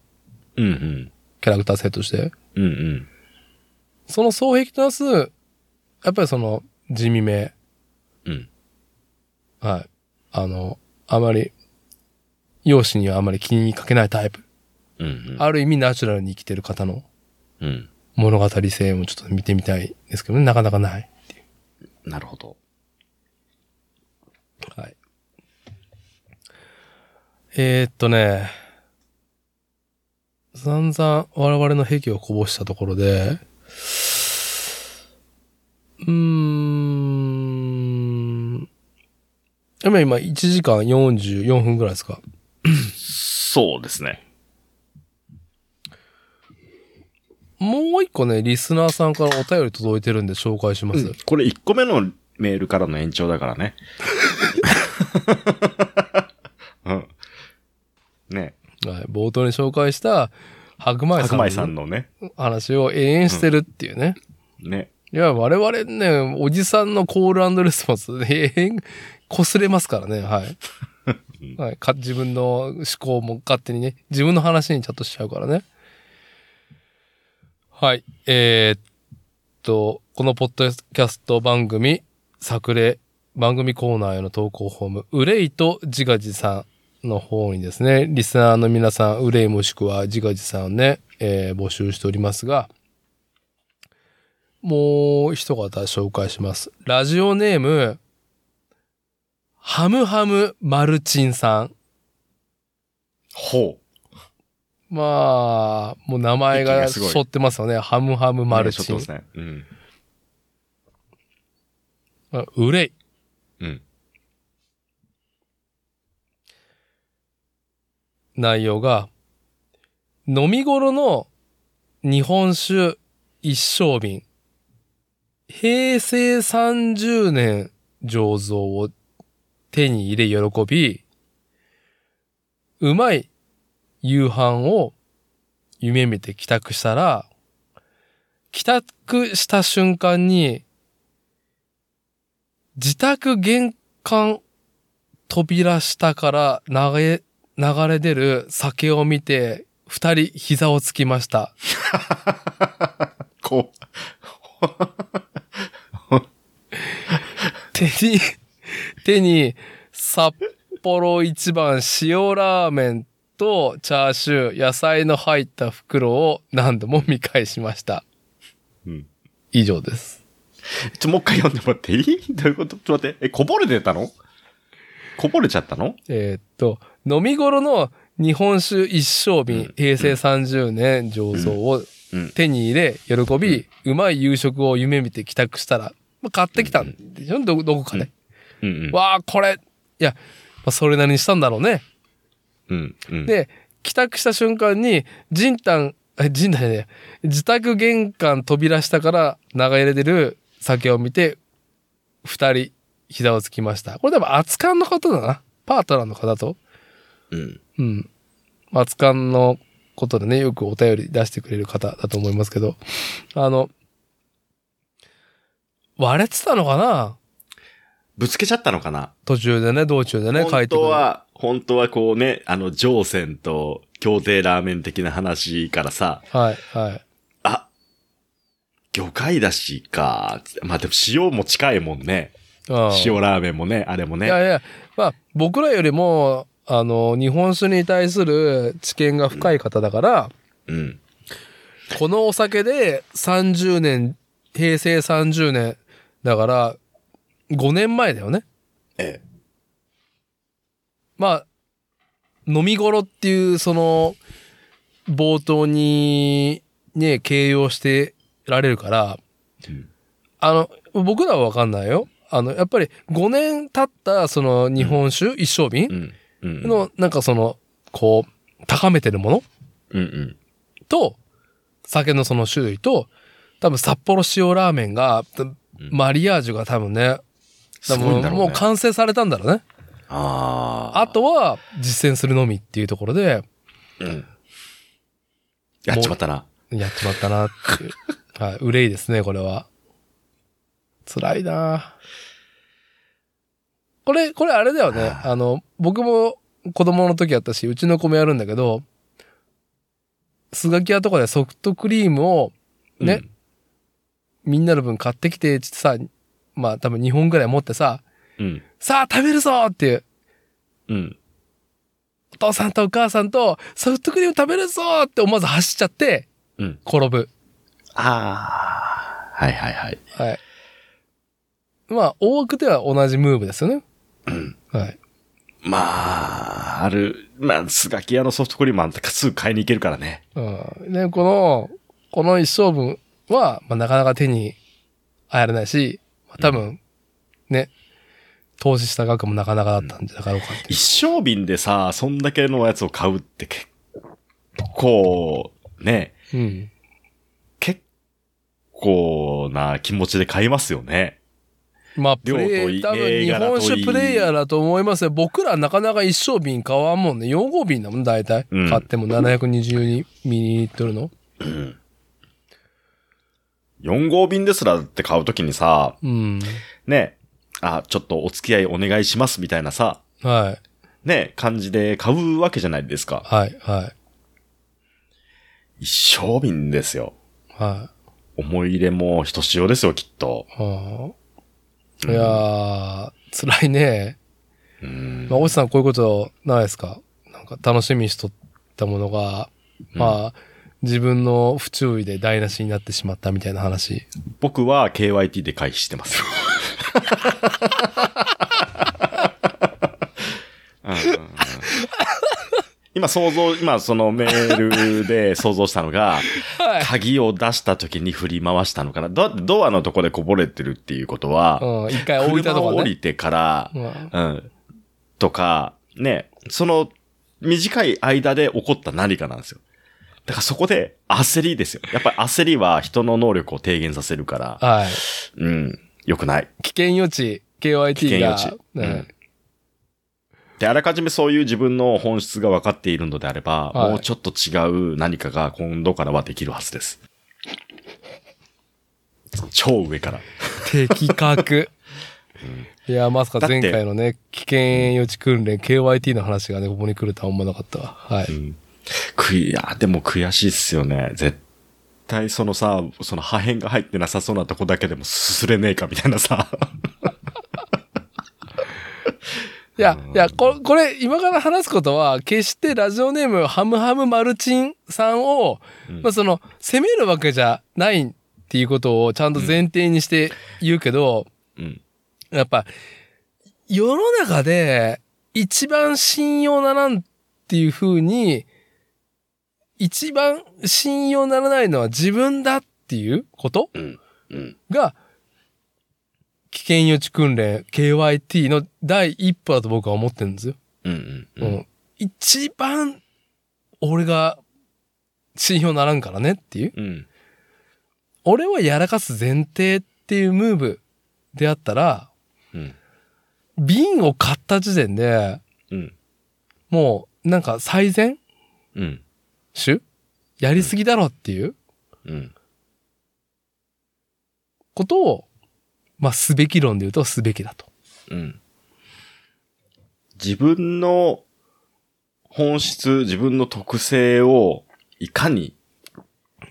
S2: うん。うん。
S1: キャラクター性として。
S2: うん。うん。
S1: その双璧となす、やっぱりその、地味め。
S2: うん。
S1: はい。あの、あまり、容姿にはあまり気にかけないタイプ。
S2: うん。
S1: ある意味ナチュラルに生きてる方の
S2: うん。
S1: 物語性もちょっと見てみたいですけどね、なかなかない。
S2: なるほど。
S1: はい。えー、っとね、散々我々の癖をこぼしたところで、うーん、今今1時間44分ぐらいですか。
S2: そうですね。
S1: もう一個ね、リスナーさんからお便り届いてるんで紹介します。
S2: これ1個目のメールからの延長だからね。うん。ね。
S1: はい、冒頭に紹介した白米さ
S2: 白
S1: ん
S2: 米さん
S1: の
S2: のね。
S1: 話を延々してるっていうね。
S2: ね。
S1: いや、我々ね、おじさんのコールレスポンス、 永遠、擦れますからね、はい。はい、か自分の思考も勝手にね、自分の話にちゃんとしちゃうからね。はい、えーっと、このポッドキャスト番組、作例、番組コーナーへの投稿フォーム、憂いと自画自賛の方にですね、リスナーの皆さん、憂いもしくは自画自賛をね、えー募集しておりますが、もう一方紹介します。ラジオネーム、ハムハムマルチンさん。
S2: ほ
S1: まあ、もう名前が
S2: 息がすごい
S1: 沿ってますよね。ハムハム
S2: う。
S1: マル
S2: ねち
S1: チ
S2: ょ
S1: ン
S2: っとです。ね。うん。
S1: あ憂い。
S2: うん。
S1: 内容が、飲み頃の日本酒一升瓶。平成30年醸造を手に入れ喜び、うまい夕飯を夢見て帰宅したら、帰宅した瞬間に、自宅玄関扉下から流れ、流れ出る酒を見て、二人膝をつきました。
S2: こ
S1: 手に、 手に、札幌一番塩ラーメンとチャーシュー、野菜の入った袋を何度も見返しました。
S2: う。うん。
S1: 以上です。
S2: ちょ、もう一回読んでもらっていい どういうことちょっと待って。え、こぼれてたのこぼれちゃったの
S1: えーっと、飲み頃の日本酒一升瓶、平成30年醸造を
S2: うん
S1: 手に入れ、喜び、うまい夕食を夢見て帰宅したら、まあ買ってきたんでしょどどこかで。
S2: うんうん。
S1: わあ、これ、いや、まあ、それなりにしたんだろうね。
S2: うん。うん。
S1: で、帰宅した瞬間に、人 丹、え、人丹ね、自宅玄関扉下から流れ出る酒を見て、二人、膝をつきました。これでも、熱燗の方だな。パートナーの方と。
S2: うん。
S1: うん。熱燗のことでね、よくお便り出してくれる方だと思いますけど、あの、割れてたのかな
S2: ぶつけちゃったのかな
S1: 途中でね、道中でね、書い
S2: 本
S1: てく
S2: 当
S1: る。
S2: は、本当はこうね、あの、上線と協定ラーメン的な話からさ、
S1: はい、はい。
S2: あ、魚介だしか、つってまあでも塩も近いもんね。
S1: うん
S2: 塩ラーメンもね、あれも
S1: いや
S2: ね。
S1: いや、まあ、僕らよりも、あの、日本酒に対する知見が深い方だから、
S2: うん。
S1: このお酒で30年、平成30年、だから、5年前だよね。
S2: ええ。
S1: まあ、飲み頃っていう、その、冒頭に、ね、形容してられるから、
S2: うん
S1: あの、僕らはわかんないよ。あの、やっぱり5年経った、その、日本酒、一升瓶
S2: うん。うん。
S1: の、なんかその、こう、高めてるもの
S2: うんうん。
S1: と、酒のその種類と、多分札幌塩ラーメンが、マリアージュが多分ね、多
S2: すごい
S1: 分
S2: んだろうね。
S1: もう完成されたんだろうね。
S2: ああ。
S1: あ、とは、実践するのみっていうところで、
S2: うん。やっちまったな。
S1: やっちまった なっていう。はい、憂いですね、これは。辛いなこれ、これあれだよね。あの、僕も子供の時やったし、うちの子もやるんだけど、スガキ屋とかでソフトクリームをね、みんなの分買ってきて、つってさ、まあ多分2本ぐらい持ってさ、
S2: うん。
S1: さあ食べるぞっていう、
S2: うん。うん。
S1: お父さんとお母さんとソフトクリーム食べるぞって思わず走っちゃって、
S2: うん。
S1: 転ぶ。
S2: ああ。はいはいはい。
S1: はい。まあ、大枠では同じムーブですよね。はい。
S2: まあ、ある、まあ、スガキ屋のソフトクリームはすぐ買いに行けるからね。
S1: うん。で、この、この一生分は、まあ、なかなか手に入らないし、まあ、多分、ね、投資した額もなかなかだったんじゃなかろうかっていう。
S2: 一升瓶でさ、そんだけのやつを買うって結構、ね、
S1: うん。
S2: 結構な気持ちで買いますよね。
S1: まあ、プ
S2: 量と
S1: レ
S2: い
S1: イ、
S2: い
S1: 多分
S2: 銘
S1: 日
S2: 柄とい
S1: 本
S2: い
S1: 酒プレイヤーだと思いますよ。僕らなかなか一生瓶買わんもんね。4号瓶だもん、大体。
S2: うん
S1: 買っても720ミリリットルの。
S2: 4号瓶ですらって買うときにさ、
S1: うん。
S2: ね、あ、ちょっとお付き合いお願いしますみたいなさ、
S1: はい。
S2: ね、感じで買うわけじゃないですか。
S1: はい、はい、
S2: 一升瓶ですよ。
S1: はい。
S2: 思い入れもひとしおですよ、きっと。
S1: ああ。いやー、辛いね。
S2: うん。
S1: まあ、おじさんこういうことないですかなんか楽しみにしとったものが、まあ、自分の不注意で台無しになってしまったみたいな話。
S2: 僕は KYT で回避してます。今想像、今そのメールで想像したのが、
S1: はい。
S2: 鍵を出した時に振り回したのかな。だってドアのとこでこぼれてるっていうことは、
S1: うん、一回置いた
S2: 車
S1: と
S2: を
S1: か
S2: 降
S1: ね。
S2: りてから、
S1: うん
S2: うん、とか、ね、その短い間で起こった何かなんですよ。だからそこで焦りですよ。やっぱり焦りは人の能力を低減させるから、
S1: はい。
S2: うん。良くない。
S1: 危険予知、
S2: 危
S1: KYT
S2: 険予
S1: が。
S2: 知。
S1: ね
S2: うんで、あらかじめそういう自分の本質が分かっているのであれば、
S1: はい
S2: もうちょっと違う何かが今度からはできるはずです。超上から。
S1: 的確。いや、まさか
S2: だって
S1: 前回のね、危険予知訓練、KYT の話がね、ここに来るとは思わなかったわ。はい。
S2: 悔いや、でも悔しいっすよね。絶対そのさ、その破片が入ってなさそうなとこだけでもすすれねえかみたいなさ。
S1: いや、いや、ここれ、今から話すことは、決してラジオネーム、ハムハムマルチンさんを、まあ、その、責めるわけじゃないっていうことをちゃんと前提にして言うけど、
S2: うん。
S1: やっぱ、世の中で、一番信用ならんっていう風に、一番信用ならないのは自分だっていうこと
S2: うん。うん。
S1: が、危険予知訓練、KYT の第一歩だと僕は思ってるんですよ。
S2: うん。う。
S1: うんん、一番俺が信用ならんからねっていう
S2: うん。
S1: 俺をやらかす前提っていうムーブであったら
S2: うん。
S1: 瓶を買った時点で
S2: うん。
S1: もうなんか最善
S2: うん。
S1: 手やりすぎだろっていう
S2: うん。
S1: ことをまあすべき論で言うとすべきだと
S2: うん。自分の本質、自分の特性をいかに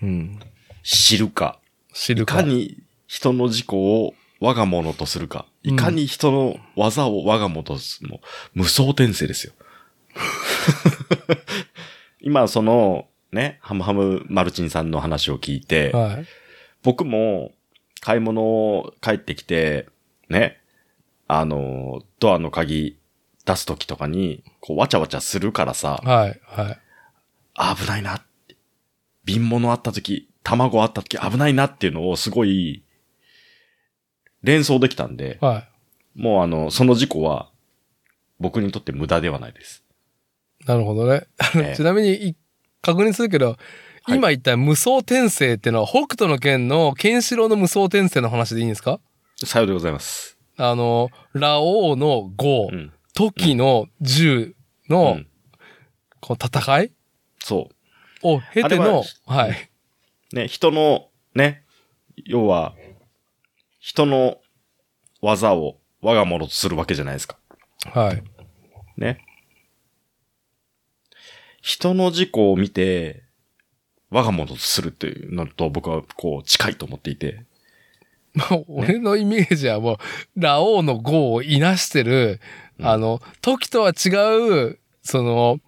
S1: うん。
S2: 知るか、
S1: 知
S2: い
S1: るか。
S2: かに人の自己を我が物とするか、いかに人の技を我が物とするもう無双転生 ですよ。今その、ね、ハムハムマルチンさんの話を聞いて、
S1: はい。
S2: 僕も買い物を帰ってきて、ね、あの、ドアの鍵出すときとかに、こう、わちゃわちゃするからさ、
S1: はい。はい。
S2: 危ないなって。瓶物あったとき、卵あったとき危ないなっていうのをすごい、連想できたんで、
S1: は
S2: もうあの、その事故は、僕にとって無駄ではないです。
S1: い。なるほどね。あの
S2: ええ
S1: ちなみに、い確認するけど、
S2: はい
S1: 今言った無双転生ってのは、北斗の剣のケンシロウの無双転生の話でいいんですか
S2: さようでございます。
S1: あの、ラオウの5、
S2: うん。
S1: トキの10
S2: う
S1: の
S2: ん。
S1: この戦い
S2: そう。
S1: を経て
S2: あれは
S1: の、はい。
S2: ね、人の、ね、要は、人の技を我が物とするわけじゃないですか。
S1: はい。
S2: ね。人の事故を見て、我が物とするっていうのと僕はこう近いと思っていて。
S1: まあ、 俺のイメージはもう、ラオウの号をいなしてる、
S2: うん
S1: あの、時とは違う、その、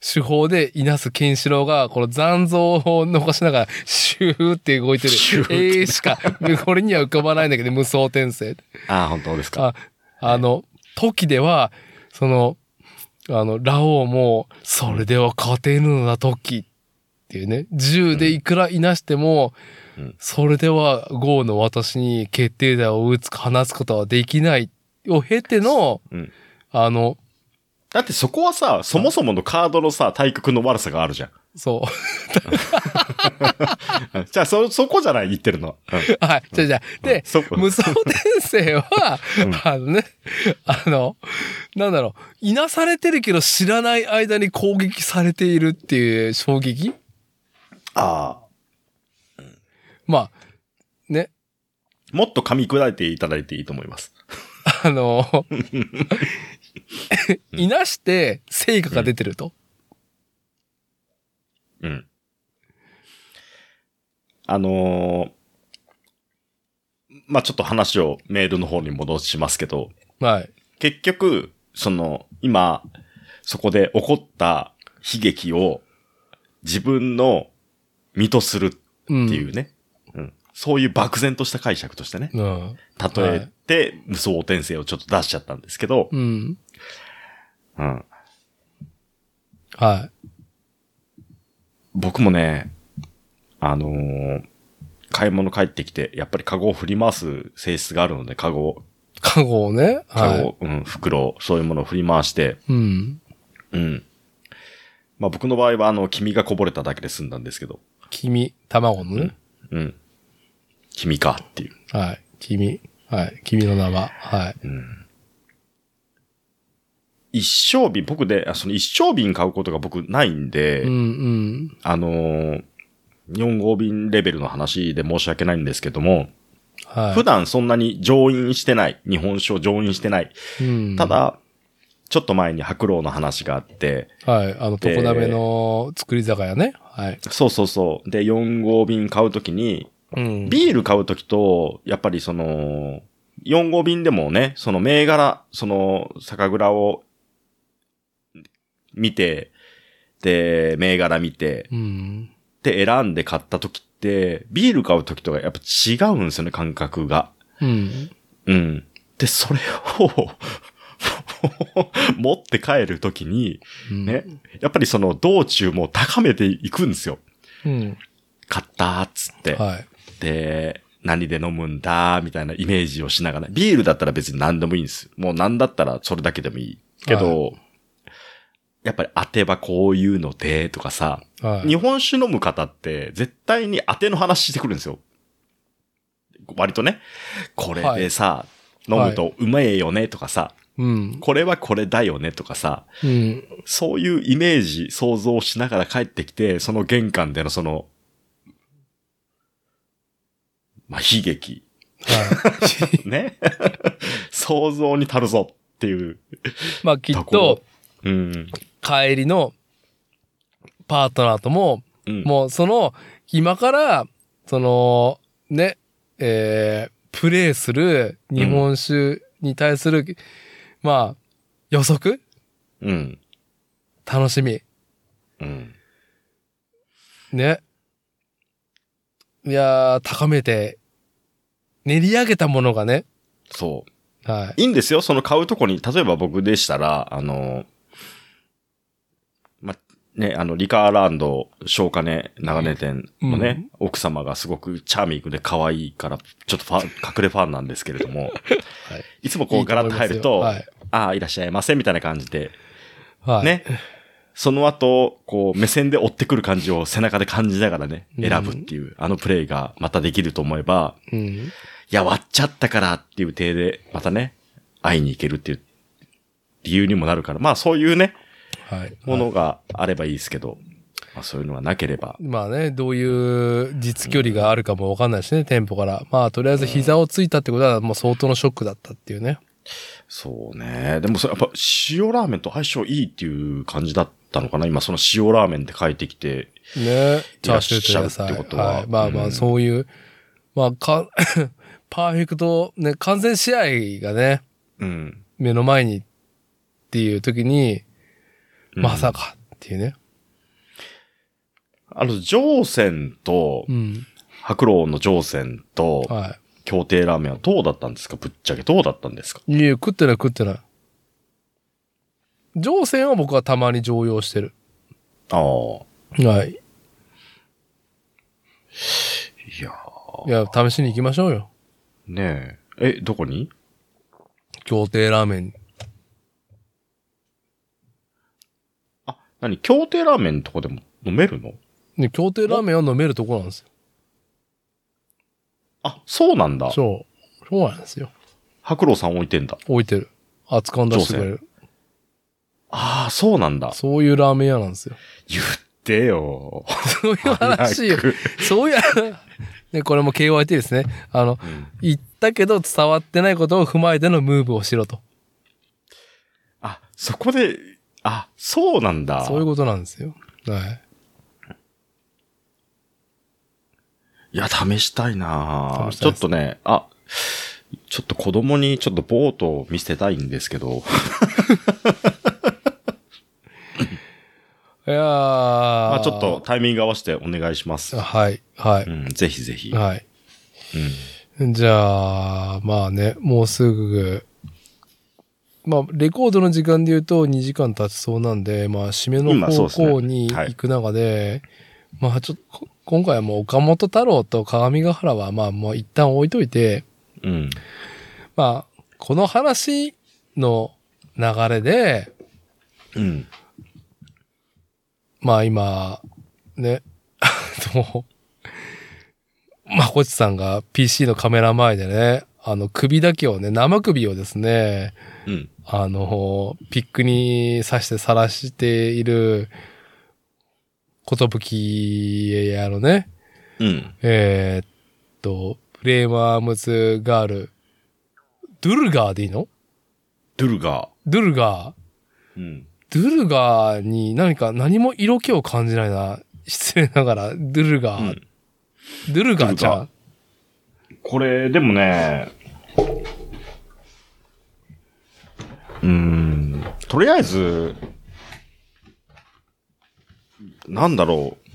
S1: 手法でいなすケンシロウが、この残像を残しながら、シューって動いて る
S2: シューっ。てね
S1: ええしか、これには浮かばないんだけど、無双転生。
S2: ああ、本当ですか。
S1: あ、あの、時では、その、あの、ラオウも、それでは勝てぬのだ、時っていうね。銃でいくらいなしても、
S2: うん
S1: それでは、ゴーの私に決定打を打つ、放つことはできない、を経ての、
S2: うん
S1: あの、
S2: だってそこはさ、そもそものカードのさ、対局の悪さがあるじゃん。
S1: そう。
S2: うんじゃあ、そ、そこじゃない言ってるのは。うん
S1: はい、じゃあじゃあで、
S2: そこ
S1: 無双転生は、あのね、あの、なんだろう、いなされてるけど知らない間に攻撃されているっていう衝撃
S2: ああ。
S1: まあ、ね、
S2: もっと噛み砕いていただいていいと思います。
S1: あの、いなして成果が出てると。
S2: うん。あのーまあ、ちょっと話をメールの方に戻しますけど、
S1: はい。
S2: 結局、その、今、そこで起こった悲劇を自分の身とするって
S1: うん。
S2: いうね、うんそういう漠然とした解釈としてね、
S1: うん。
S2: 例えて無双転生をちょっと出しちゃったんですけど、
S1: うん。
S2: うん、
S1: は
S2: 僕もね、あのー買い物帰ってきて、やっぱりカゴを振り回す性質があるので、カゴを
S1: い。カゴをね。
S2: カ
S1: は
S2: ゴ、
S1: い。
S2: うん、袋、そういうものを振り回して、
S1: うん。
S2: うん。まあ僕の場合は、あの、黄身がこぼれただけで済んだんですけど、
S1: 君、卵のね。
S2: うん。黄身かっていう。
S1: はい。君。はい。君の名は。はい。
S2: 一生瓶、僕で、あその一生瓶買うことが僕ないんで、
S1: うんうん。
S2: あのー、4号瓶レベルの話で申し訳ないんですけども、
S1: はい。
S2: 普段そんなに上飲してない、日本酒を上飲してない。
S1: うん
S2: た、だ、ちょっと前に白老の話があって、
S1: はい。あの、
S2: で
S1: 床鍋の作り酒屋ね。はい。
S2: そうそうそう。で、4号瓶買うときに、
S1: うん。
S2: ビール買うときと、やっぱりその、4号瓶でもね、その銘柄、その酒蔵を見て、で、銘柄見て、
S1: うん。
S2: で、選んで買ったときって、ビール買うときとかやっぱ違うんですよね、感覚が。
S1: うん。
S2: うん。で、それを、持って帰るときに、
S1: うん
S2: ね、。やっぱりその道中も高めていくんですよ。
S1: うん。
S2: 買ったーっつって。
S1: はい。
S2: で、何で飲むんだみたいなイメージをしながら、ビールだったら別に何でもいいんです。もう何だったらそれだけでもいい。けど、やっぱり当てばこういうのでとかさ、
S1: はい。
S2: 日本酒飲む方って絶対に当ての話してくるんですよ。割とね、これでさ、飲むとうまいよねとかさ、
S1: うん。
S2: これはこれだよねとかさ、
S1: うん。
S2: そういうイメージ、想像しながら帰ってきて、その玄関でのその、まあ、悲劇
S1: はい。
S2: ね。想像に足るぞっていう
S1: まあき
S2: と
S1: っ
S2: ころ
S1: と、。
S2: うん。
S1: 帰りのパートナーとも、
S2: うん
S1: もうその、今から、その、ね、えー、プレイする日本酒に対する、まあ、予測
S2: うん。
S1: 楽しみ。
S2: うん。
S1: ね。いやー、高めて、練り上げたものがね、
S2: そう。
S1: はい。
S2: いいんですよ。その買うとこに、例えば僕でしたら、あの、ま、ね、あの、リカーランド、小金、長根店のね、奥様がすごくチャーミングで可愛いから、ちょっとファン、隠れファンなんですけれども、いつもこ
S1: いういと
S2: ガラ
S1: 思
S2: ッと
S1: いますよ
S2: 入ると、
S1: はい
S2: ああ、いらっしゃいませ、みたいな感じで、
S1: はい。。
S2: ね、その後、こう、目線で追ってくる感じを背中で感じながらね、選ぶっていう、あのプレイがまたできると思えば、
S1: うん。
S2: いや、割っちゃったからっていう体で、またね、会いに行けるっていう理由にもなるから、まあそういうね、
S1: はい。
S2: ものがあればいいですけど、まあそういうのがなければ。
S1: まあね、どういう実距離があるかもわかんないしね、店舗から。まあ、とりあえず膝をついたってことは、もう相当のショックだったっていうね。
S2: そうね。でもそれやっぱ塩ラーメンと相性いいっていう感じだったのかな今その塩ラーメンって書いてきて。
S1: ね。チャーシューと
S2: いらっ
S1: 野
S2: しゃる
S1: 菜。
S2: ってことは
S1: はい、まあま
S2: う
S1: あ、
S2: ん
S1: そういう、まあ、か、 パーフェクト、ね、完全試合がね、
S2: うん。
S1: 目の前にっていう時に、
S2: うん
S1: まさかっていうね。
S2: あの、上船と
S1: う、ん。
S2: 白老の上船と、
S1: は
S2: 協定ラーメンはどうだったんですかぶっちゃけどうだったんですか
S1: い。いや、食ってない食ってない。上船は僕はたまに常用してる。
S2: ああ。
S1: はい。
S2: いや
S1: いや、試しに行きましょうよ。
S2: ーねえ。え、どこに
S1: 協定ラーメン。
S2: あ、何協定ラーメンとかでも飲めるの
S1: ね、協定ラーメンは飲めるとこなんですよ。
S2: あ、そうなんだ。
S1: そう。そうなんですよ。
S2: 白老さん置いてんだ。
S1: 置いてる。扱うん出してくれる。
S2: ああ、そうなんだ。
S1: そういうラーメン屋なんで すよ。
S2: 言ってよ。
S1: そういう話
S2: 早
S1: よ
S2: く。
S1: そういう、 ね、これも KYT ですね。あの、言ったけど伝わってないことを踏まえてのムーブをしろと。
S2: あ、そこで、あ、そうなんだ。
S1: そういうことなんですよ。はい。
S2: いや、試したいな
S1: 試し
S2: ち
S1: た
S2: ょ
S1: い
S2: っ
S1: です
S2: とね、あ、ちょっと子供にちょっとボートを見せたいんですけど、
S1: いやま
S2: まあちょっと。タイミング合わせてお願いします。
S1: はい、は
S2: う
S1: い、
S2: ん、ぜひぜひ。
S1: はい。
S2: うん
S1: じゃあ、まあね、もうすぐ、まあ、レコードの時間で言うと2時間経ちそうなんで、まあ、締めの
S2: 今そう
S1: 方
S2: ですね
S1: 向に
S2: はい
S1: 行く中で、まあ、ちょっとこ、今回はもう岡本太郎と鏡ヶ原は、まあ、もう一旦置いといて、
S2: うん。
S1: まあ、この話の流れで、
S2: うん。
S1: まあ今、ね、 あの、まこちさんが PC のカメラ前でね、あの首だけをね、生首をですね、
S2: うん。
S1: あの、ピックに刺して晒している、ことぶきやのね、
S2: うん。
S1: えーっと、フレーマームズガール、ドゥルガーでいいの
S2: ドゥルガ
S1: ドゥルガー。
S2: ー。うん。
S1: ドゥルガーに何か何も色気を感じないな。失礼ながら、ドゥルガー。
S2: うん
S1: ドゥルガーちゃん。
S2: これ、でもね、うーん、とりあえず、なんだろう、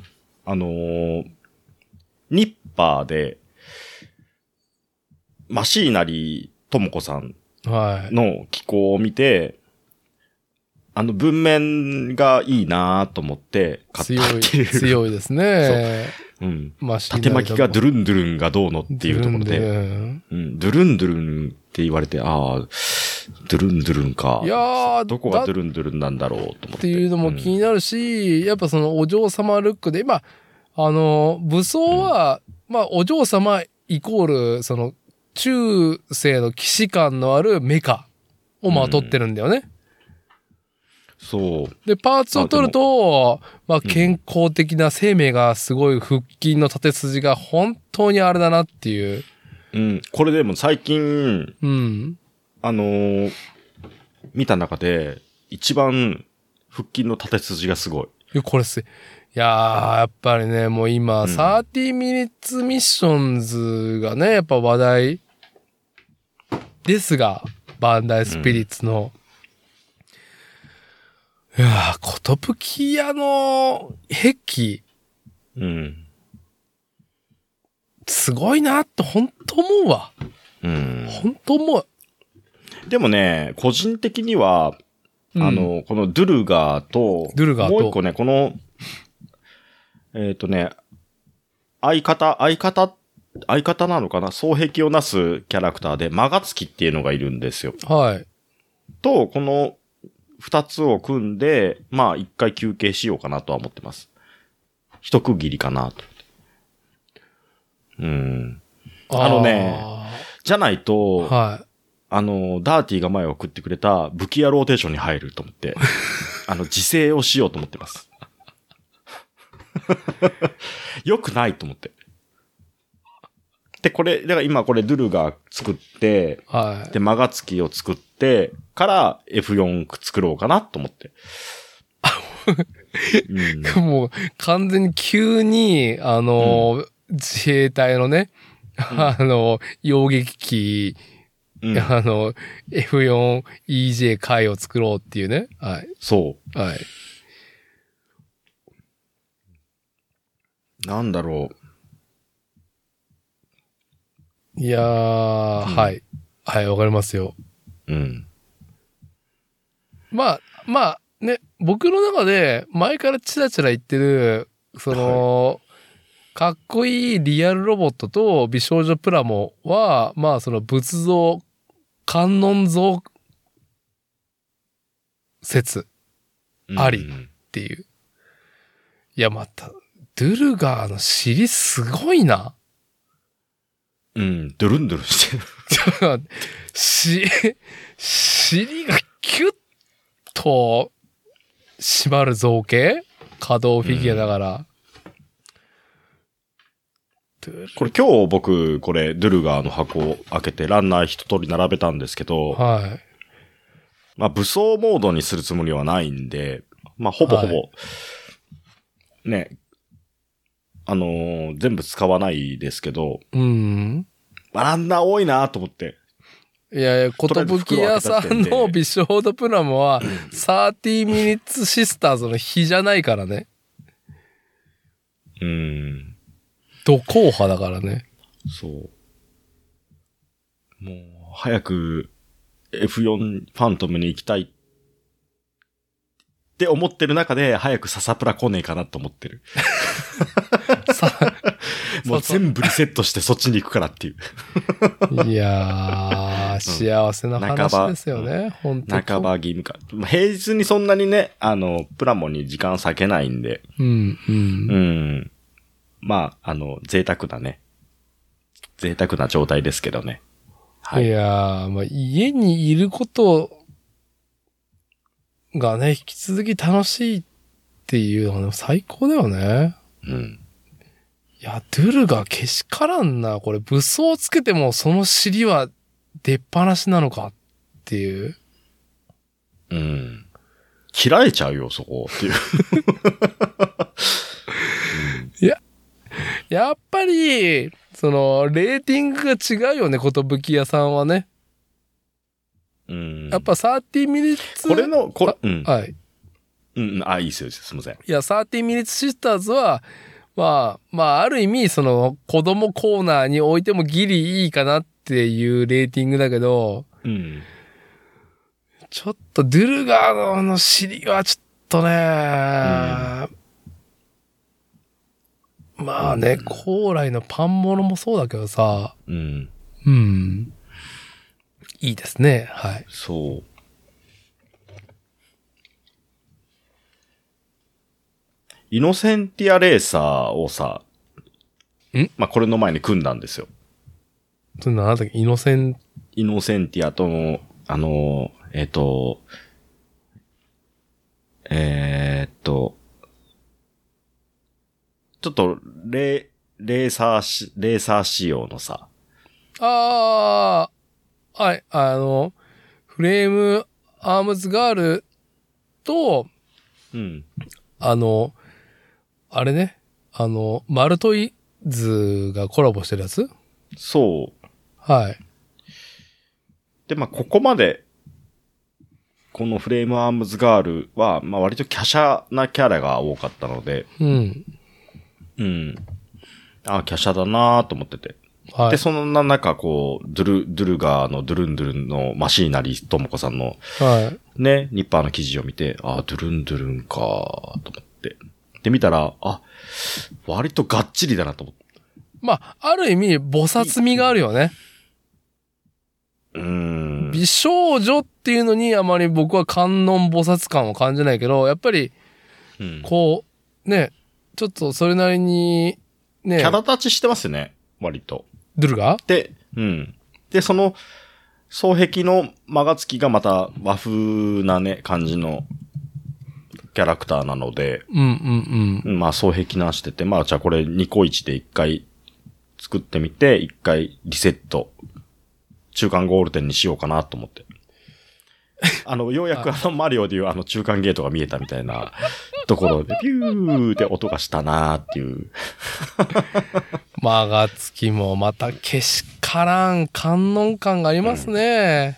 S2: あのーニッパーで、マシーナリともこさん
S1: はい。
S2: の気候を見て、あの文面がいいなぁと思って買った
S1: 強
S2: っ
S1: い、
S2: ていう。
S1: 強いですね。
S2: うん。
S1: まあ
S2: 縦巻きがドゥ
S1: ル
S2: ルンドゥルンがどうのっていうところで。うん、ドゥルンドゥルンって言われて、ああ、ドゥルンドゥルンか。
S1: いやー
S2: どこがドゥルンドゥルンなんだろうと思って。
S1: っていうのも気になるし、やっぱそのお嬢様ルックで、今、あの、武装は、まあお嬢様イコール、その、中世の騎士感のあるメカをまとってるんだよね。
S2: そう。
S1: で、パーツを取ると、まあ、健康的な生命がすごい腹筋の縦筋が本当にあれだなっていう。
S2: うん。これでも最近、
S1: うん。
S2: あのー見た中で、一番、腹筋の縦筋がすごい。
S1: いや、これす、いやー、やっぱりね、もう今、
S2: ん
S1: 30ミニッツミッションズがね、やっぱ話題ですが、バンダイスピリッツの。いやー、ことぶき屋の壁、
S2: うん。
S1: すごいなって、ほんと思うわ。
S2: うん。
S1: ほんと思う。
S2: でもね、個人的には、
S1: うん
S2: あ、の、このドゥルガーと、
S1: ドゥルガーと
S2: もう一個ね、この、えっ、とね、相方、相方、相方なのかな双璧をなすキャラクターで、マガツキっていうのがいるんですよ。
S1: はい。
S2: と、この二つを組んで、まあ一回休憩しようかなとは思ってます。一区切りかなと。うん。あのねじゃない
S1: あー
S2: と、
S1: はい。
S2: あの、ダーティが前送ってくれた武器屋ローテーションに入ると思っ て、あの、自制をしようと思ってます。 よくないと思って。で、これ、だから今これドゥルが作って、
S1: はい。
S2: で、マガツキを作ってから F4 作ろうかなと思 って。うん
S1: もう完全に急に、あのー、自衛隊のね、 あのー、洋撃機、
S2: うん
S1: あの、F4EJ 回を作ろうっていうね。はい。
S2: そ
S1: はい。
S2: う。なんだろ
S1: いやー、
S2: うん
S1: はい。はい、わかりますよ。
S2: う。うん。
S1: まあ、まあ、ね、僕の中で前からチラチラ言ってる、その、かっこいいリアルロボットと美少女プラモは、まあその仏像、観音像説。
S2: うん
S1: ありっていう。いや、また、ドゥルガーの尻すごいな。
S2: うん。ドゥルンドゥルンしてる。
S1: し、尻がキュッと締まる造形可動フィギュアだから。ドゥル
S2: これ今日僕、これ、ドゥルガーの箱を開けてランナー一通り並べたんですけど、
S1: はい。
S2: まあ武装モードにするつもりはないんで、まあほぼほぼ、
S1: は
S2: ね、あのー全部使わないですけど、
S1: うん。
S2: まあランナー多いなと思って。
S1: いやいや、ことぶき屋さんの美少女プラモは、30ミニッツシスターズの日じゃないからね。
S2: うん。
S1: 土硬派だからね。
S2: そう。もう、早く F4 ファントムに行きたいって思ってる中で、早くササプラ来ねえかなと思ってる。
S1: さ
S2: もう
S1: そうそう
S2: 全部リセットしてそっちに行くからっていう。
S1: いやー、幸せな話ですよね。本当 に。
S2: 半ば義務化。まあ平日にそんなにね、あの、プラモに時間割けないんで、
S1: うん、うん。、
S2: うん。まあ、あの、贅沢だね。贅沢な状態ですけどね。はいい。
S1: やー、まあ、家にいることがね、引き続き楽しいっていうのは、ね、最高だよね。
S2: うん。
S1: いや、ドゥルがけしからんな。これ、武装つけてもその尻は出っ放しなのかっていう。
S2: うん。切られちゃうよ、そこ。っていう。
S1: やっぱり、その、レーティングが違うよね、ことぶき屋さんはね。
S2: うん。
S1: やっぱ30ミリッツ。
S2: これの、これ、うん。
S1: はい。
S2: うんうん、あ、いいですよ、いいですよすいません。
S1: いや、30ミリッツシスターズは、まあ、まあ、ある意味、その、子供コーナーに置いてもギリいいかなっていうレーティングだけど、
S2: うん。
S1: ちょっと、ドゥルガーのあの尻はちょっとね、まあね、高麗のパンモノもそうだけどさ、
S2: うん。
S1: うん。いいですね、はい。
S2: そう。イノセンティアレーサーをさ、
S1: ん
S2: まあ、これの前に組んだんですよ。
S1: それなんだっけ、イノセン、
S2: イノセンティアとの、あの、えっ、と、えーっと、ちょっと、レー、レーサーし、レーサー仕様のさ、
S1: ああ、はい、あの、フレームアームズガールと、
S2: うん。
S1: あの、あれね、あの、マルトイズがコラボしてるやつ
S2: そう。
S1: はい。
S2: で、まあ、ここまで、このフレームアームズガールは、まあ、割と華奢なキャラが多かったので、
S1: うん。
S2: うん。ああ、華奢だなーと思ってて。
S1: はい
S2: で、。そんな中、こう、ドゥル、ドゥルガーのドゥルンドゥルンのマシーナリーともこさんの
S1: はい。
S2: ね、ニッパーの記事を見て、ああ、ドゥルンドゥルンかーと思って。で、見たら、あ、割とがっちりだなと思って。
S1: まあ、ある意味、菩薩味があるよね。
S2: うーん。
S1: 美少女っていうのにあまり僕は観音菩薩感を感じないけど、やっぱり、
S2: うん
S1: こう、ね、ちょっとそれなりに、ね、
S2: キャラ立ちしてますね、割と。
S1: ドゥルガ
S2: で、うん。で、その、双璧のマガツキがまた和風なね、感じのキャラクターなので、
S1: うんうん
S2: うんまあ、双璧なしてて、まあ、じゃあこれ2個1で1回作ってみて、1回リセット、中間ゴールデンにしようかなと思って。あ の、ようやくあの、マリオでいうあの、中間ゲートが見えたみたいなとこ ろで、ピューって音がしたなーっていう。
S1: うん。マガツキもまたけしからん観音感がありますね。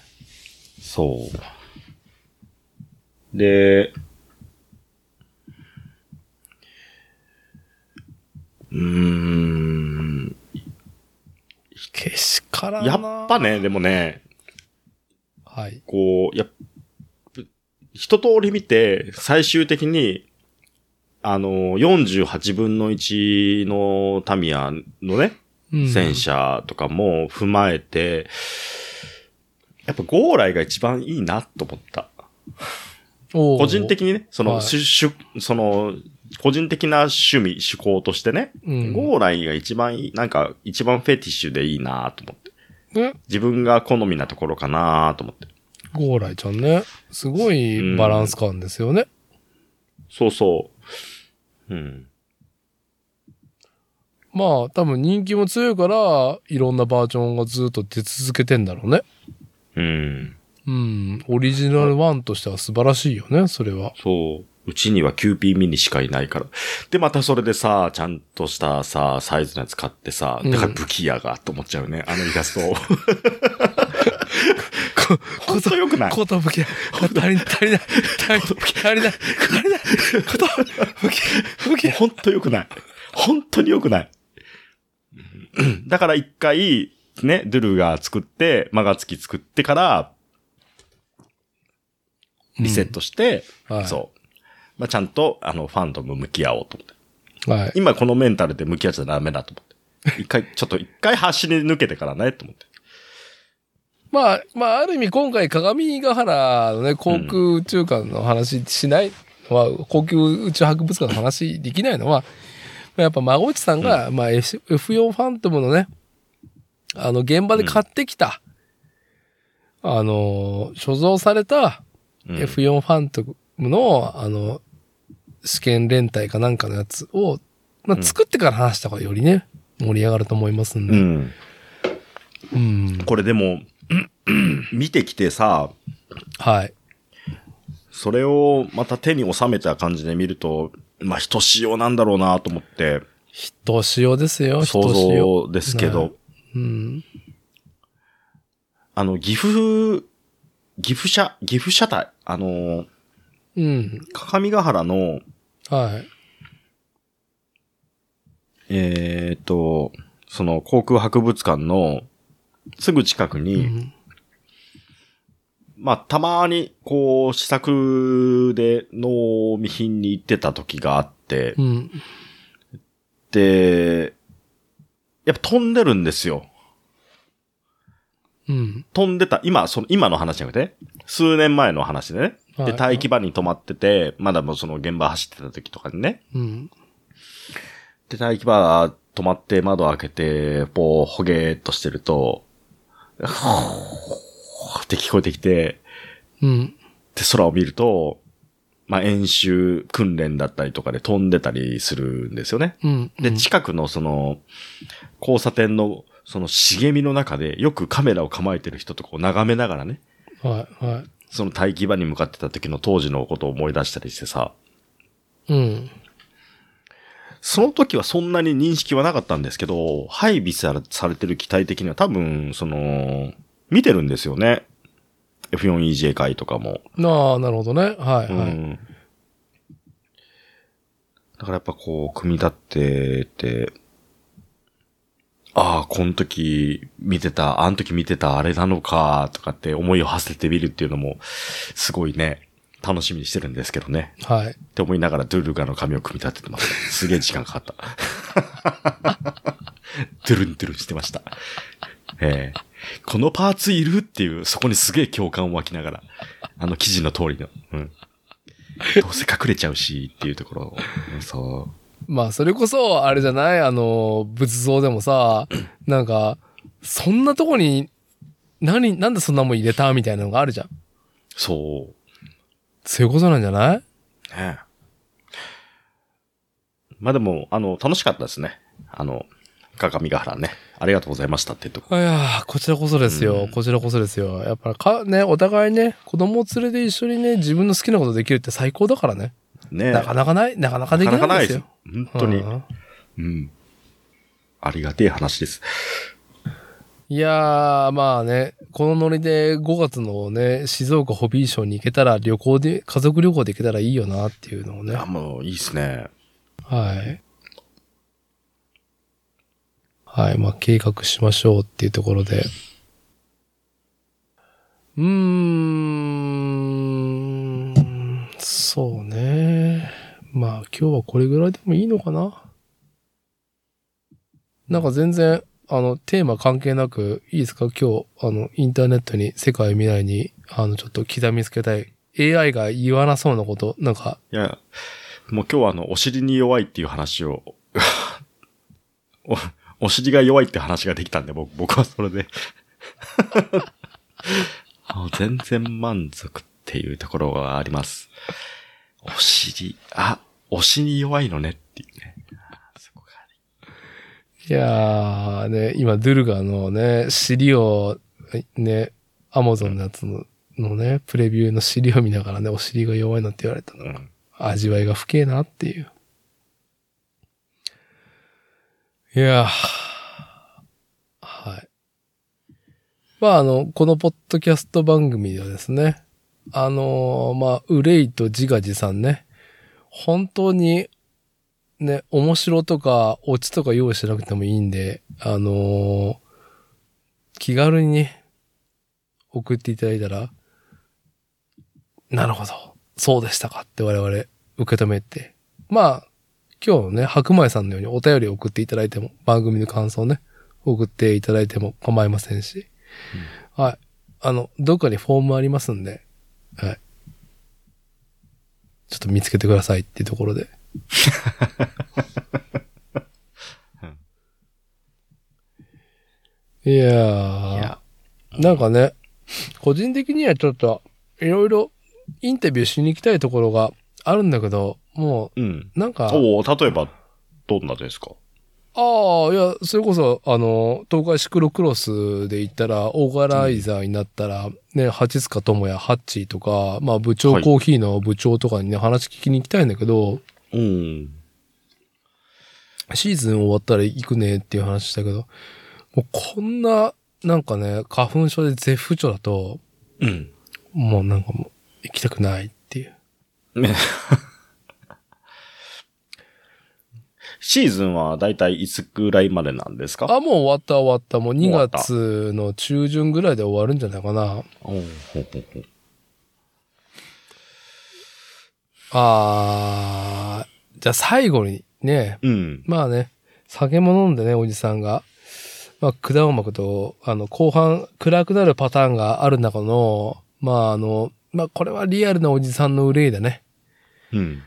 S2: そう。で、うーん。
S1: けしからんな。
S2: やっぱね、でもね、
S1: はい。
S2: こう、やっ、一通り見て、最終的に、あの、48分の1のタミヤのね、
S1: うん
S2: 戦。車とかも踏まえて、やっぱゴーライが一番いいなと思った。
S1: おー
S2: 個人的にね、その、
S1: はい
S2: ししその、個人的な趣味、趣向としてね、
S1: うん
S2: ゴーライが一番いい、なんか一番フェティッシュでいいなと思って。
S1: ね、
S2: 自分が好みなところかなと思って。
S1: ゴーライちゃんね、すごいバランス感ですよね。
S2: そうそう。うん。
S1: まあ、多分人気も強いから、いろんなバージョンがずっと出続けてんだろうね。
S2: うん。
S1: うん。オリジナル1としては素晴らしいよね、それは。
S2: そう。うちにはキューピーミニしかいないから。で、またそれでさ、ちゃんとしたさ、サイズのやつ買ってさ、
S1: うん
S2: だから武器屋が、と思っちゃうね。あのイラス ト。
S1: こ、
S2: ほんと良くない
S1: ことぶき、足りない、足りない、足りない、足りない、ことぶき、ぶき。
S2: 本当良くない。本当に良くない。うんだから一回、ね、ドゥルが作って、マガツキ作ってから、リセットして、
S1: はい
S2: そう。まあ、ちゃんと、あの、ファンとも向き合おうと思って。
S1: うん。はい。
S2: 今このメンタルで向き合っちゃダメだと思って。一回、 ちょっと一回走り抜けてからね、と思って。
S1: まあ、まあ、ある意味今回、鏡ヶ原のね、航空宇宙館の話しないのは、航空宇宙博物館の話できないのは、まあやっぱ孫内さんが、まあ、F- F4 ファントムのね、あの、現場で買ってきた、あの、所蔵された
S2: うん
S1: F4 ファントムの、あの、試験連帯かなんかのやつを、まあ、作ってから話した方がよりね、盛り上がると思いますん
S2: う
S1: で。
S2: ん。
S1: うん。
S2: これでも、 見てきてさ、
S1: はい。
S2: それをまた手に収めた感じで見ると、まあ、人仕様なんだろうなと思って、
S1: どうしようですよ、
S2: 想
S1: どうしよう
S2: 像ですけ
S1: はい
S2: ど、
S1: うん。
S2: あの、岐阜、岐阜車、岐阜車体、あの、
S1: うん。
S2: 各務原の、
S1: はい。
S2: えーっと、その航空博物館のすぐ近くに、
S1: うん
S2: まあ、たまに、こう、試作で農品に行ってた時があって、
S1: うん。
S2: で、やっぱ飛んでるんですよ。
S1: うん。
S2: 飛んでた、今、その、今の話じゃなくて、数年前の話でね。
S1: はい
S2: で、待機場に止まってて、まだもうその現場走ってた時とかにね。
S1: うん。
S2: で、待機場止まって窓開けて、こう、ほげーっとしてると、ほーって聞こえてきて、
S1: うん。
S2: で、空を見ると、まあ、演習、訓練だったりとかで飛んでたりするんですよね。
S1: うん。
S2: で、近くのその、交差点の、その茂みの中で、よくカメラを構えてる人とかを眺めながらね、
S1: はい、は
S2: その待機場に向かってた時の当時のことを思い出したりしてさ、
S1: い。うん。
S2: その時はそんなに認識はなかったんですけど、配備されされてる機体的には多分、その、見てるんですよね。F4EJ 会とかも。
S1: なあ、なるほどね。はい、
S2: う
S1: はい。
S2: ん。だからやっぱこう、組み立ってて、ああ、この時見てた、あの時見てたあれなのか、とかって思いを馳せてみるっていうのも、すごいね、楽しみにしてるんですけどね。
S1: はい。
S2: って思いながらドゥルガの髪を組み立ててました。すげえ時間かかった。 ドゥルンドゥルンしてました。ええこのパーツいるっていう、そこにすげえ共感を湧きながら、あの記事の通りの。うん。どうせ隠れちゃうしっていうところを、うんそ
S1: まあ、それこそ、あれじゃないあの、仏像で もさ、なんか、そんなとこに、何、なんでそんなもん入れたみたいなのがあるじゃん。
S2: う、そう、
S1: そういうことなんじゃない
S2: ねえまあでも、あの、楽しかったですね。あの、鏡ヶ原ね。ありがとうございましたっていうとこ
S1: いやーこちらこそです
S2: う
S1: よ、
S2: ん
S1: こちらこそですよ。やっぱか、ね、お互いね、子供を連れて一緒にね、自分の好きなことできるって最高だからね。
S2: ねえ。
S1: なかなかない、なかなかでき
S2: なか
S1: ない
S2: な
S1: んですよ。
S2: かないです。本当に。
S1: うん
S2: うん。ありがてえ話です。
S1: いやー、まあね、このノリで5月のね、静岡ホビーショーに行けたら旅行で、家族旅行で行けたらいいよなっていうのをね。
S2: あ、もういいっすね。
S1: はい。はい。まあ、計画しましょうっていうところで。うーん。そうね。まあ、今日はこれぐらいでもいいのかな。なんか全然、あの、テーマ関係なく、いいですか今日、あの、インターネットに世界未来に、あの、ちょっと刻みつけたい。AI が言わなそうなこと、なんか、
S2: いや、もう今日はあの、お尻に弱いっていう話を、 お、お尻が弱いって話ができたんで、僕僕はそれで。あ全然満足っていうところがあります。お尻、あ、お尻に弱いのねっていうね。あそこが
S1: いやー、ね、今、ドゥルガのね、尻を、ね、アマゾンのやつののね、プレビューの尻を見ながらね、お尻が弱いなって言われたの。
S2: うん。
S1: 味わいが深えなっていう。いやー。はい。まあ、あの、このポッドキャスト番組ではですね、あのーまあ、憂いと自画自賛ね、本当に、ね、面白とか、オチとか用意しなくてもいいんで、あのー気軽にね送っていただいたら、なるほど。そうでしたかって我々受け止めて。まあ、今日のね、白米さんのようにお便りを送っていただいても、番組の感想ね、送っていただいても構いませんし。はい。あの、どっかにフォームありますんで、はい。ちょっと見つけてくださいっていうとこ ろで。いやー。
S2: いや、
S1: なんかね、個人的にはちょっと、いろいろインタビューしに行きたいところがあるんだけど、も
S2: うん。
S1: う、なんか、ああ、い
S2: おお例えば、どんなですか
S1: や、それこそ、あの、東海シクロクロスで行ったら、オーガナイザーになったら、ね、八塚智也、ハッチーとか、まあ、部長
S2: はい
S1: コーヒーの部長とかにね、話聞きに行きたいんだけど、
S2: うん。
S1: シーズン終わったら行くねっていう話したけど、もうこんな、なんかね、花粉症で絶不調だと、
S2: うん。
S1: もうなんかもう、行きたくないっていう。
S2: ね。シーズンはだいたいいつぐらいまでなんですか
S1: あ、もう終わった終わった。もう2
S2: 終わった
S1: 月の中旬ぐらいで終わるんじゃないかな。
S2: おうほうほうほう
S1: あー、じゃあ最後にね、
S2: うん。
S1: まあね、酒も飲んでね、おじさんが。まあ、果を巻くと、あの、後半暗くなるパターンがある中の、まああの、まあこれはリアルなおじさんの憂いだね。
S2: うん。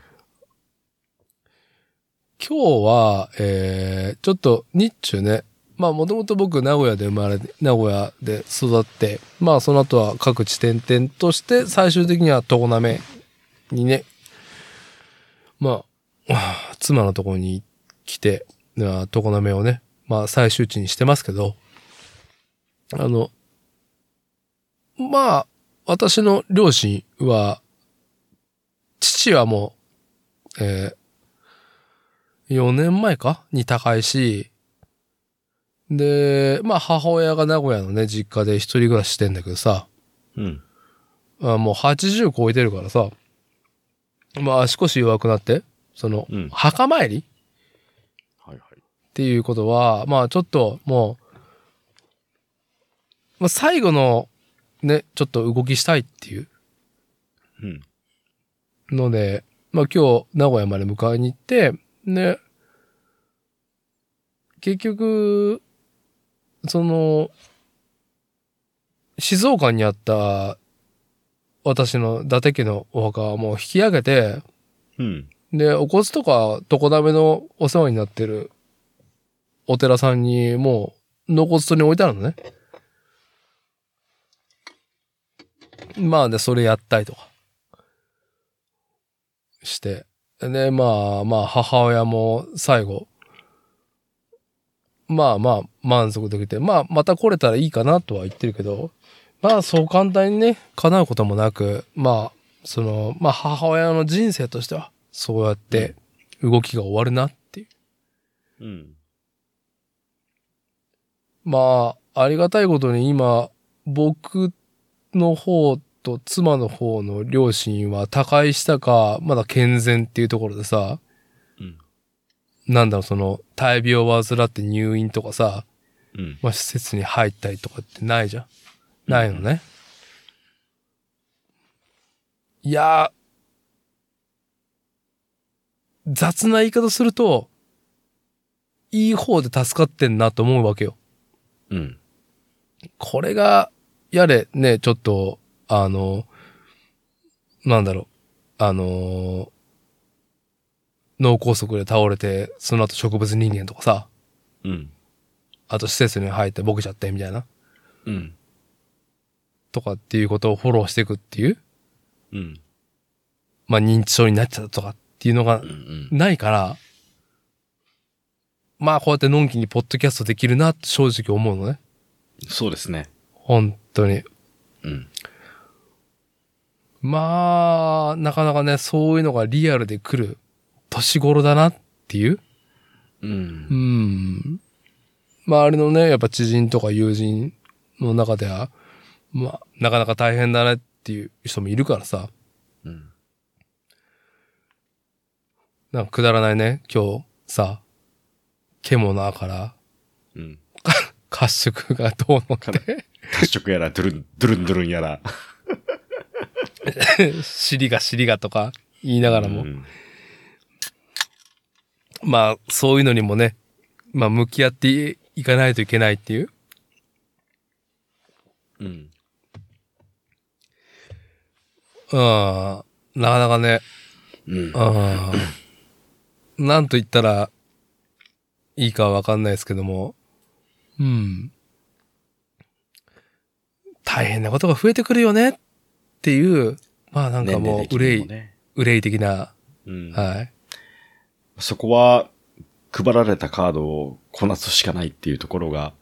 S1: 今日は、えー、ちょっと日中ね、まあもともと僕名古屋で生まれて、名古屋で育って、まあその後は各地点々として、最終的には常滑にね、まあ、 はあ妻のところに来て、まあ常滑をね、まあ最終地にしてますけど、あの、まあ、私の両親は、父はもう、えー、4年前かに他界し、で、まあ母親が名古屋のね、実家で一人暮らししてんだけどさ、
S2: うん。
S1: あもう80超えてるからさ、まあ足腰弱くなって、その、
S2: うん
S1: 墓参り
S2: はいはい。
S1: っていうことは、まあちょっともう、まあ最後のね、ちょっと動きしたいっていう
S2: うん。
S1: ので、まあ今日名古屋まで迎えに行って、で、結局、その、静岡にあった私の伊達家のお墓はもう引き上げて、
S2: うん。
S1: で、お骨とか、床だめのお世話になってるお寺さんに、もう、納骨とに置いてあるのね。まあね、それやったりとか。して。で、まあまあ、母親も最後、まあまあ、満足できて、まあ、また来れたらいいかなとは言ってるけど、まあ、そう簡単にね、叶うこともなく、まあ、その、まあ、母親の人生としては、そうやって動きが終わるなっていう。
S2: うん。
S1: まあ、ありがたいことに今、僕の方と妻の方の両親は他界したか、まだ健全っていうところでさ、
S2: うん
S1: なんだろう、その、大病を患って入院とかさ、
S2: うん。
S1: まあ、施設に入ったりとかってないじゃん。ないのね。いやー、雑な言い方すると、いい方で助かってんなと思うわけよ。
S2: うん。
S1: これが、やれ、ね、ちょっと、あの、なんだろう、あの、脳梗塞で倒れて、その後植物人間とかさ、
S2: うん。
S1: あと施設に入ってボケちゃってみたいな。
S2: うん。
S1: とかっていうことをフォローしていくっていう、
S2: うん。
S1: まあ認知症になっちゃったとかっていうのが
S2: うん。
S1: ないから、まあこうやってのんきにポッドキャストできるなって正直思うのね。
S2: そうですね。
S1: 本当に。
S2: うん。
S1: まあ、なかなかね、そういうのがリアルで来る年頃だなっていう。
S2: う。
S1: うんん。周りのね、やっぱ知人とか友人の中では、まあ、なかなか大変だねっていう人もいるからさ。
S2: うん。
S1: なんかくだらないね、今日さ、獣から
S2: うん。
S1: 褐色がどうのって、
S2: 褐色やら、ドゥルン、ドゥルンドゥルンやら。
S1: 尻が尻がとか言いながら
S2: う
S1: も、
S2: ん
S1: まあそういうのにもね、まあ向き合っていかないといけないっていう。
S2: うん。
S1: うん、なかなかね、
S2: うん
S1: うん、なんと言ったらいいかわかんないですけども、うん。大変なことが増えてくるよねっていう、まあなんかもう憂い、憂い的な、
S2: うん
S1: はい。
S2: そこは、配られたカードをこなすしかないっていうところが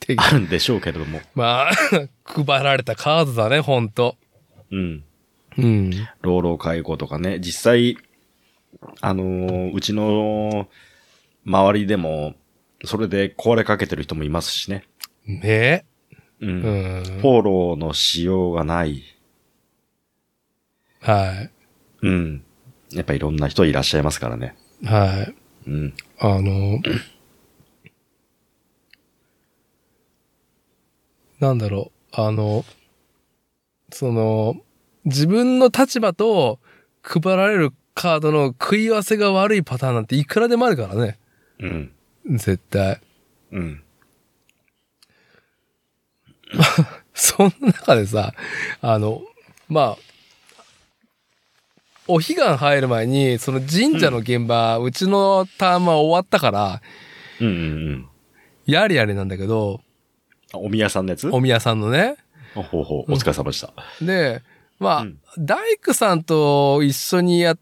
S1: て
S2: あるんでしょうけれども。
S1: まあ、 配られたカードだね、ほんと。
S2: うん。
S1: うん。
S2: 老老介護とかね、実際、あのーうちの周りでも、それで壊れかけてる人もいますしね。
S1: ね
S2: うん。
S1: うん。
S2: フォローのしようがない。
S1: は
S2: うん。やっぱいろんな人いらっしゃいますからね。
S1: い。はい。
S2: うん。
S1: あの、なんだろう、あの、その、自分の立場と配られるカードの食い合わせが悪いパターンなんていくらでもあるからね。
S2: うん。
S1: 絶対。
S2: うん。
S1: そんな中でさ、あの、まあ、お彼岸入る前に、その神社の現場、うちのターンは終わったから、
S2: うんうんうん。
S1: やれやれなんだけど、
S2: あお宮さんのやつ
S1: お宮さんのね。
S2: おほうほう、お疲れ様でした。
S1: で、まあ、
S2: うん
S1: 大工さんと一緒にやっ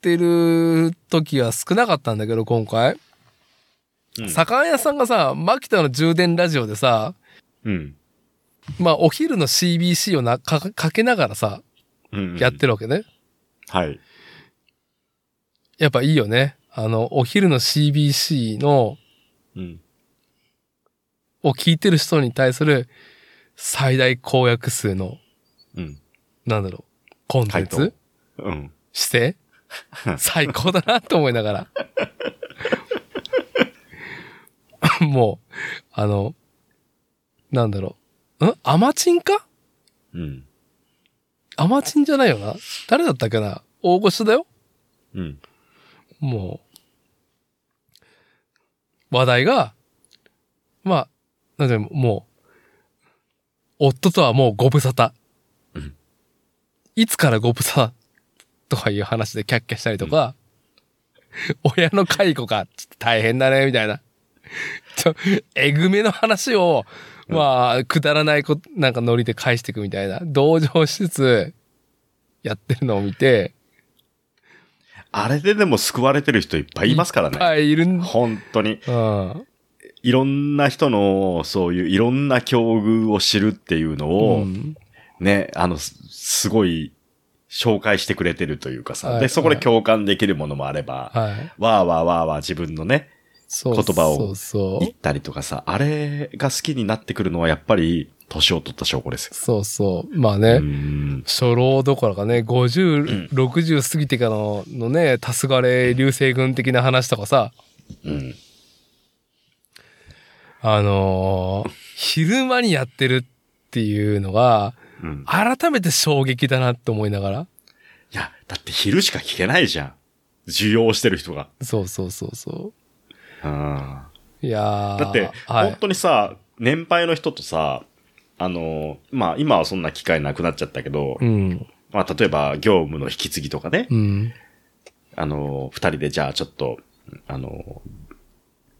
S1: てる時は少なかったんだけど、今回。
S2: うん
S1: 酒屋さんがさ、牧田の充電ラジオでさ、
S2: うん。
S1: まあ、お昼の CBC をなかかけながらさ、
S2: うん
S1: やってるわけね。
S2: はい。
S1: やっぱいいよね。あの、お昼の CBC の、
S2: うん。
S1: を聞いてる人に対する最大公約数の、
S2: うん。
S1: なんだろう、コンテン
S2: 回
S1: ツ
S2: 答うん。
S1: 姿勢最高だなと思いながら。 もう、あの、なんだろう。んアマチンか
S2: うん。
S1: アマチンじゃないよな。誰だったっけな大御所だよ
S2: うん。
S1: もう、話題が、まあ、なんでもう、夫とはもうご無沙汰。
S2: うん
S1: いつからご無沙汰とかいう話でキャッキャしたりとか、親の介護がちょっと大変だね、みたいな。ちょ、えぐめの話を、まあ、くだらないこと、なんかノリで返していくみたいな、同情しつつ、やってるのを見て、
S2: あれででも救われてる人いっぱいいますから
S1: あ、
S2: ね。
S1: いるんだ。
S2: 本当に。
S1: うん。
S2: いろんな人の、そういういろんな境遇を知るっていうのを、
S1: うん
S2: ね、あの、すすごい、紹介してくれてるというかさ。
S1: はい
S2: で、そこで
S1: はい
S2: 共感できるものもあれば、
S1: はい。
S2: わーわーわーわー自分のね、
S1: そう
S2: 言葉を
S1: そうそ
S2: 言
S1: う。
S2: ったりとかさ、あれが好きになってくるのはやっぱり、年を取った証拠ですよ。
S1: そうそう。まあね、
S2: うーん
S1: 初老どころかね、50、60過ぎてからののね、黄昏流星群的な話とかさ、
S2: うん。
S1: あのー昼間にやってるっていうのが、
S2: うん。
S1: 改めて衝撃だなって思いながら。
S2: いや、だって昼しか聞けないじゃん。需要してる人が。
S1: そうそうそうそ
S2: うん。
S1: う。いやー
S2: だって、
S1: はい
S2: 本当にさ、年配の人とさ、あの、まあ、今はそんな機会なくなっちゃったけど、
S1: うん。
S2: まあ、例えば業務の引き継ぎとかね、
S1: うん。
S2: あの、二人でじゃあちょっと、あの、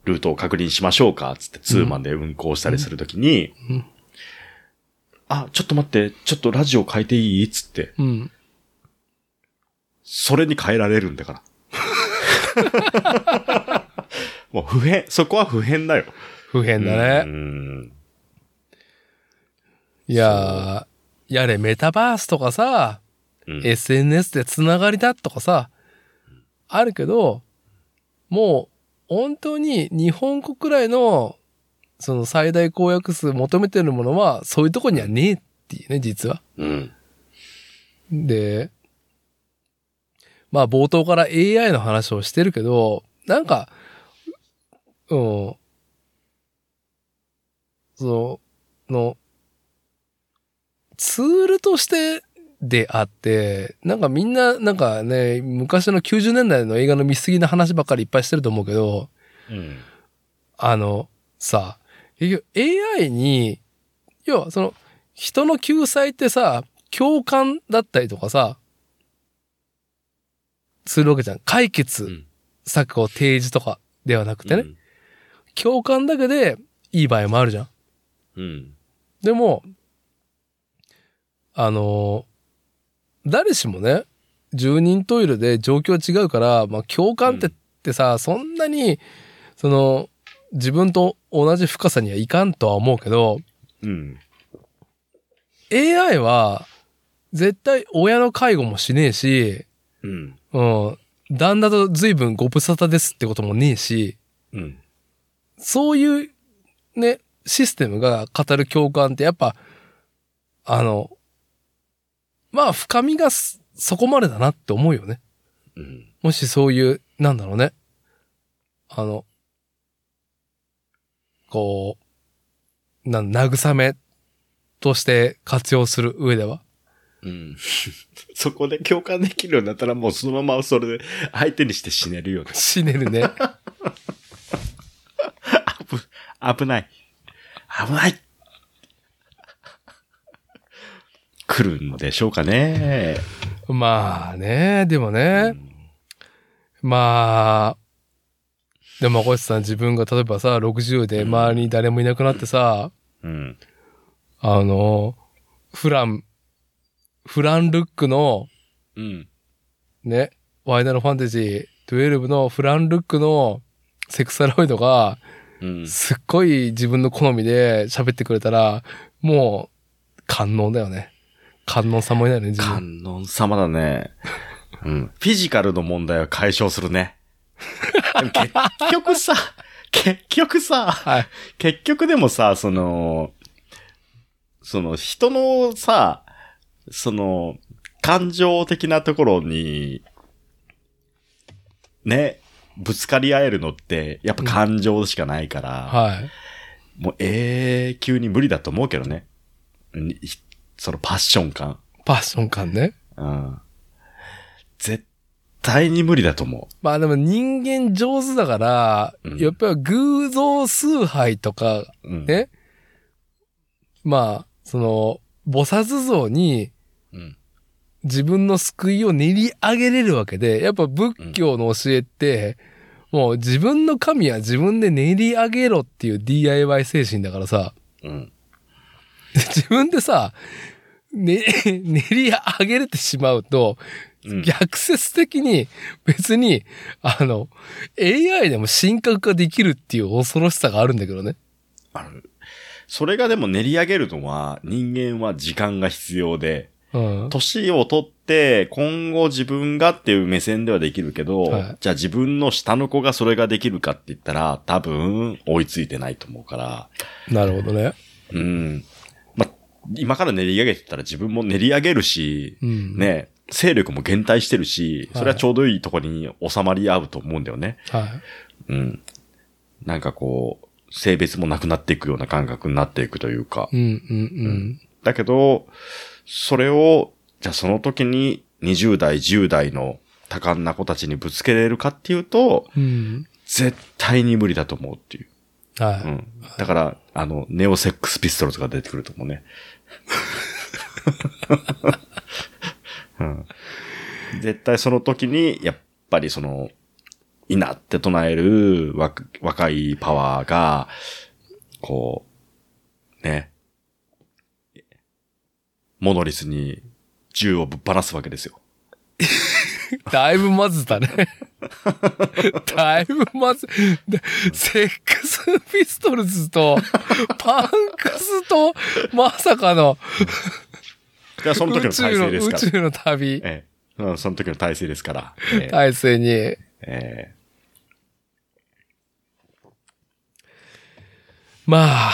S2: ルートを確認しましょうか、つってツーマンで運行したりするときに、
S1: うん
S2: あ、ちょっと待って、ちょっとラジオ変えていいつって、
S1: うん。
S2: それに変えられるんだから。 もう不変、そこは不変だよ。
S1: 不変だ
S2: う
S1: ね。
S2: ん。
S1: いやー、やれ、メタバースとかさ、
S2: うん、
S1: SNS でつながりだとかさ、あるけど、もう本当に日本国くらいのその最大公約数求めてるものはそういうとこにはねえっていうね、実は。
S2: うん。
S1: で、まあ冒頭から AI の話をしてるけど、なんか、うん、その、の、ツールとしてであって、なんかみんな、なんかね、昔の90年代の映画の見過ぎな話ばっかりいっぱいしてると思うけど、
S2: うん。
S1: あの、さ、結局 AI に、要はその、人の救済ってさ、共感だったりとかさ、するわけじゃん。解
S2: う
S1: 決
S2: ん
S1: 策を提示とかではなくてね、共感だけでいい場合もあるじゃん。
S2: うん。
S1: でも、あのー誰しもね、住人トイレで状況違うから、まあ共感って,、
S2: うん
S1: ってさ、そんなに、その、自分と同じ深さにはいかんとは思うけど、
S2: うん。
S1: AI は、絶対親の介護もしねえし、
S2: うん。
S1: うん、旦那と随分ご無沙汰ですってこともねえし、
S2: うん。
S1: そういうね、システムが語る共感ってやっぱ、あの、まあ深みがすそこまでだなって思うよね。
S2: うん。
S1: もしそういう、なんだろうね。あの、こう、なん、慰めとして活用する上では。
S2: うん。 そこで共感できるようになったらもうそのままそれで相手にして死ねるよね。
S1: 死ねるね。
S2: あぶ、危ない。危ない来るんでしょうかね。
S1: まあね、でもね、まあ、でも、小石さん自分が例えばさ、60で周りに誰もいなくなってさ、
S2: うん。
S1: あの、フラン、フランルックの、
S2: うん。
S1: ね、ワイナルファンタジー12のフランルックのセクサロイドが、
S2: うん。
S1: すっごい自分の好みで喋ってくれたら、もう、観音だよね。観音様になるね、自分。
S2: 観音様だ ね。うん。フィジカルの問題は解消する ね。でも結局さ、結局さ、
S1: はい。
S2: 結局でもさ、その、その人のさ、その、感情的なところに、ね、ぶつかり合えるのって、やっぱ感情しかないから、
S1: はい。
S2: もう永久に無理だと思うけどね。にひそのパッション感。
S1: パッション感ね。
S2: うん。絶対に無理だと思
S1: まあでも人間上手だから、
S2: うん
S1: やっぱり偶像崇拝とか、
S2: う。うん、
S1: ね、まあ、その、菩薩像に
S2: うん。
S1: 自分の救いを練り上げれるわけで、やっぱ仏教の教えって、もう自分の神は自分で練り上げろっていう DIY 精神だからさ、
S2: うん。
S1: 自分でさ、ね、 練り上げれてしまうと、
S2: うん
S1: 逆説的に別に、あの、AI でも神格化できるっていう恐ろしさがあるんだけどね。
S2: ある。それがでも練り上げるのは、人間は時間が必要で、
S1: うん。
S2: 年を取って、今後自分がっていう目線ではできるけど、
S1: はい
S2: じゃあ自分の下の子がそれができるかって言ったら、多分追いついてないと思うから、
S1: なるほどね。
S2: うん。ま、今から練り上げてたら自分も練り上げるし、
S1: うん。。
S2: ね、勢力も減退してるし、
S1: はい
S2: それはちょうどいいところに収まり合うと思うんだよね。
S1: はい。
S2: うん。なんかこう、性別もなくなっていくような感覚になっていくというか。
S1: うんうん
S2: だけど、それを、じゃあその時に20代、10代の多感な子たちにぶつけれるかっていうと、
S1: うん。うん。
S2: 絶対に無理だと思うっていう。
S1: はい。
S2: うん。だから、あの、ネオセックスピストルズが出てくると思うね。うん。絶対その時に、やっぱりその、いいなって唱える若若いパワーが、こう、ね、モノリスに銃をぶっ放すわけですよ。
S1: だいぶまずだね。だいぶまず、でセックスピストルズと、パンクスと、まさかの、
S2: だからその時
S1: 宇
S2: の体
S1: 宙の、
S2: 制です
S1: 宇
S2: から。
S1: 宙の旅、
S2: ええうん、その時の体制ですから。ええ
S1: 体制に。
S2: ええ
S1: まあ、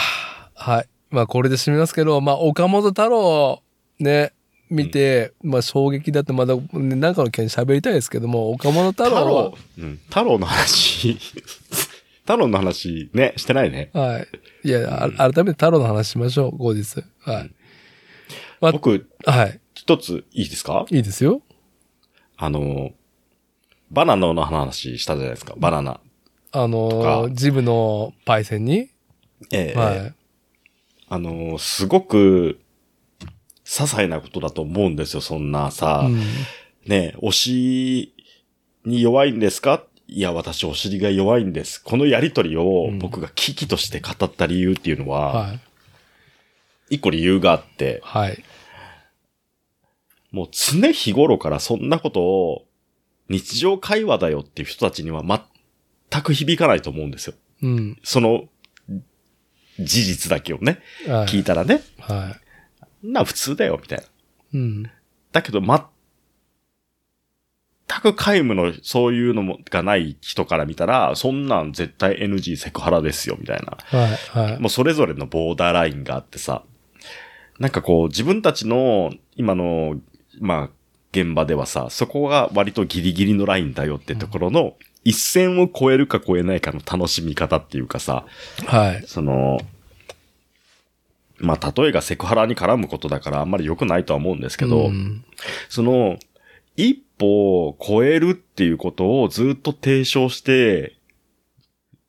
S1: はい。まあ、これで締めますけど、まあ、岡本太郎、ね、見て、まあ、衝撃だって、まだ、ね、なんかの件喋りたいですけども、岡本太
S2: 太
S1: 郎は
S2: 郎、うん、太郎の話、 太郎の話ね、してないね。
S1: はい。いや、あ改めて太郎の話しましょう、後日。はい。あ
S2: 僕、
S1: はい。
S2: 一ついいですか
S1: いいですよ。
S2: あの、バナナの話したじゃないですか、バナナ。
S1: あの
S2: か
S1: ー、ジムのパイセンに、
S2: ええ
S1: はい。
S2: あの、すごく、些細なことだと思うんですよ、そんなさ。
S1: うん
S2: ねえ、推しに弱いんですかいや、私、お尻が弱いんです。このやりとりを
S1: うん
S2: 僕が危機として語った理由っていうのは、
S1: はい。
S2: 一個理由があって、
S1: はい。
S2: もう常日頃からそんなことを日常会話だよっていう人たちには全く響かないと思うんですよ。
S1: うん。
S2: その事実だけをね、
S1: は
S2: 聞い
S1: い。
S2: たらね、
S1: は
S2: な、普通だよ、みたいな。
S1: い。うん。
S2: だけど、全く皆無のそういうのもがない人から見たら、そんなん絶対 NG セクハラですよ、みたいな。
S1: はい。はい。
S2: もうそれぞれのボーダーラインがあってさ、なんかこう自分たちの今の、まあ、現場ではさ、そこが割とギリギリのラインだよってところの、一線を超えるか超えないかの楽しみ方っていうかさ、
S1: はい。
S2: その、まあ、例えがセクハラに絡むことだからあんまり良くないとは思うんですけど、
S1: うん
S2: その、一歩を超えるっていうことをずっと提唱して、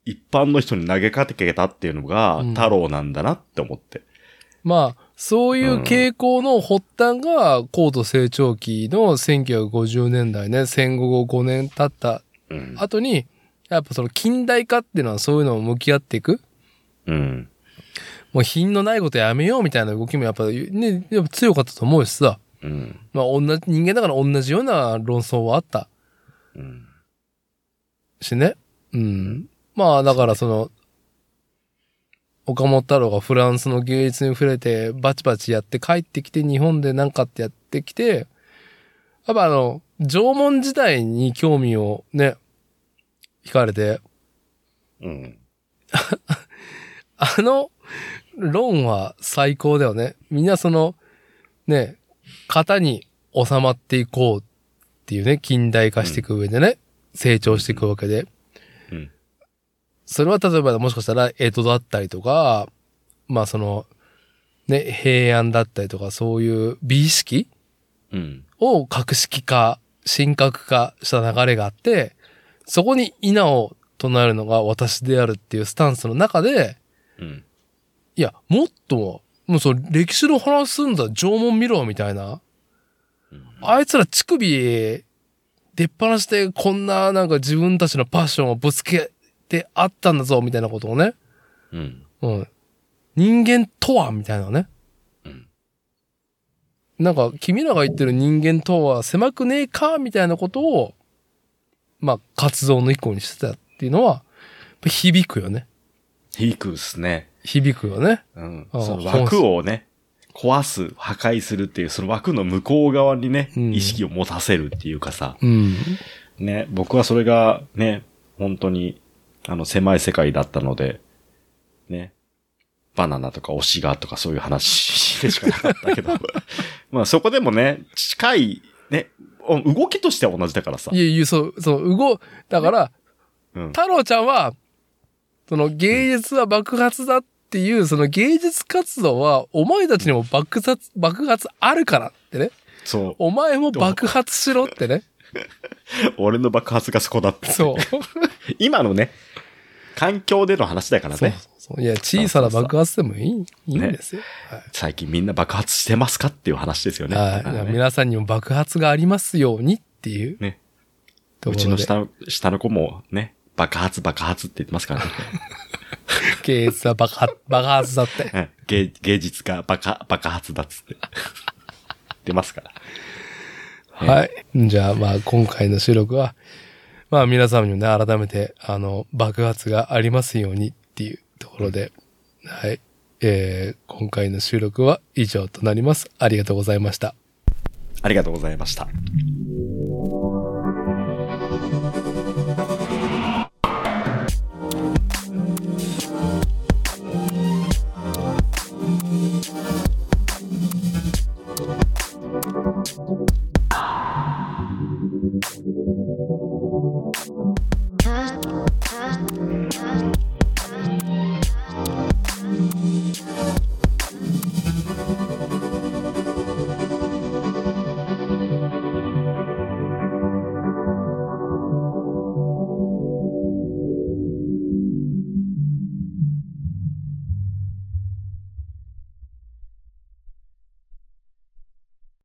S2: 一般の人に投げかけたっていうのが
S1: うん
S2: 太郎なんだなって思って。
S1: まあ、そういう傾向の発端が、高度成長期の1950年代ね、戦後5年経った
S2: うん。
S1: 後に、やっぱその近代化っていうのはそういうのを向き合っていく。
S2: うん。
S1: もう品のないことやめようみたいな動きもやっぱ、ね、やっぱ強かったと思うしさ。
S2: うん。
S1: まあ、同じ、人間だから同じような論争はあった。
S2: うん。
S1: しね。うん。まあ、だからその、岡本太郎がフランスの芸術に触れて、バチバチやって帰ってきて、日本でなんかってやってきて、やっぱあの、縄文時代に興味をね、惹かれて、
S2: うん。
S1: あの、論は最高だよね。みんなその、ね、型に収まっていこうっていうね、近代化していく上でね、成長していくわけで。
S2: うん
S1: それは例えばもしかしたら江戸だったりとか、まあその、ね、平安だったりとか、そういう美意識
S2: うん。
S1: を格式化、神格化した流れがあって、そこに稲を唱えるのが私であるっていうスタンスの中で、
S2: うん。
S1: いや、もっと、もうそう、歴史の話すんだ、縄文見ろ、みたいな。あいつら乳首、出っ放しでこんな、なんか自分たちのパッションをぶつけてあったんだぞ、みたいなことをね。
S2: うん。
S1: うん。人間とは、みたいなね。
S2: うん
S1: なんか、君らが言ってる人間とは狭くねえか、みたいなことを、まあ、活動の一個にしてたっていうのは、やっぱ響くよね。
S2: 響くっすね。
S1: 響くよね。
S2: うん。
S1: ああ
S2: その枠をね、壊す、破壊するっていう、その枠の向こう側にね、
S1: うん
S2: 意識を持たせるっていうかさ、
S1: うん。
S2: ね、僕はそれがね、本当に、あの、狭い世界だったので、ね、バナナとか推しがとかそういう話でしかなかったけ ど、まあそこでもね、近い、ね、お動きとしては同じだからさ
S1: い、やいや、そう、そう、動、だから、
S2: うん、
S1: 太郎ちゃんは、その芸術は爆発だっていう、その芸術活動は、お前たちにも爆発、爆発あるからってね。
S2: そう、
S1: お前も爆発しろってね。
S2: 俺の爆発がそこだった。
S1: そう。
S2: 今のね、環境での話だから
S1: そう
S2: ね、
S1: そう。いや、小さな爆発でもいい、いいんですよ。
S2: 最近みんな爆発してますかっていう話ですよね。
S1: はい。
S2: あ
S1: はい
S2: のね
S1: 皆さんにも爆発がありますようにっていう
S2: ね
S1: ところで。
S2: うちの下の、下の子もね、爆発爆発って言ってますからね。
S1: 芸術は 爆発、爆発だって。
S2: うん 芸芸術家爆発爆発だっつって。 出ますから。
S1: はい。じゃあ、まあ、今回の収録は、まあ、皆様にもね、改めて、あの、爆発がありますようにっていうところで、はい。えー、今回の収録は以上となります。ありがとうございました。
S2: ありがとうございました。